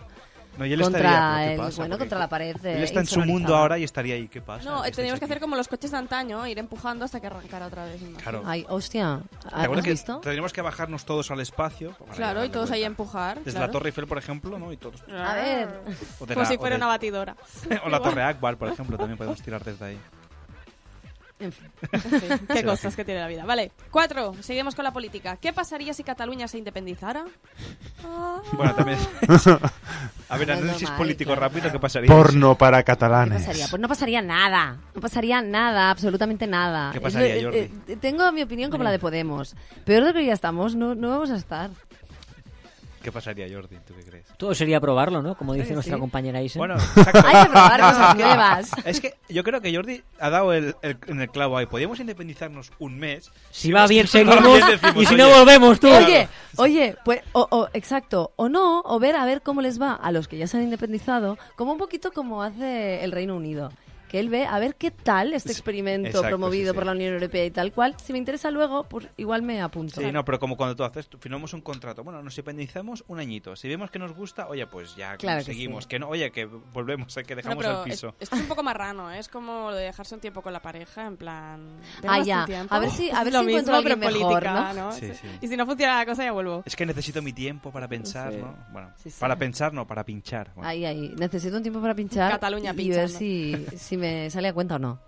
No, y él
contra
estaría, pero ¿qué
el-
pasa?
bueno,
Porque
contra la pared. eh,
Él está en su mundo
insonorizada.
ahora y estaría ahí, ¿qué pasa?
No,
¿Qué
eh,
estáis
tendríamos que
aquí?
hacer como los coches de antaño, ir empujando hasta que arrancara otra vez. imagino.
Claro.
Ay, hostia.
¿Te
¿Has
acuerdas que
visto?
Tendríamos que bajarnos todos al espacio. para
Claro, y
darle
todos ahí a
vuelta.
empujar.
Desde
claro.
la Torre Eiffel, por ejemplo, ¿no? Y todos.
A ver.
O de
Como
la-
si
o
fuera
de-
una batidora.
o la
Igual.
Torre Akbar, por ejemplo, también podemos tirar desde ahí.
En fin.
En fin,
Sí,
qué
sí.
cosas que tiene la vida. Vale, cuatro. Seguimos con la política. ¿Qué pasaría si Cataluña se independizara? Ah.
Bueno, también. A ver,
No es
análisis
normal,
político
claro.
rápido, ¿qué pasaría?
Porno para
¿Qué
catalanes.
pasaría? Pues no pasaría nada. No pasaría nada, absolutamente nada.
¿Qué pasaría,
Es lo- eh, eh, tengo mi opinión como la de Podemos. Peor de lo que ya estamos, no, no vamos a estar.
¿Qué pasaría, Jordi? ¿Tú qué crees?
Todo sería probarlo, ¿no? Como dice
que
nuestra
sí.
compañera Isen.
Bueno, exacto.
Hay que probar cosas nuevas.
Es que yo creo que Jordi ha dado el, el- en el clavo ahí. Podíamos independizarnos un mes.
Si va
nos-
bien,
si nos va
seguimos,
bien, decimos,
y si
"Oye".
no, volvemos, tú.
Oye, oye, pues, o, o- exacto, o no, o ver a ver cómo les va a los que ya se han independizado, como un poquito como hace el Reino Unido, que él ve a ver qué tal este experimento
exacto,
promovido
sí, sí.
por la Unión Europea y tal cual. Si me interesa luego, pues igual me apunto.
Sí, no, pero como cuando tú haces, tú- firmamos un contrato. Bueno, nos independizamos un añito. Si vemos que nos gusta, oye, pues ya que
Claro que
seguimos.
sí.
Que no, oye, que volvemos, eh, que
Bueno,
dejamos
pero
el piso.
es- esto es un poco marrano, ¿eh? es como lo de dejarse un tiempo con la pareja, en plan.
Ah,
"Déjanos
ya.
un tiempo".
A ver si- a
Es
ver
lo
si encuentro
mismo,
a alguien
pero
mejor,
política,
¿no?
Sí, sí.
Y si no Este, funciona la cosa, ya vuelvo.
Es que necesito mi tiempo para pensar,
Sí.
¿no? Bueno,
Sí, sí.
para pensar, no, para pinchar. Bueno.
Ahí, ahí. Necesito un tiempo para pinchar
Cataluña
y
pinchando.
ver si, si me sale a cuenta o no.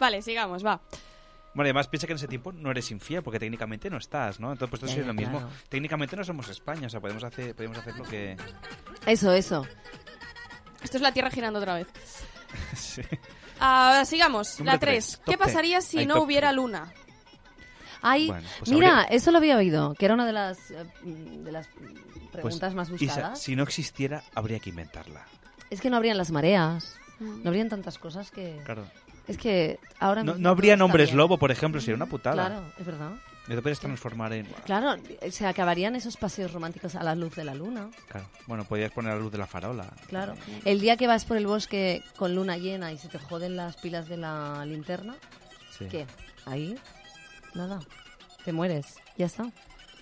Vale, sigamos, va.
Bueno, y además piensa que en ese tiempo no eres infiel, porque técnicamente no estás, ¿no? Entonces, pues esto
Ya,
sería
ya,
lo mismo.
claro.
Técnicamente no somos España, o sea, podemos hacer, podemos hacer lo que...
Eso, eso.
Esto es la Tierra girando otra vez.
Sí.
Ah, sigamos,
Número
la 3.
tres,
¿Qué
top ten.
pasaría si
Ahí,
no
top
hubiera luna?
Ay,
Bueno, pues
mira,
habría-
eso lo había oído, que era una de las, eh, mm, de las mm, preguntas
Pues,
más
Isa,
buscadas.
si no existiera, habría que inventarla.
Es que no habrían las mareas,
Mm.
no habrían tantas cosas que...
Claro.
Es que ahora
No,
mismo
no habría
todo
nombres
está bien.
lobo, por ejemplo, sería una putada.
Claro, es verdad.
Y te puedes transformar en...
Claro, se acabarían esos paseos románticos a la luz de la luna.
Claro. Bueno, podrías poner la luz de la farola.
Claro. El día que vas por el bosque con luna llena y se te joden las pilas de la linterna,
Sí.
¿qué? Ahí, nada. Te mueres. Ya está.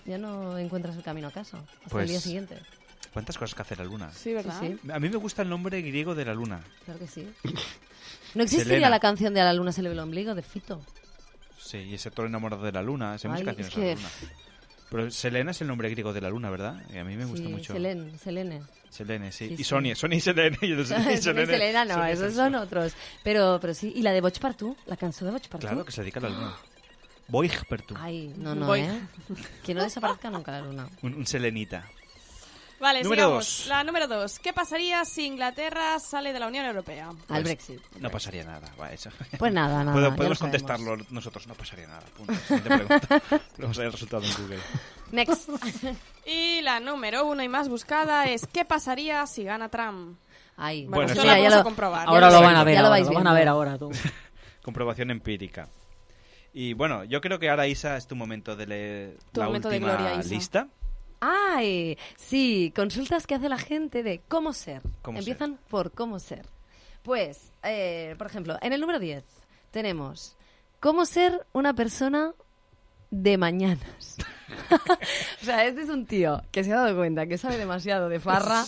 Ya no encuentras el camino a casa. Hasta
Pues-
el día siguiente.
¿Cuántas cosas que hace la luna?
Sí, ¿verdad? Sí,
A mí me gusta el nombre griego de la luna.
Claro que sí. ¿No existiría
Selena.
la canción de A la luna se le ve el ombligo de Fito?
Sí, y ese toro enamorado de la luna. Ese
Ay,
música
es
tiene
que
la luna. Pero Selena es el nombre griego de la luna, ¿verdad? Y a mí me gusta
Sí,
mucho.
Selene, Selene.
Selene, sí.
Sí,
Y
sí.
Sonia, Sonia y Selene. Yo no sé, y
Selene, Selena, no,
Sonia y
esos
Selena.
son otros. Pero, però sí, i la de Boig per tu, la cançó de Boig per
Claro,
tu.
que se dedica a la luna. Voy per tú.
Ai, no, no,
Voy.
eh? Que no desaparezca nunca la luna.
Un, un selenita.
Vale,
Número
sigamos.
dos.
La número dos. ¿Qué pasaría si Inglaterra sale de la Unión Europea?
Pues
Al Brexit.
No pasaría nada. va, eso.
Pues nada, nada,
Puedo-
ya
podemos
lo sabemos.
contestarlo nosotros. No pasaría nada. Punto. Siguiente pregunta. Vamos a ver el resultado en Google.
Next.
Y la número uno y más buscada es ¿qué pasaría si gana Trump?
Ay,
bueno,
Bueno,
esto
eso-
lo
pues Ya,
vamos
ya
a
lo-
comprobar.
ahora
Ya
lo
sabéis.
van a ver
Ya
ahora,
vais
lo
van
viendo.
a ver ahora, tú.
Comprobación empírica. Y bueno, yo creo que ahora Isa es tu momento de leer
Tu
la
momento de
última
gloria, Isa.
lista.
Ay, sí, consultas que hace la gente de cómo ser.
Cómo
Empiezan por cómo ser. Pues, eh, por ejemplo, en el número 10 tenemos cómo ser una persona de mañanas. o sea, este es un tío que se ha dado cuenta que sabe demasiado de farra.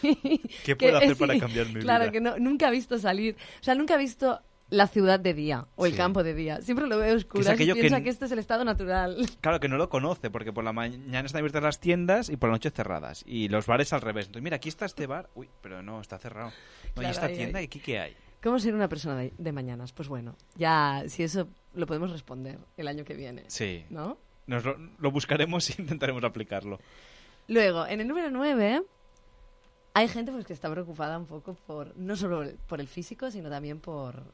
¿Qué
que-
puedo hacer para cambiar mi
claro,
vida?
que no- nunca ha visto salir, o sea, nunca ha visto la ciudad de día o el campo de día. Siempre lo veo oscuro y
aquello que
piensa
n-
que este es el estado natural.
Claro que no lo conoce, porque por la mañana están abiertas las tiendas y por la noche cerradas. Y los bares al revés. Entonces, mira, aquí está este bar. Uy, pero no, está cerrado. No,
Claro,
y esta
ahí,
tienda, ¿y
ahí.
aquí qué hay?
¿Cómo ser una persona de, de mañanas? Pues bueno, ya si eso lo podemos responder el año que viene.
Sí.
¿No?
Nos lo, lo buscaremos e intentaremos aplicarlo.
Luego, en el número 9, hay gente pues, que está preocupada un poco por, no solo el- por el físico, sino también por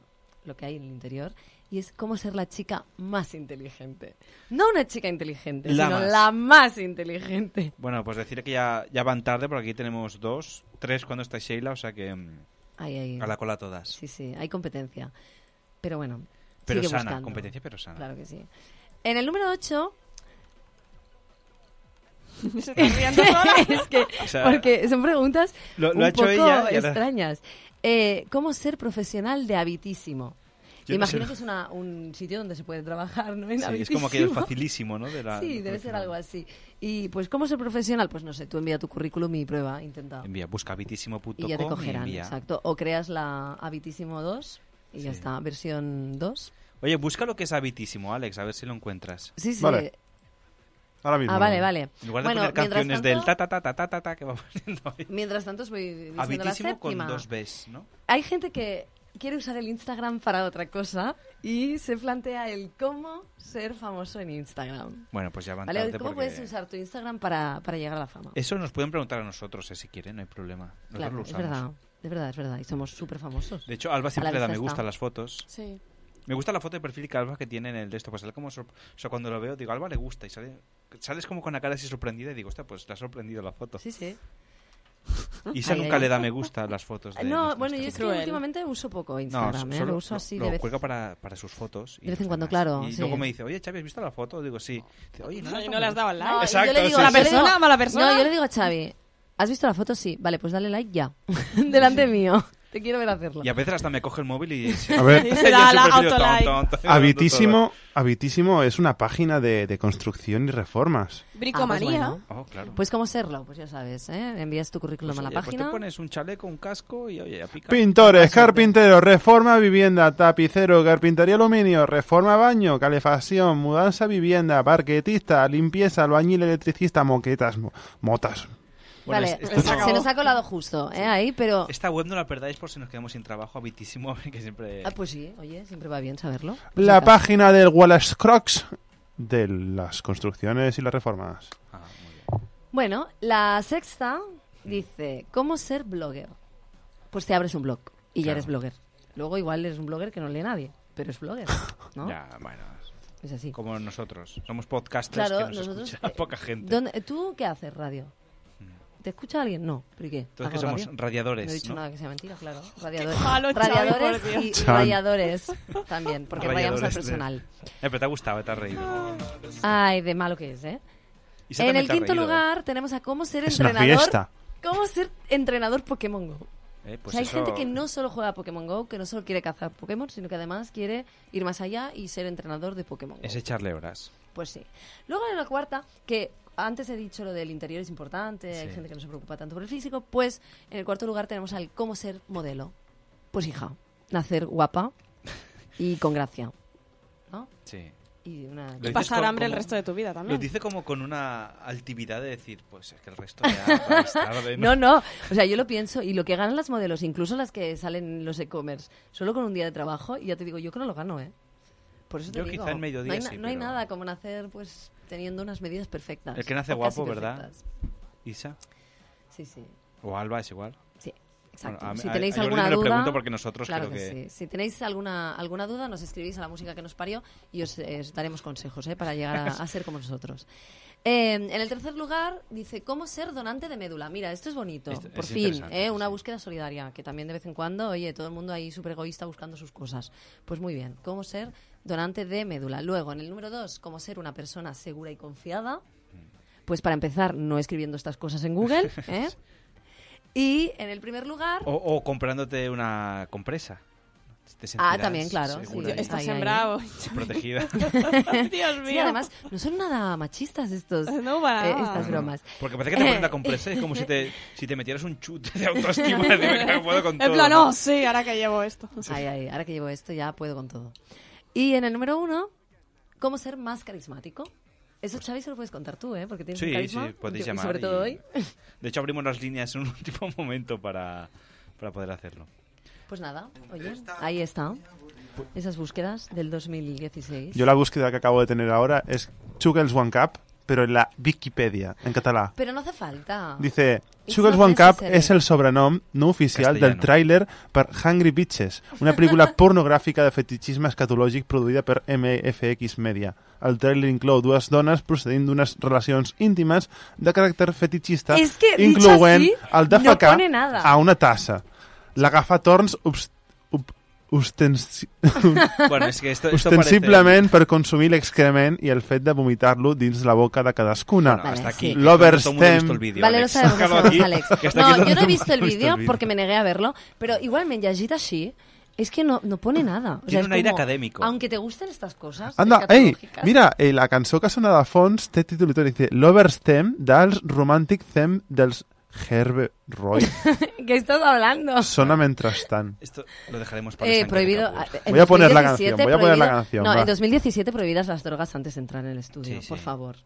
lo que hay en el interior. Y es cómo ser la chica más inteligente. No una chica inteligente,
La
sino
más.
la más inteligente.
Bueno, pues decir que ya, ya van tarde, porque aquí tenemos dos, tres cuando está Sheila, o sea que mm,
Ay, ay.
a la cola todas.
Sí, sí, hay competencia. Pero bueno.
Pero
sigue
sana,
buscando.
competencia pero sana.
Claro que sí. En el número 8.
Se está riendo sola.
es que,
O sea,
porque son preguntas
lo- lo
un
ha hecho
poco
ella y ahora-
extrañas. Eh, ¿Cómo ser profesional de habitísimo?
Yo no
Imagino
sé.
que es una- un sitio donde se puede trabajar, ¿no? En
Sí, es como que es
habitísimo.
facilísimo, ¿no? De la-
sí, debe ser algo así. Y pues, ¿cómo ser profesional? Pues no sé, tú envía tu currículum y prueba, intenta.
Envía, busca habitísimo.com
Y ya te
y
cogerán,
envía.
exacto. O creas la Habitísimo 2 y ya está, versión 2.
Oye, busca lo que es habitísimo, Alex, a ver si lo encuentras.
Sí, sí. Vale.
Ahora
mismo. Ah, vale, vale.
En lugar de
Bueno,
poner
mientras
canciones
tanto-
del ta ta ta ta ta ta, ta que vamos haciendo hoy.
Mientras tanto, os voy diciendo la
Habitísimo con
séptima.
dos Bs, ¿no?
Hay gente que quiere usar el Instagram para otra cosa y se plantea el cómo ser famoso en Instagram.
Bueno, pues ya van
¿Vale?
tarde
¿Cómo
porque-
puedes usar tu Instagram para, para llegar a la fama?
Eso nos pueden preguntar a nosotros, eh, si quieren, no hay problema. Nosotros
claro,
lo
es
usamos.
verdad. Es verdad, es verdad. Y somos súper famosos.
De hecho, Alba siempre le da me gusta a las fotos.
Sí.
Me gusta la foto de perfil que Alba que tiene en el de esto. Pues sale como sor- o sea, cuando lo veo, digo, Alba le gusta y sale... Sales como con la cara así sorprendida y digo, hostia, pues la ha sorprendido la foto.
Sí, sí.
Isa
Ay,
nunca
ay.
le da me gusta a las fotos. De
No,
nuestras
bueno, yo es que
cruel.
últimamente uso poco Instagram,
No,
¿eh?
solo
Lo uso así
lo
de vez.
cuelga para, para sus fotos. y
De vez en
los
cuando,
demás.
claro,
Y
sí.
luego me dice, oye, Xavi, ¿has visto la foto? Digo, sí. Dice, oye, no,
Y no le has dado al like.
No,
Exacto,
Ah, yo le
sí,
digo, yo le
sí.
digo-
¿Persona? ¿Mala persona?
No, yo le digo a Xavi, ¿has visto la foto? Sí. Vale, pues dale like ya. Delante mío. Te quiero ver hacerlo.
Y a veces hasta me coge el móvil y...
A ver. Y
se da la
autolike. Habitísimo, habitísimo es una página de, de construcción y reformas.
Bricomanía. Ah, pues
Oh, claro.
Pues cómo serlo, pues ya sabes, ¿eh? Envías tu currículum
Pues,
a la
oye, pues
página.
te pones un chaleco, un casco y oye, a picar.
Pintores, carpinteros, reforma vivienda, tapicero, carpintería aluminio, reforma baño, calefacción, mudanza vivienda, parquetista, limpieza, albañil, electricista, moquetas, mo- motas.
Bueno,
vale, pues
es- esto
se-
no-
se nos ha colado justo, ¿eh? Ahí, pero...
Esta web no la perdáis por si nos quedamos sin trabajo, habitísimo, que siempre...
Ah, pues sí, oye, siempre va bien saberlo. por si
La
acaso.
página del Wallace Crocs de las construcciones y las reformas.
Bueno, la sexta dice, ¿cómo ser blogger? Pues te abres un blog y ya
Claro.
eres blogger. Luego igual eres un blogger que no lee nadie, pero es blogger, ¿no?
Ya, bueno.
Es así.
Como nosotros. Somos podcasters
Claro,
que nos
nosotros...
escucha
eh,
poca gente. Mm.
¿dónde- ¿Tú qué haces, radio? ¿Te escucha alguien? No. ¿Pero y qué?
Entonces, que
¿Hago
somos
radio?
radiadores,
No he dicho
¿no?
nada que sea mentira, claro. Radiadores,
malo, Xavi,
radiadores
por Dios.
y
Chan.
radiadores también, porque rayamos al
Radiadores de-
personal.
Eh, pero te ha gustado, te has reído.
Ay, de malo que es, ¿eh?
Y se
En
también
el
te ha
quinto
reído,
lugar tenemos a cómo ser
Es una
entrenador.
fiesta.
¿Cómo ser entrenador Pokémon Go?
Eh, pues
O sea, hay
eso-
gente que no solo juega a Pokémon Go, que no solo quiere cazar Pokémon, sino que además quiere ir más allá y ser entrenador de Pokémon Go.
Es echarle horas.
Pues sí. Luego en la cuarta, que antes he dicho lo del interior es importante, hay
Sí.
gente que no se preocupa tanto por el físico, pues en el cuarto lugar tenemos al cómo ser modelo. Pues hija, nacer guapa y con gracia.
Sí.
Y y una...
Y pasar hambre el resto de tu vida también.
Lo dice como con una altividad de decir, pues es que el resto ya va a estar de-
No, no. O sea, yo lo pienso y lo que ganan las modelos, incluso las que salen en los e-commerce, solo con un día de trabajo, y ya te digo, yo que no lo gano, ¿eh? Por eso te
Yo
digo,
quizá en mediodía
no hay,
sí,
no hay
pero-
nada como nacer, pues, teniendo unas medidas perfectas.
El que nace
o casi
guapo, ¿verdad?
perfectas.
Isa.
Sí, sí.
O Alba es igual.
Sí, exacto.
Bueno, a-
si
a-
tenéis
a Jordi
alguna
me lo
duda,
pregunto porque nosotros
claro
creo que-
sí. Si tenéis alguna alguna duda, nos escribís a la música que nos parió y os, eh, os daremos consejos ¿eh? para llegar a, a ser como nosotros. Eh, en el tercer lugar dice cómo ser donante de médula. Mira, esto es bonito,
Esto-
por
es
fin,
interesante,
¿eh? una búsqueda solidaria que también de vez en cuando, oye, todo el mundo ahí súper egoísta buscando sus cosas. Pues muy bien, cómo ser donante de médula. Luego, en el número dos, cómo ser una persona segura y confiada. Pues para empezar, no escribiendo estas cosas en Google. ¿eh? Y en el primer lugar,
O, o comprándote una compresa. Te
Ah,
sentirás
también, claro.
segura y-
Estás sembrado.
Protegida.
Dios mío.
Sí, además, no son nada machistas estos,
No, para
eh,
nada.
estas bromas.
Porque parece que te ponen la compresa y es como si te, si te metieras un chute de autoestima. de, "Venga, puedo con
En
todo",
plan, no, sí, ahora que llevo esto.
Ay, ay, ahora que llevo esto ya puedo con todo. Y en el número uno, ¿cómo ser más carismático? Eso, Xavi, se lo puedes contar tú, ¿eh? Porque tienes un
Sí, sí,
carisma.
podéis
y
llamar.
Sobre
y-
todo hoy.
De hecho, abrimos las líneas en un último momento para, para poder hacerlo.
Pues nada, oye, ahí está. Esas búsquedas del 2016.
Yo la búsqueda que acabo de tener ahora es Chugels One Cup, pero en la Wikipedia, en català.
Pero no hace falta.
Dice,
It's
Sugars
not
One Cup
necessary.
és el sobrenom no oficial
Castellano.
del tràiler per Hungry Bitches, una pel·lícula pornogràfica de fetichisme escatològic produïda per MFX Media. El tràiler inclou dues dones procedint d'unes relacions íntimes de caràcter fetichista,
És que, dit
incloent
així,
el de
no
fecar
pone nada.
a una tassa. L'agafa a torns obst ob- ostensi-
Bueno, és que esto- esto
ostensiblement per consumir l'excrement i el fet de vomitar-lo dins la boca de cadascuna.
Bueno, hasta aquí, que todo el mundo ha
L'overstem...
visto el vídeo,
Vale, lo sabemos, lo
Acaba
sabemos,
aquí.
Alex.
Que hasta aquí
No,
todo
yo no he
el
visto el
mundo ha visto
vídeo
el vídeo.
porque me negué a verlo, pero igualmente, Yajita sí. Es que no, no pone nada. O sea,
Tiene
es
un aire
como,
académico.
Aunque te gusten estas cosas.
Anda, ei,
escatológicas,
mira, eh, la cançó que sona de fons té títol i tot, i dice L'Overstem dels Romantic Them dels Herbe Roy.
¿Qué estás hablando?
Sona mentrestant.
Esto lo dejaremos para
Eh,
San
prohibido.
Capur.
a- en
Voy a poner la
2017
canción, voy a poner la
prohibido-
canción,
No,
va.
en 2017 prohibidas las drogas antes de entrar en el estudio,
Sí,
por
sí.
favor.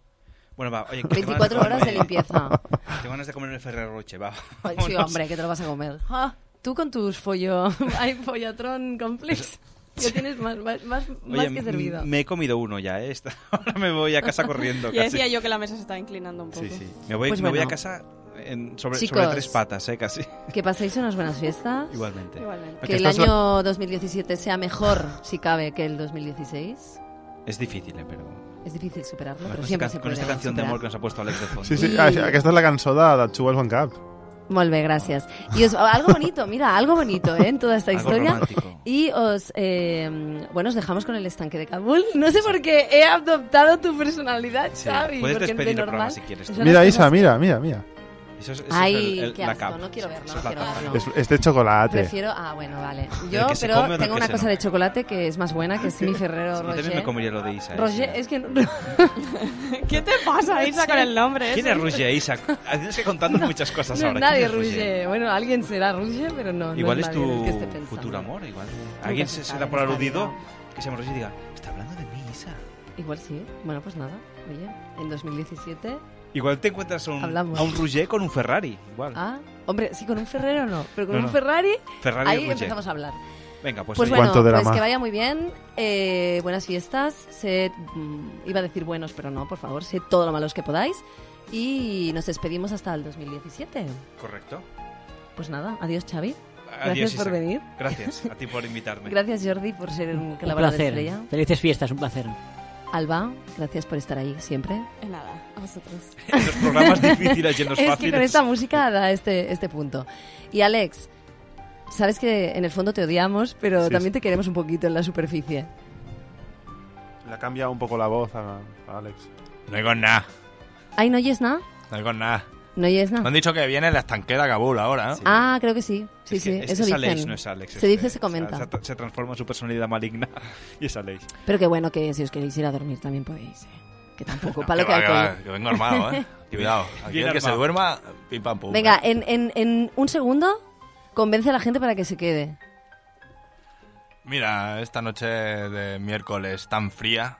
Bueno, va, oye, que tengo ganas
24 horas de
comer-
limpieza.
Tengo ganas de comer el Ferrero Rocher, va.
Ay, Sí,
vámonos.
hombre, que te lo vas a comer. Ah, tú con tus follo. Ay, follatron complex. Ya tienes más, más, más, más
Oye,
que servido.
m- me he comido uno ya, ¿eh? Esta- Ahora me voy a casa corriendo.
Ya
casi.
decía yo que la mesa se estaba inclinando un poco.
Sí, sí. Me voy,
Pues
me voy
bueno.
a casa en- sobre,
Chicos.
sobre tres patas, ¿eh? Casi.
Que paséis unas buenas fiestas.
Igualmente. Igualmente.
Que
Porque
el
estás lo-
año 2017 sea mejor, si cabe, que el 2016.
Es difícil, ¿eh? Pero...
Es difícil superarlo,
Con
pero
esta
siempre
can-
se
con
puede
esta canción de
superar.
amor que nos ha puesto Alex de fondo.
Sí, sí, ah, això- aquesta és la cançó de, de Chugel One Cup.
Molt bé, gràcies. I os, oh, algo bonito, mira, algo bonito ¿eh? en toda esta
Algo
historia.
romántico.
Y os, eh, bueno, os dejamos con el estanque de Kabul. No sé por qué he adoptado tu personalidad, Xavi.
Puedes
porque
despedir el
de normal...
programa si quieres. tú.
Mira, Isa, mira, mira, mira.
Eso es- eso es
Ay,
el- el-
qué
la
asco,
cap.
no quiero verlo,
Eso
no
es la
quiero
cap.
verlo.
És, és de xocolate.
Prefiero, ah, bueno, vale.
El
Yo,
que se
pero
come o el
tengo
que
una
se
cosa
no.
de chocolate que es más buena, que es mi Ferrero
Yo también
Rocher.
me comería lo de Isa. ¿eh?
Roger, es que...
¿Qué te pasa, Isa, con el nombre?
¿Quién es Roger, Isa? Ah, Tienes que contarnos muchas
No
cosas
es
ahora.
nadie
¿Quién es Roger?
Ruge. Bueno, alguien será Ruge, pero no. no
Igual es
nadie en el que esté
tu
pensando.
futuro amor, igual. Alguien
se
se, se
sabe,
da por
nunca se
aludido que se Roger y diga, está hablando de mí, Isa.
Igual sí. Bueno, pues nada. Oye, en 2017...
Igual te encuentras a un,
Hablamos.
a un Roger con un Ferrari. Igual.
Ah, hombre, sí, con un Ferrero no, pero con
No,
un
no.
Ferrari,
Ferrari
ahí
Rocher.
empezamos a hablar.
Venga, pues,
Pues
oye,
bueno,
Cuánto
pues
drama.
que vaya muy bien, eh, buenas fiestas, sed, mm, iba a decir buenos, pero no, por favor, sed todo lo malos que podáis y nos despedimos hasta el 2017.
Correcto.
Pues nada, adiós Xavi,
Adiós,
gracias por
Isa.
venir.
Gracias a ti por invitarme.
Gracias Jordi por ser un
Un
Un
colaborador
placer.
estrella.
Felices fiestas, un placer.
Alba, gracias por estar ahí siempre.
De nada, a vosotros.
Los programas difíciles y en los
es que
fáciles.
con esta música da este, este punto. Y Alex, sabes que en el fondo te odiamos, pero
Sí,
también te queremos un poquito en la superficie.
Le ha canviat un poco la voz a, a Alex.
No digo nada,
Ay, ¿no oyes nada?
no digo nada.
¿No oyes nada?
Me han dicho que viene la estanquera Kabul ahora, ¿no?
Ah, creo que sí. Sí, sí,
Es,
eso
es
dicen.
Aleix,
no es Alex.
Se
este,
dice, se
o sea,
comenta.
se tra- Se transforma en su personalidad maligna y es Alex.
Pero qué bueno que si os queréis ir a dormir también podéis. ¿eh? Que tampoco,
Que
para lo que
va,
hay
que
cola.
va, que vengo armado, ¿eh? Cuidado. Aquí
Bien
el que se
armado.
duerma, pim pam pum.
Venga, en, en, en un segundo, convence a la gente para que se quede.
Mira, esta noche de miércoles tan fría,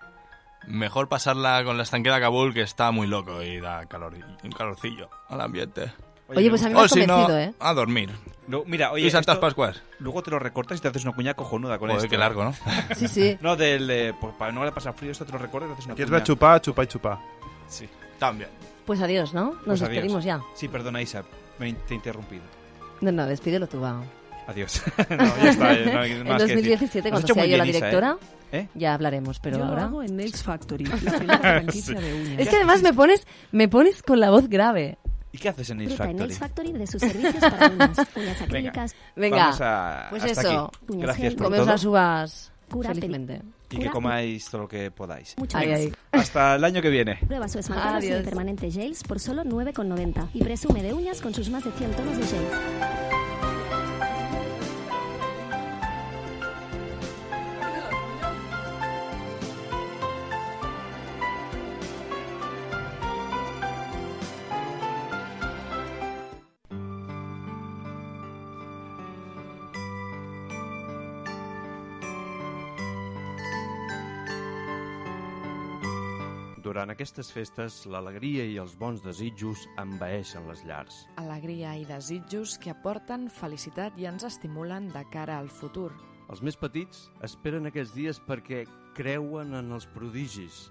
Mejor pasarla con la estanquera Kabul, que está muy loco y da calor, un calorcillo al ambiente.
Oye, pues a mí me
O
has
si no,
convencido, ¿eh?
A dormir.
Lo- mira, oye,
y Santas
esto-
Pascuas.
Luego te lo recortas y te haces una cuña cojonuda con
Joder,
esto.
qué largo, ¿no?
Sí, sí.
No, del, eh, pues para no le pasar frío, esto te lo recortas y te haces una
¿Quieres
cuña.
ver chupar? Chupa y chupa.
Sí, también.
Pues adiós, ¿no? Nos despedimos ya.
Sí, perdona, Isa, me in- te he interrumpido.
No, no, despídelo tú, va.
Adiós. no, ya está. eh, No hay
en
más que decir.
2017,
Lo has
cuando
hecho
sea
muy
yo la
bien, Isa, ¿eh?
directora,
¿Eh?
ya hablaremos, pero
Yo
ahora...
lo hago en Nails Factory, la primera franquicia
Sí.
de uñas.
Es que además me pones, me pones con la voz grave.
¿Y qué haces en Nails
Disfruta en
Factory?
Nails Factory de sus servicios para uñas, uñas
Venga,
acrílicas.
Venga,
Vamos a-
pues
hasta
eso.
aquí. Gracias por
Comeos
todo.
las uvas
Cura,
felizmente.
Y que comáis todo lo que podáis.
Mucho
Venga,
más.
Hasta el año que viene.
Prueba su esmaltado
Adiós.
semipermanente Gels por solo 9,90 y presume de uñas con sus más de 100 tonos de gel.
Durant aquestes festes, l'alegria i els bons desitjos envaeixen les llars.
Alegria i desitjos que aporten felicitat i ens estimulen de cara al futur.
Els més petits esperen aquests dies perquè creuen en els prodigis.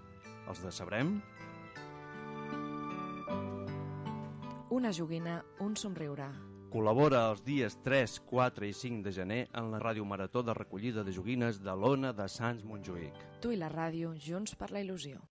Els decebrem?
Una joguina, un somriure.
Col·labora els dies 3, 4 i 5 de gener en la Ràdio Marató de recollida de joguines de l'Ona de Sants Montjuïc.
Tu i la ràdio, junts per la il·lusió.